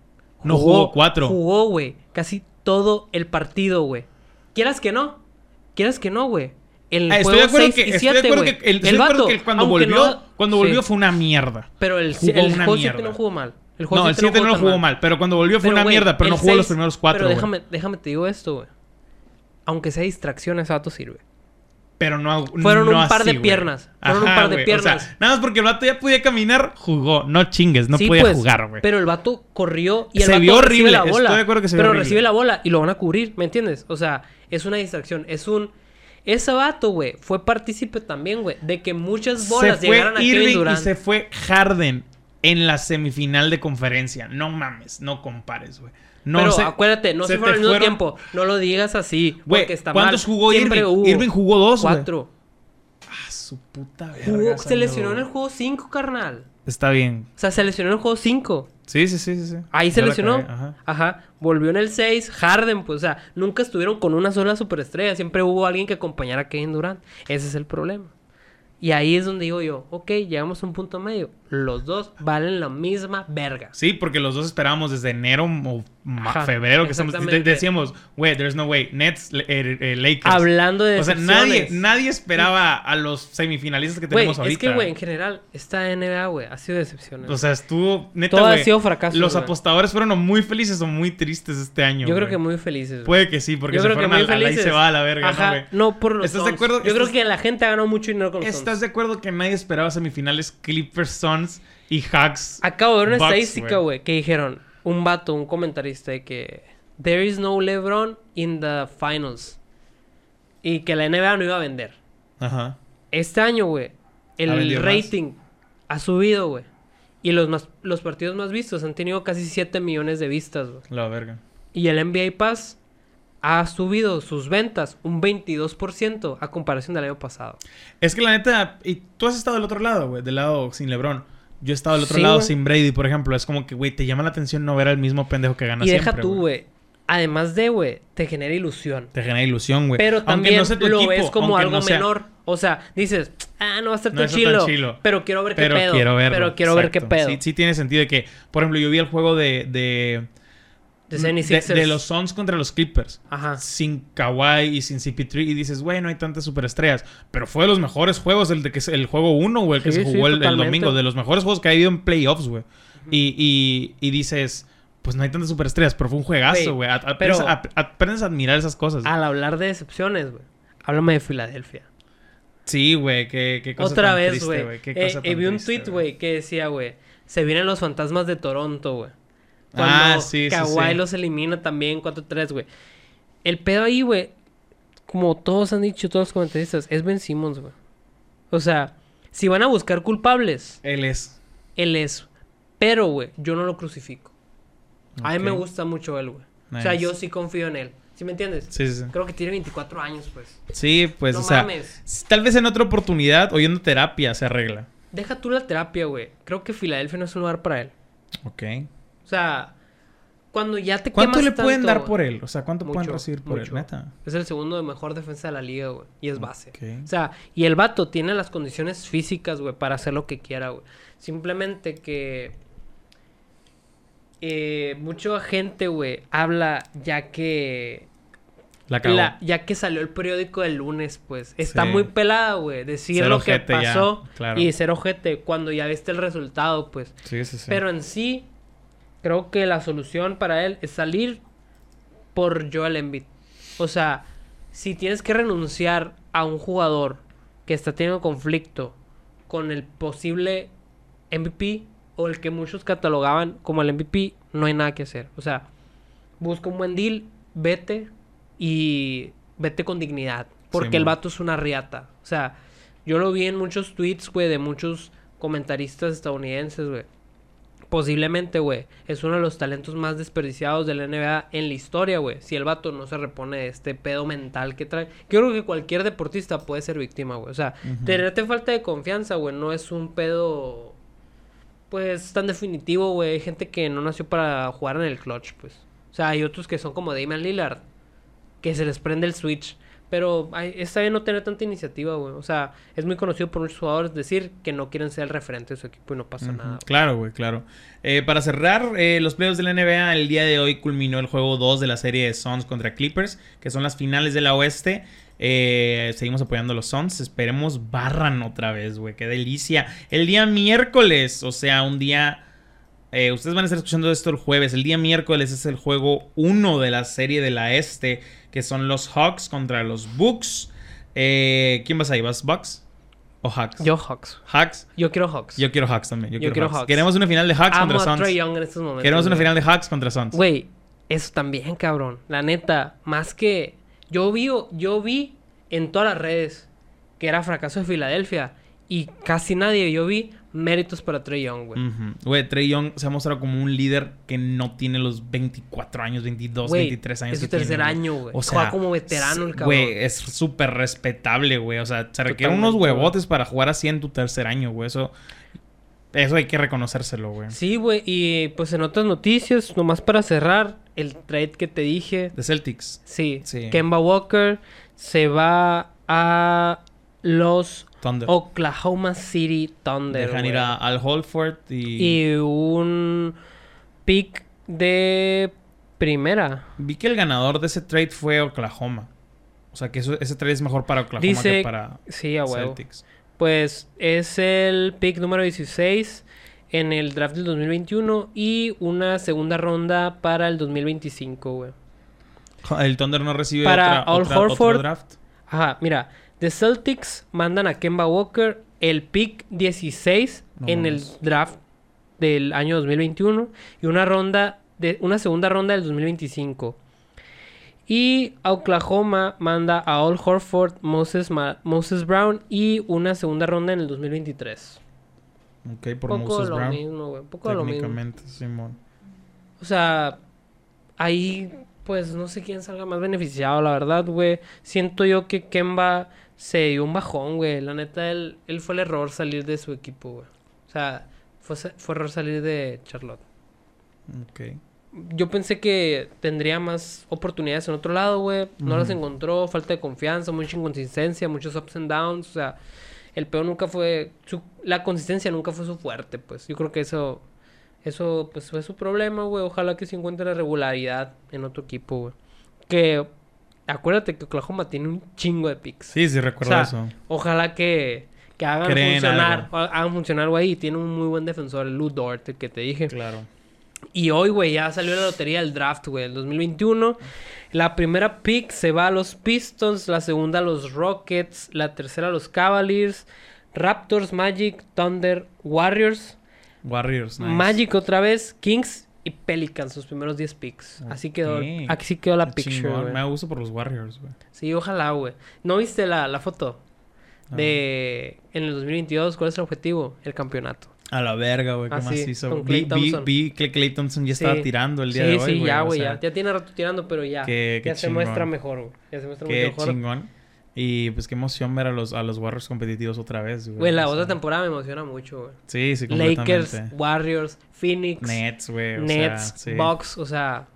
[SPEAKER 1] No jugó cuatro.
[SPEAKER 2] Jugó, güey. Casi todo el partido, güey. Quieras que no. Quieras que no, güey. El
[SPEAKER 1] Ah, estoy
[SPEAKER 2] juego
[SPEAKER 1] de acuerdo
[SPEAKER 2] seis
[SPEAKER 1] que,
[SPEAKER 2] y
[SPEAKER 1] estoy de
[SPEAKER 2] siete,
[SPEAKER 1] acuerdo
[SPEAKER 2] güey.
[SPEAKER 1] que el- estoy de acuerdo
[SPEAKER 2] vato,
[SPEAKER 1] que cuando
[SPEAKER 2] aunque no-
[SPEAKER 1] volvió, cuando volvió
[SPEAKER 2] Sí.
[SPEAKER 1] fue una mierda.
[SPEAKER 2] Pero el,
[SPEAKER 1] jugó
[SPEAKER 2] el
[SPEAKER 1] una
[SPEAKER 2] juego
[SPEAKER 1] mierda.
[SPEAKER 2] siete no jugó mal. El
[SPEAKER 1] no, el 7 no lo
[SPEAKER 2] tan
[SPEAKER 1] jugó mal, pero cuando volvió fue
[SPEAKER 2] Pero,
[SPEAKER 1] una
[SPEAKER 2] güey,
[SPEAKER 1] mierda, pero no
[SPEAKER 2] el
[SPEAKER 1] jugó los
[SPEAKER 2] seis-
[SPEAKER 1] primeros cuatro.
[SPEAKER 2] Pero
[SPEAKER 1] güey.
[SPEAKER 2] déjame, déjame te digo esto, güey. Aunque sea distracción, ese vato sirve.
[SPEAKER 1] Pero no
[SPEAKER 2] Fueron
[SPEAKER 1] no
[SPEAKER 2] un par de
[SPEAKER 1] así, güey.
[SPEAKER 2] piernas, fueron un par de
[SPEAKER 1] güey, o sea,
[SPEAKER 2] piernas.
[SPEAKER 1] nada más porque el vato ya podía caminar, jugó. No chingues, no
[SPEAKER 2] Sí,
[SPEAKER 1] podía
[SPEAKER 2] pues,
[SPEAKER 1] jugar, güey.
[SPEAKER 2] Pero el vato corrió y el
[SPEAKER 1] Se
[SPEAKER 2] vato
[SPEAKER 1] vio
[SPEAKER 2] recibe
[SPEAKER 1] horrible,
[SPEAKER 2] la bola.
[SPEAKER 1] estoy de acuerdo que se vio
[SPEAKER 2] pero
[SPEAKER 1] horrible.
[SPEAKER 2] recibe la bola y lo van a cubrir, ¿me entiendes? O sea, es una distracción, es un ese vato, güey, fue partícipe también, güey, de que muchas
[SPEAKER 1] Se
[SPEAKER 2] bolas llegaran a
[SPEAKER 1] fue
[SPEAKER 2] Kevin
[SPEAKER 1] Irving y
[SPEAKER 2] Durant.
[SPEAKER 1] se fue Harden en la semifinal de conferencia. No mames, no compares, güey. No
[SPEAKER 2] pero
[SPEAKER 1] sé-
[SPEAKER 2] acuérdate, no se,
[SPEAKER 1] te
[SPEAKER 2] fueron al mismo tiempo. No lo digas así,
[SPEAKER 1] Güey,
[SPEAKER 2] porque está
[SPEAKER 1] ¿cuántos
[SPEAKER 2] mal.
[SPEAKER 1] jugó
[SPEAKER 2] Siempre
[SPEAKER 1] Irving?
[SPEAKER 2] hubo.
[SPEAKER 1] Irving jugó dos, güey.
[SPEAKER 2] Cuatro.
[SPEAKER 1] Ah, su puta verga.
[SPEAKER 2] Jugó- se
[SPEAKER 1] Sandro,
[SPEAKER 2] lesionó en
[SPEAKER 1] güey.
[SPEAKER 2] el juego 5, carnal.
[SPEAKER 1] Está bien.
[SPEAKER 2] O sea, se lesionó en el juego 5.
[SPEAKER 1] Sí, sí, sí, sí, sí.
[SPEAKER 2] Ahí se
[SPEAKER 1] Ya la
[SPEAKER 2] lesionó.
[SPEAKER 1] cagué,
[SPEAKER 2] Ajá.
[SPEAKER 1] ajá.
[SPEAKER 2] Volvió en el 6. Harden, pues, o sea, nunca estuvieron con una sola superestrella. Siempre hubo alguien que acompañara a Kevin Durant. Ese es el problema. Y ahí es donde digo yo, ok, llegamos a un punto medio. Los dos valen la misma verga.
[SPEAKER 1] Sí, porque los dos esperábamos desde enero o ma-
[SPEAKER 2] Ajá,
[SPEAKER 1] febrero que estamos. de-
[SPEAKER 2] exactamente.
[SPEAKER 1] decíamos, güey, there's no way. Nets, le- eh, eh, Lakers.
[SPEAKER 2] Hablando de
[SPEAKER 1] o sea, nadie,
[SPEAKER 2] decepciones.
[SPEAKER 1] nadie esperaba a los semifinalistas que
[SPEAKER 2] Güey,
[SPEAKER 1] tenemos
[SPEAKER 2] es
[SPEAKER 1] ahorita. Pues,
[SPEAKER 2] que, güey, en general, esta NBA, güey, ha sido decepcionante.
[SPEAKER 1] O sea, estuvo neta.
[SPEAKER 2] Todo ha
[SPEAKER 1] güey,
[SPEAKER 2] sido fracaso,
[SPEAKER 1] Los
[SPEAKER 2] güey.
[SPEAKER 1] apostadores fueron o muy felices o muy tristes este año.
[SPEAKER 2] yo creo
[SPEAKER 1] güey.
[SPEAKER 2] que muy felices. güey.
[SPEAKER 1] Puede que sí, porque
[SPEAKER 2] yo
[SPEAKER 1] se
[SPEAKER 2] creo que
[SPEAKER 1] fueron
[SPEAKER 2] muy
[SPEAKER 1] al, al ahí
[SPEAKER 2] felices.
[SPEAKER 1] se va a la verga, ¿no,
[SPEAKER 2] Ajá,
[SPEAKER 1] güey?
[SPEAKER 2] no, por los
[SPEAKER 1] ¿Estás de
[SPEAKER 2] Suns.
[SPEAKER 1] acuerdo?
[SPEAKER 2] Yo creo
[SPEAKER 1] ¿Estás-
[SPEAKER 2] que la gente ganó mucho dinero con los Suns.
[SPEAKER 1] ¿Estás de acuerdo que nadie esperaba semifinales Clippers Suns y Hawks?
[SPEAKER 2] Acabo de ver una
[SPEAKER 1] Bucks,
[SPEAKER 2] estadística,
[SPEAKER 1] güey.
[SPEAKER 2] güey, que dijeron un vato, un comentarista de que there is no LeBron in the finals y que la NBA no iba a vender.
[SPEAKER 1] Ajá.
[SPEAKER 2] Este año, güey,
[SPEAKER 1] Ha
[SPEAKER 2] el
[SPEAKER 1] vendido más.
[SPEAKER 2] rating ha subido, güey. Y los más los partidos más vistos han tenido casi 7 millones de vistas, güey.
[SPEAKER 1] La verga.
[SPEAKER 2] Y el NBA Pass ha subido sus ventas un 22% a comparación del año pasado.
[SPEAKER 1] Es que la neta, y tú has estado del otro lado, güey, del lado sin LeBron. Yo he estado del otro
[SPEAKER 2] Sí,
[SPEAKER 1] lado
[SPEAKER 2] güey.
[SPEAKER 1] sin Brady, por ejemplo. Es como que, güey, te llama la atención no ver al mismo pendejo que gana
[SPEAKER 2] y
[SPEAKER 1] siempre.
[SPEAKER 2] deja tú, güey. Además de, güey, te genera ilusión.
[SPEAKER 1] Te genera ilusión, güey.
[SPEAKER 2] Pero
[SPEAKER 1] Pues, Aunque
[SPEAKER 2] también
[SPEAKER 1] no sea tu
[SPEAKER 2] lo
[SPEAKER 1] equipo,
[SPEAKER 2] ves como
[SPEAKER 1] aunque
[SPEAKER 2] algo
[SPEAKER 1] no sea-
[SPEAKER 2] menor. O sea, dices, ah, no va a estar
[SPEAKER 1] No
[SPEAKER 2] tan,
[SPEAKER 1] está tan
[SPEAKER 2] chilo,
[SPEAKER 1] chilo.
[SPEAKER 2] Pero quiero ver
[SPEAKER 1] Pero
[SPEAKER 2] qué pedo.
[SPEAKER 1] quiero verlo.
[SPEAKER 2] Pero quiero ver qué
[SPEAKER 1] exacto.
[SPEAKER 2] pedo.
[SPEAKER 1] Sí, sí tiene sentido de que, por ejemplo, yo vi el juego de, de,
[SPEAKER 2] De Ah.
[SPEAKER 1] de,
[SPEAKER 2] 76ers.
[SPEAKER 1] de los Suns contra los Clippers.
[SPEAKER 2] Ajá.
[SPEAKER 1] Sin Kawhi y sin CP3. Y dices, güey, no hay tantas superestrellas. Pero fue de los mejores juegos, el, de que, se- el juego 1, güey, el que
[SPEAKER 2] Sí,
[SPEAKER 1] se
[SPEAKER 2] sí,
[SPEAKER 1] jugó el- el,
[SPEAKER 2] totalmente.
[SPEAKER 1] domingo. De los mejores juegos que ha habido en playoffs, güey. y, y, y dices, pues no hay tantas superestrellas, pero fue un juegazo, güey.
[SPEAKER 2] Güey,
[SPEAKER 1] A- Aprendes,
[SPEAKER 2] pero- Ah.
[SPEAKER 1] a- aprendes a admirar esas cosas.
[SPEAKER 2] Al hablar de decepciones, güey. Háblame de Filadelfia.
[SPEAKER 1] Sí, güey, qué, qué cosa
[SPEAKER 2] Otra
[SPEAKER 1] tan
[SPEAKER 2] vez,
[SPEAKER 1] triste,
[SPEAKER 2] güey.
[SPEAKER 1] Qué
[SPEAKER 2] Eh,
[SPEAKER 1] cosa
[SPEAKER 2] eh,
[SPEAKER 1] tan
[SPEAKER 2] vi un
[SPEAKER 1] triste,
[SPEAKER 2] tweet, güey, que decía, güey, se vienen los fantasmas de Toronto, güey.
[SPEAKER 1] Ah,
[SPEAKER 2] Cuando
[SPEAKER 1] sí, sí,
[SPEAKER 2] Kawhi
[SPEAKER 1] sí.
[SPEAKER 2] los elimina también 4-3, güey. El pedo ahí, güey, como todos han dicho, todos los comentaristas, es Ben Simmons, güey. O sea, si van a buscar culpables,
[SPEAKER 1] Él es.
[SPEAKER 2] Él es. Pero, güey, yo no lo crucifico. A mí me
[SPEAKER 1] Ok.
[SPEAKER 2] gusta mucho él, güey. O sea,
[SPEAKER 1] Nice.
[SPEAKER 2] yo sí confío en él. ¿Sí me entiendes?
[SPEAKER 1] Sí, sí, sí.
[SPEAKER 2] Creo que tiene 24 años, pues.
[SPEAKER 1] Sí, pues,
[SPEAKER 2] No
[SPEAKER 1] o sea,
[SPEAKER 2] mames.
[SPEAKER 1] s- tal vez en otra oportunidad, oyendo terapia, se arregla.
[SPEAKER 2] Deja tú la terapia, güey. Creo que Filadelfia no es un lugar para él.
[SPEAKER 1] Ok.
[SPEAKER 2] O sea, cuando ya te
[SPEAKER 1] ¿Cuánto le
[SPEAKER 2] quemas
[SPEAKER 1] pueden
[SPEAKER 2] tanto,
[SPEAKER 1] dar
[SPEAKER 2] güey.
[SPEAKER 1] por él? O sea, ¿cuánto pueden
[SPEAKER 2] Mucho,
[SPEAKER 1] recibir por
[SPEAKER 2] mucho.
[SPEAKER 1] él? Neta.
[SPEAKER 2] Es el segundo de mejor defensa de la liga, güey. Y es base.
[SPEAKER 1] Ok.
[SPEAKER 2] O sea, y el vato tiene las condiciones físicas, güey, para hacer lo que quiera, güey. Simplemente que. Eh, mucha gente, güey, habla ya que.
[SPEAKER 1] La cagó.
[SPEAKER 2] la- ya que salió el periódico el lunes, pues. Está
[SPEAKER 1] Sí.
[SPEAKER 2] muy pelada, güey. Decir
[SPEAKER 1] Ser
[SPEAKER 2] lo que
[SPEAKER 1] ojete ya,
[SPEAKER 2] pasó
[SPEAKER 1] claro.
[SPEAKER 2] y ser ojete cuando ya viste el resultado, pues.
[SPEAKER 1] Sí, sí, sí.
[SPEAKER 2] Pero en sí, creo que la solución para él es salir por Joel Embiid. O sea, si tienes que renunciar a un jugador que está teniendo conflicto con el posible MVP o el que muchos catalogaban como el MVP, no hay nada que hacer. O sea, busca un buen deal, vete y vete con dignidad. Porque el
[SPEAKER 1] Simón.
[SPEAKER 2] vato es una riata. O sea, yo lo vi en muchos tweets, güey, de muchos comentaristas estadounidenses, güey. Posiblemente, güey, es uno de los talentos más desperdiciados de la NBA en la historia, güey. Si el vato no se repone de este pedo mental que trae. Yo creo que cualquier deportista puede ser víctima, güey. O sea, tenerte falta de confianza, güey, no es un pedo, pues, tan definitivo, güey. Hay gente que no nació para jugar en el clutch, pues. O sea, hay otros que son como Damian Lillard, que se les prende el switch. Pero ay, está bien no tener tanta iniciativa, güey. O sea, es muy conocido por muchos jugadores decir que no quieren ser el referente de su equipo y no pasa
[SPEAKER 1] Ujú.
[SPEAKER 2] nada. güey.
[SPEAKER 1] Claro, güey, claro. Eh, para cerrar, eh, los playoffs de la NBA el día de hoy culminó el juego 2 de la serie de Suns contra Clippers, que son las finales de la Oeste. Eh, seguimos apoyando a los Suns. Esperemos barran otra vez, güey. Qué delicia. El día miércoles, o sea, un día... eh, ustedes van a estar escuchando esto el jueves. El día miércoles es el juego 1 de la serie de la Este, que son los Hawks contra los Bucks. Eh, ¿Quién vas ahí? ¿Vas Bucks o Hawks?
[SPEAKER 2] Yo Hawks.
[SPEAKER 1] Hawks.
[SPEAKER 2] Yo quiero Hawks.
[SPEAKER 1] Yo quiero Hawks también. Yo,
[SPEAKER 2] Yo
[SPEAKER 1] quiero,
[SPEAKER 2] quiero
[SPEAKER 1] Hawks.
[SPEAKER 2] Hawks.
[SPEAKER 1] Queremos una final de Hawks
[SPEAKER 2] Amo
[SPEAKER 1] contra
[SPEAKER 2] a Trae
[SPEAKER 1] Suns.
[SPEAKER 2] Young en estos momentos.
[SPEAKER 1] Queremos una
[SPEAKER 2] güey.
[SPEAKER 1] final de Hawks contra Suns.
[SPEAKER 2] Güey, eso también, cabrón. La neta, más que. Yo vi, yo vi en todas las redes que era fracaso de Filadelfia. Y casi nadie yo vi méritos para Trey Young, güey.
[SPEAKER 1] Ujú. Güey, Trey Young se ha mostrado como un líder que no tiene los 24 años, 22,
[SPEAKER 2] Güey,
[SPEAKER 1] 23 años.
[SPEAKER 2] es su
[SPEAKER 1] que tiene,
[SPEAKER 2] tercer
[SPEAKER 1] güey.
[SPEAKER 2] año, güey.
[SPEAKER 1] O sea,
[SPEAKER 2] Juega como veterano el
[SPEAKER 1] s-
[SPEAKER 2] cabrón.
[SPEAKER 1] Güey, es súper respetable, güey. O sea, se requieren
[SPEAKER 2] Totalmente,
[SPEAKER 1] unos huevotes para jugar así en tu tercer año, güey. Eso, eso hay que reconocérselo, güey.
[SPEAKER 2] Sí, güey. Y pues en otras noticias, nomás para cerrar, el trade que te dije.
[SPEAKER 1] De Celtics,
[SPEAKER 2] Sí,
[SPEAKER 1] Sí.
[SPEAKER 2] Kemba Walker se va a los
[SPEAKER 1] Thunder.
[SPEAKER 2] Oklahoma City Oh, Thunder.
[SPEAKER 1] Dejan ir
[SPEAKER 2] güey.
[SPEAKER 1] a Al Holford y...
[SPEAKER 2] y un pick de primera.
[SPEAKER 1] Vi que el ganador de ese trade fue Oklahoma. O sea, que eso- ese trade es mejor para Oklahoma
[SPEAKER 2] Dice,
[SPEAKER 1] que para
[SPEAKER 2] sí, a huevo.
[SPEAKER 1] Celtics.
[SPEAKER 2] Pues es el pick número 16 en el draft del 2021 y una segunda ronda para el 2025, güey.
[SPEAKER 1] El Thunder no recibe
[SPEAKER 2] Para
[SPEAKER 1] otra,
[SPEAKER 2] Al
[SPEAKER 1] otra- otro
[SPEAKER 2] Horford.
[SPEAKER 1] draft.
[SPEAKER 2] Ajá, mira, The Celtics mandan a Kemba Walker el pick 16
[SPEAKER 1] No
[SPEAKER 2] en el
[SPEAKER 1] mames.
[SPEAKER 2] draft del año 2021 y una ronda de una segunda ronda del 2025. Y a Oklahoma manda a Al Horford, Moses, Ma- Moses Brown y una segunda ronda en el 2023.
[SPEAKER 1] Ok, por
[SPEAKER 2] Un poco
[SPEAKER 1] Moses
[SPEAKER 2] lo
[SPEAKER 1] Brown.
[SPEAKER 2] mismo, güey. Un poco lo mismo.
[SPEAKER 1] Técnicamente, Simón.
[SPEAKER 2] O sea, ahí pues no sé quién salga más beneficiado, la verdad, güey. Siento yo que Kemba se dio un bajón, güey. La neta, él, él fue el error salir de su equipo, güey. O sea, fue, sa- fue error salir de Charlotte.
[SPEAKER 1] Ok.
[SPEAKER 2] Yo pensé que tendría más oportunidades en otro lado, güey. No las
[SPEAKER 1] Ujú.
[SPEAKER 2] encontró, falta de confianza, mucha inconsistencia, muchos ups and downs. O sea, el peor nunca fue... su- la consistencia nunca fue su fuerte, pues. Yo creo que eso... Eso, pues, fue su problema, güey. Ojalá que se encuentre la regularidad en otro equipo, güey. Que... Acuérdate que Oklahoma tiene un chingo de picks.
[SPEAKER 1] Sí, sí,
[SPEAKER 2] O
[SPEAKER 1] recuerdo
[SPEAKER 2] sea,
[SPEAKER 1] eso.
[SPEAKER 2] ojalá que... Que hagan
[SPEAKER 1] Creen
[SPEAKER 2] funcionar,
[SPEAKER 1] algo.
[SPEAKER 2] hagan funcionar, güey. Y tiene un muy buen defensor, el Lou Dort, el que te dije.
[SPEAKER 1] Claro.
[SPEAKER 2] Y hoy, güey, ya salió la lotería del draft, güey, del 2021. La primera pick se va a los Pistons, la segunda a los Rockets, la tercera a los Cavaliers, Raptors, Magic, Thunder, Warriors,
[SPEAKER 1] Warriors, nice.
[SPEAKER 2] Magic otra vez, Kings y Pelicans, sus primeros 10 picks. Así quedó,
[SPEAKER 1] Ok.
[SPEAKER 2] así quedó la
[SPEAKER 1] Qué
[SPEAKER 2] picture,
[SPEAKER 1] chingón.
[SPEAKER 2] güey.
[SPEAKER 1] Me gusto por los Warriors, güey.
[SPEAKER 2] Sí, ojalá, güey. ¿No viste la, la foto?
[SPEAKER 1] No.
[SPEAKER 2] De en el 2022, ¿cuál es el objetivo? El campeonato.
[SPEAKER 1] A la verga, güey, qué
[SPEAKER 2] Ah, sí,
[SPEAKER 1] macizo.
[SPEAKER 2] con
[SPEAKER 1] Vi,
[SPEAKER 2] Clay
[SPEAKER 1] vi,
[SPEAKER 2] Thompson.
[SPEAKER 1] vi que Clay Thompson ya
[SPEAKER 2] Sí.
[SPEAKER 1] estaba tirando el día
[SPEAKER 2] sí,
[SPEAKER 1] de hoy.
[SPEAKER 2] Sí, ya,
[SPEAKER 1] o
[SPEAKER 2] güey,
[SPEAKER 1] sea,
[SPEAKER 2] ya. Ya tiene rato tirando, pero ya.
[SPEAKER 1] Qué-
[SPEAKER 2] ya
[SPEAKER 1] qué
[SPEAKER 2] se muestra
[SPEAKER 1] chingón.
[SPEAKER 2] mejor, güey. Ya se muestra mucho
[SPEAKER 1] Qué
[SPEAKER 2] mejor.
[SPEAKER 1] chingón. Y pues qué emoción ver a los, a los Warriors competitivos otra vez, güey.
[SPEAKER 2] Güey, la
[SPEAKER 1] O sea,
[SPEAKER 2] otra temporada me emociona mucho, güey.
[SPEAKER 1] Sí, sí, completamente.
[SPEAKER 2] Lakers, Warriors, Phoenix,
[SPEAKER 1] Nets, güey. o sea,
[SPEAKER 2] Nets,
[SPEAKER 1] sí.
[SPEAKER 2] Bucks, o sea,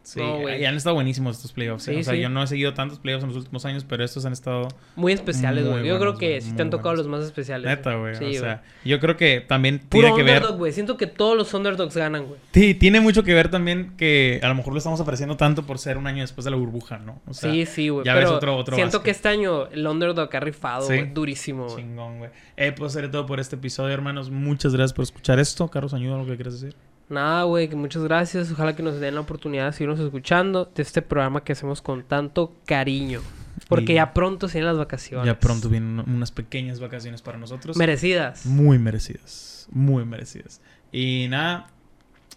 [SPEAKER 1] Sí,
[SPEAKER 2] No, güey.
[SPEAKER 1] y han estado buenísimos estos playoffs. eh.
[SPEAKER 2] Sí,
[SPEAKER 1] o sea,
[SPEAKER 2] sí.
[SPEAKER 1] yo no he seguido tantos playoffs en los últimos años, pero estos han estado
[SPEAKER 2] muy especiales,
[SPEAKER 1] Muy
[SPEAKER 2] güey. Yo creo
[SPEAKER 1] buenos,
[SPEAKER 2] que
[SPEAKER 1] güey,
[SPEAKER 2] sí
[SPEAKER 1] muy
[SPEAKER 2] te han tocado
[SPEAKER 1] buenos.
[SPEAKER 2] los más especiales.
[SPEAKER 1] neta, güey.
[SPEAKER 2] Sí,
[SPEAKER 1] o
[SPEAKER 2] güey.
[SPEAKER 1] sea, yo creo que también
[SPEAKER 2] Puro
[SPEAKER 1] tiene que ver.
[SPEAKER 2] underdog, güey. Siento que todos los underdogs ganan, güey.
[SPEAKER 1] Sí, tiene mucho que ver también que a lo mejor lo estamos apreciando tanto por ser un año después de la burbuja, ¿no? O sea,
[SPEAKER 2] sí, sí, güey.
[SPEAKER 1] ya
[SPEAKER 2] Pero
[SPEAKER 1] ves otro- otro
[SPEAKER 2] siento
[SPEAKER 1] básquet.
[SPEAKER 2] que este año el underdog ha rifado,
[SPEAKER 1] Sí.
[SPEAKER 2] güey. Durísimo, güey.
[SPEAKER 1] Chingón, güey. Eh, pues seré todo por este episodio, hermanos. Muchas gracias por escuchar esto. Carlos, ayuda algo que quieras decir.
[SPEAKER 2] Nada, güey, que muchas gracias. Ojalá que nos den la oportunidad de seguirnos escuchando de este programa que hacemos con tanto cariño. Porque
[SPEAKER 1] Y-
[SPEAKER 2] ya pronto se vienen las vacaciones.
[SPEAKER 1] Ya pronto vienen unas pequeñas vacaciones para nosotros.
[SPEAKER 2] Merecidas.
[SPEAKER 1] Muy merecidas. Muy merecidas. Y nada,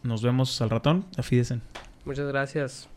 [SPEAKER 1] nos vemos al ratón. Afídesen.
[SPEAKER 2] Muchas gracias.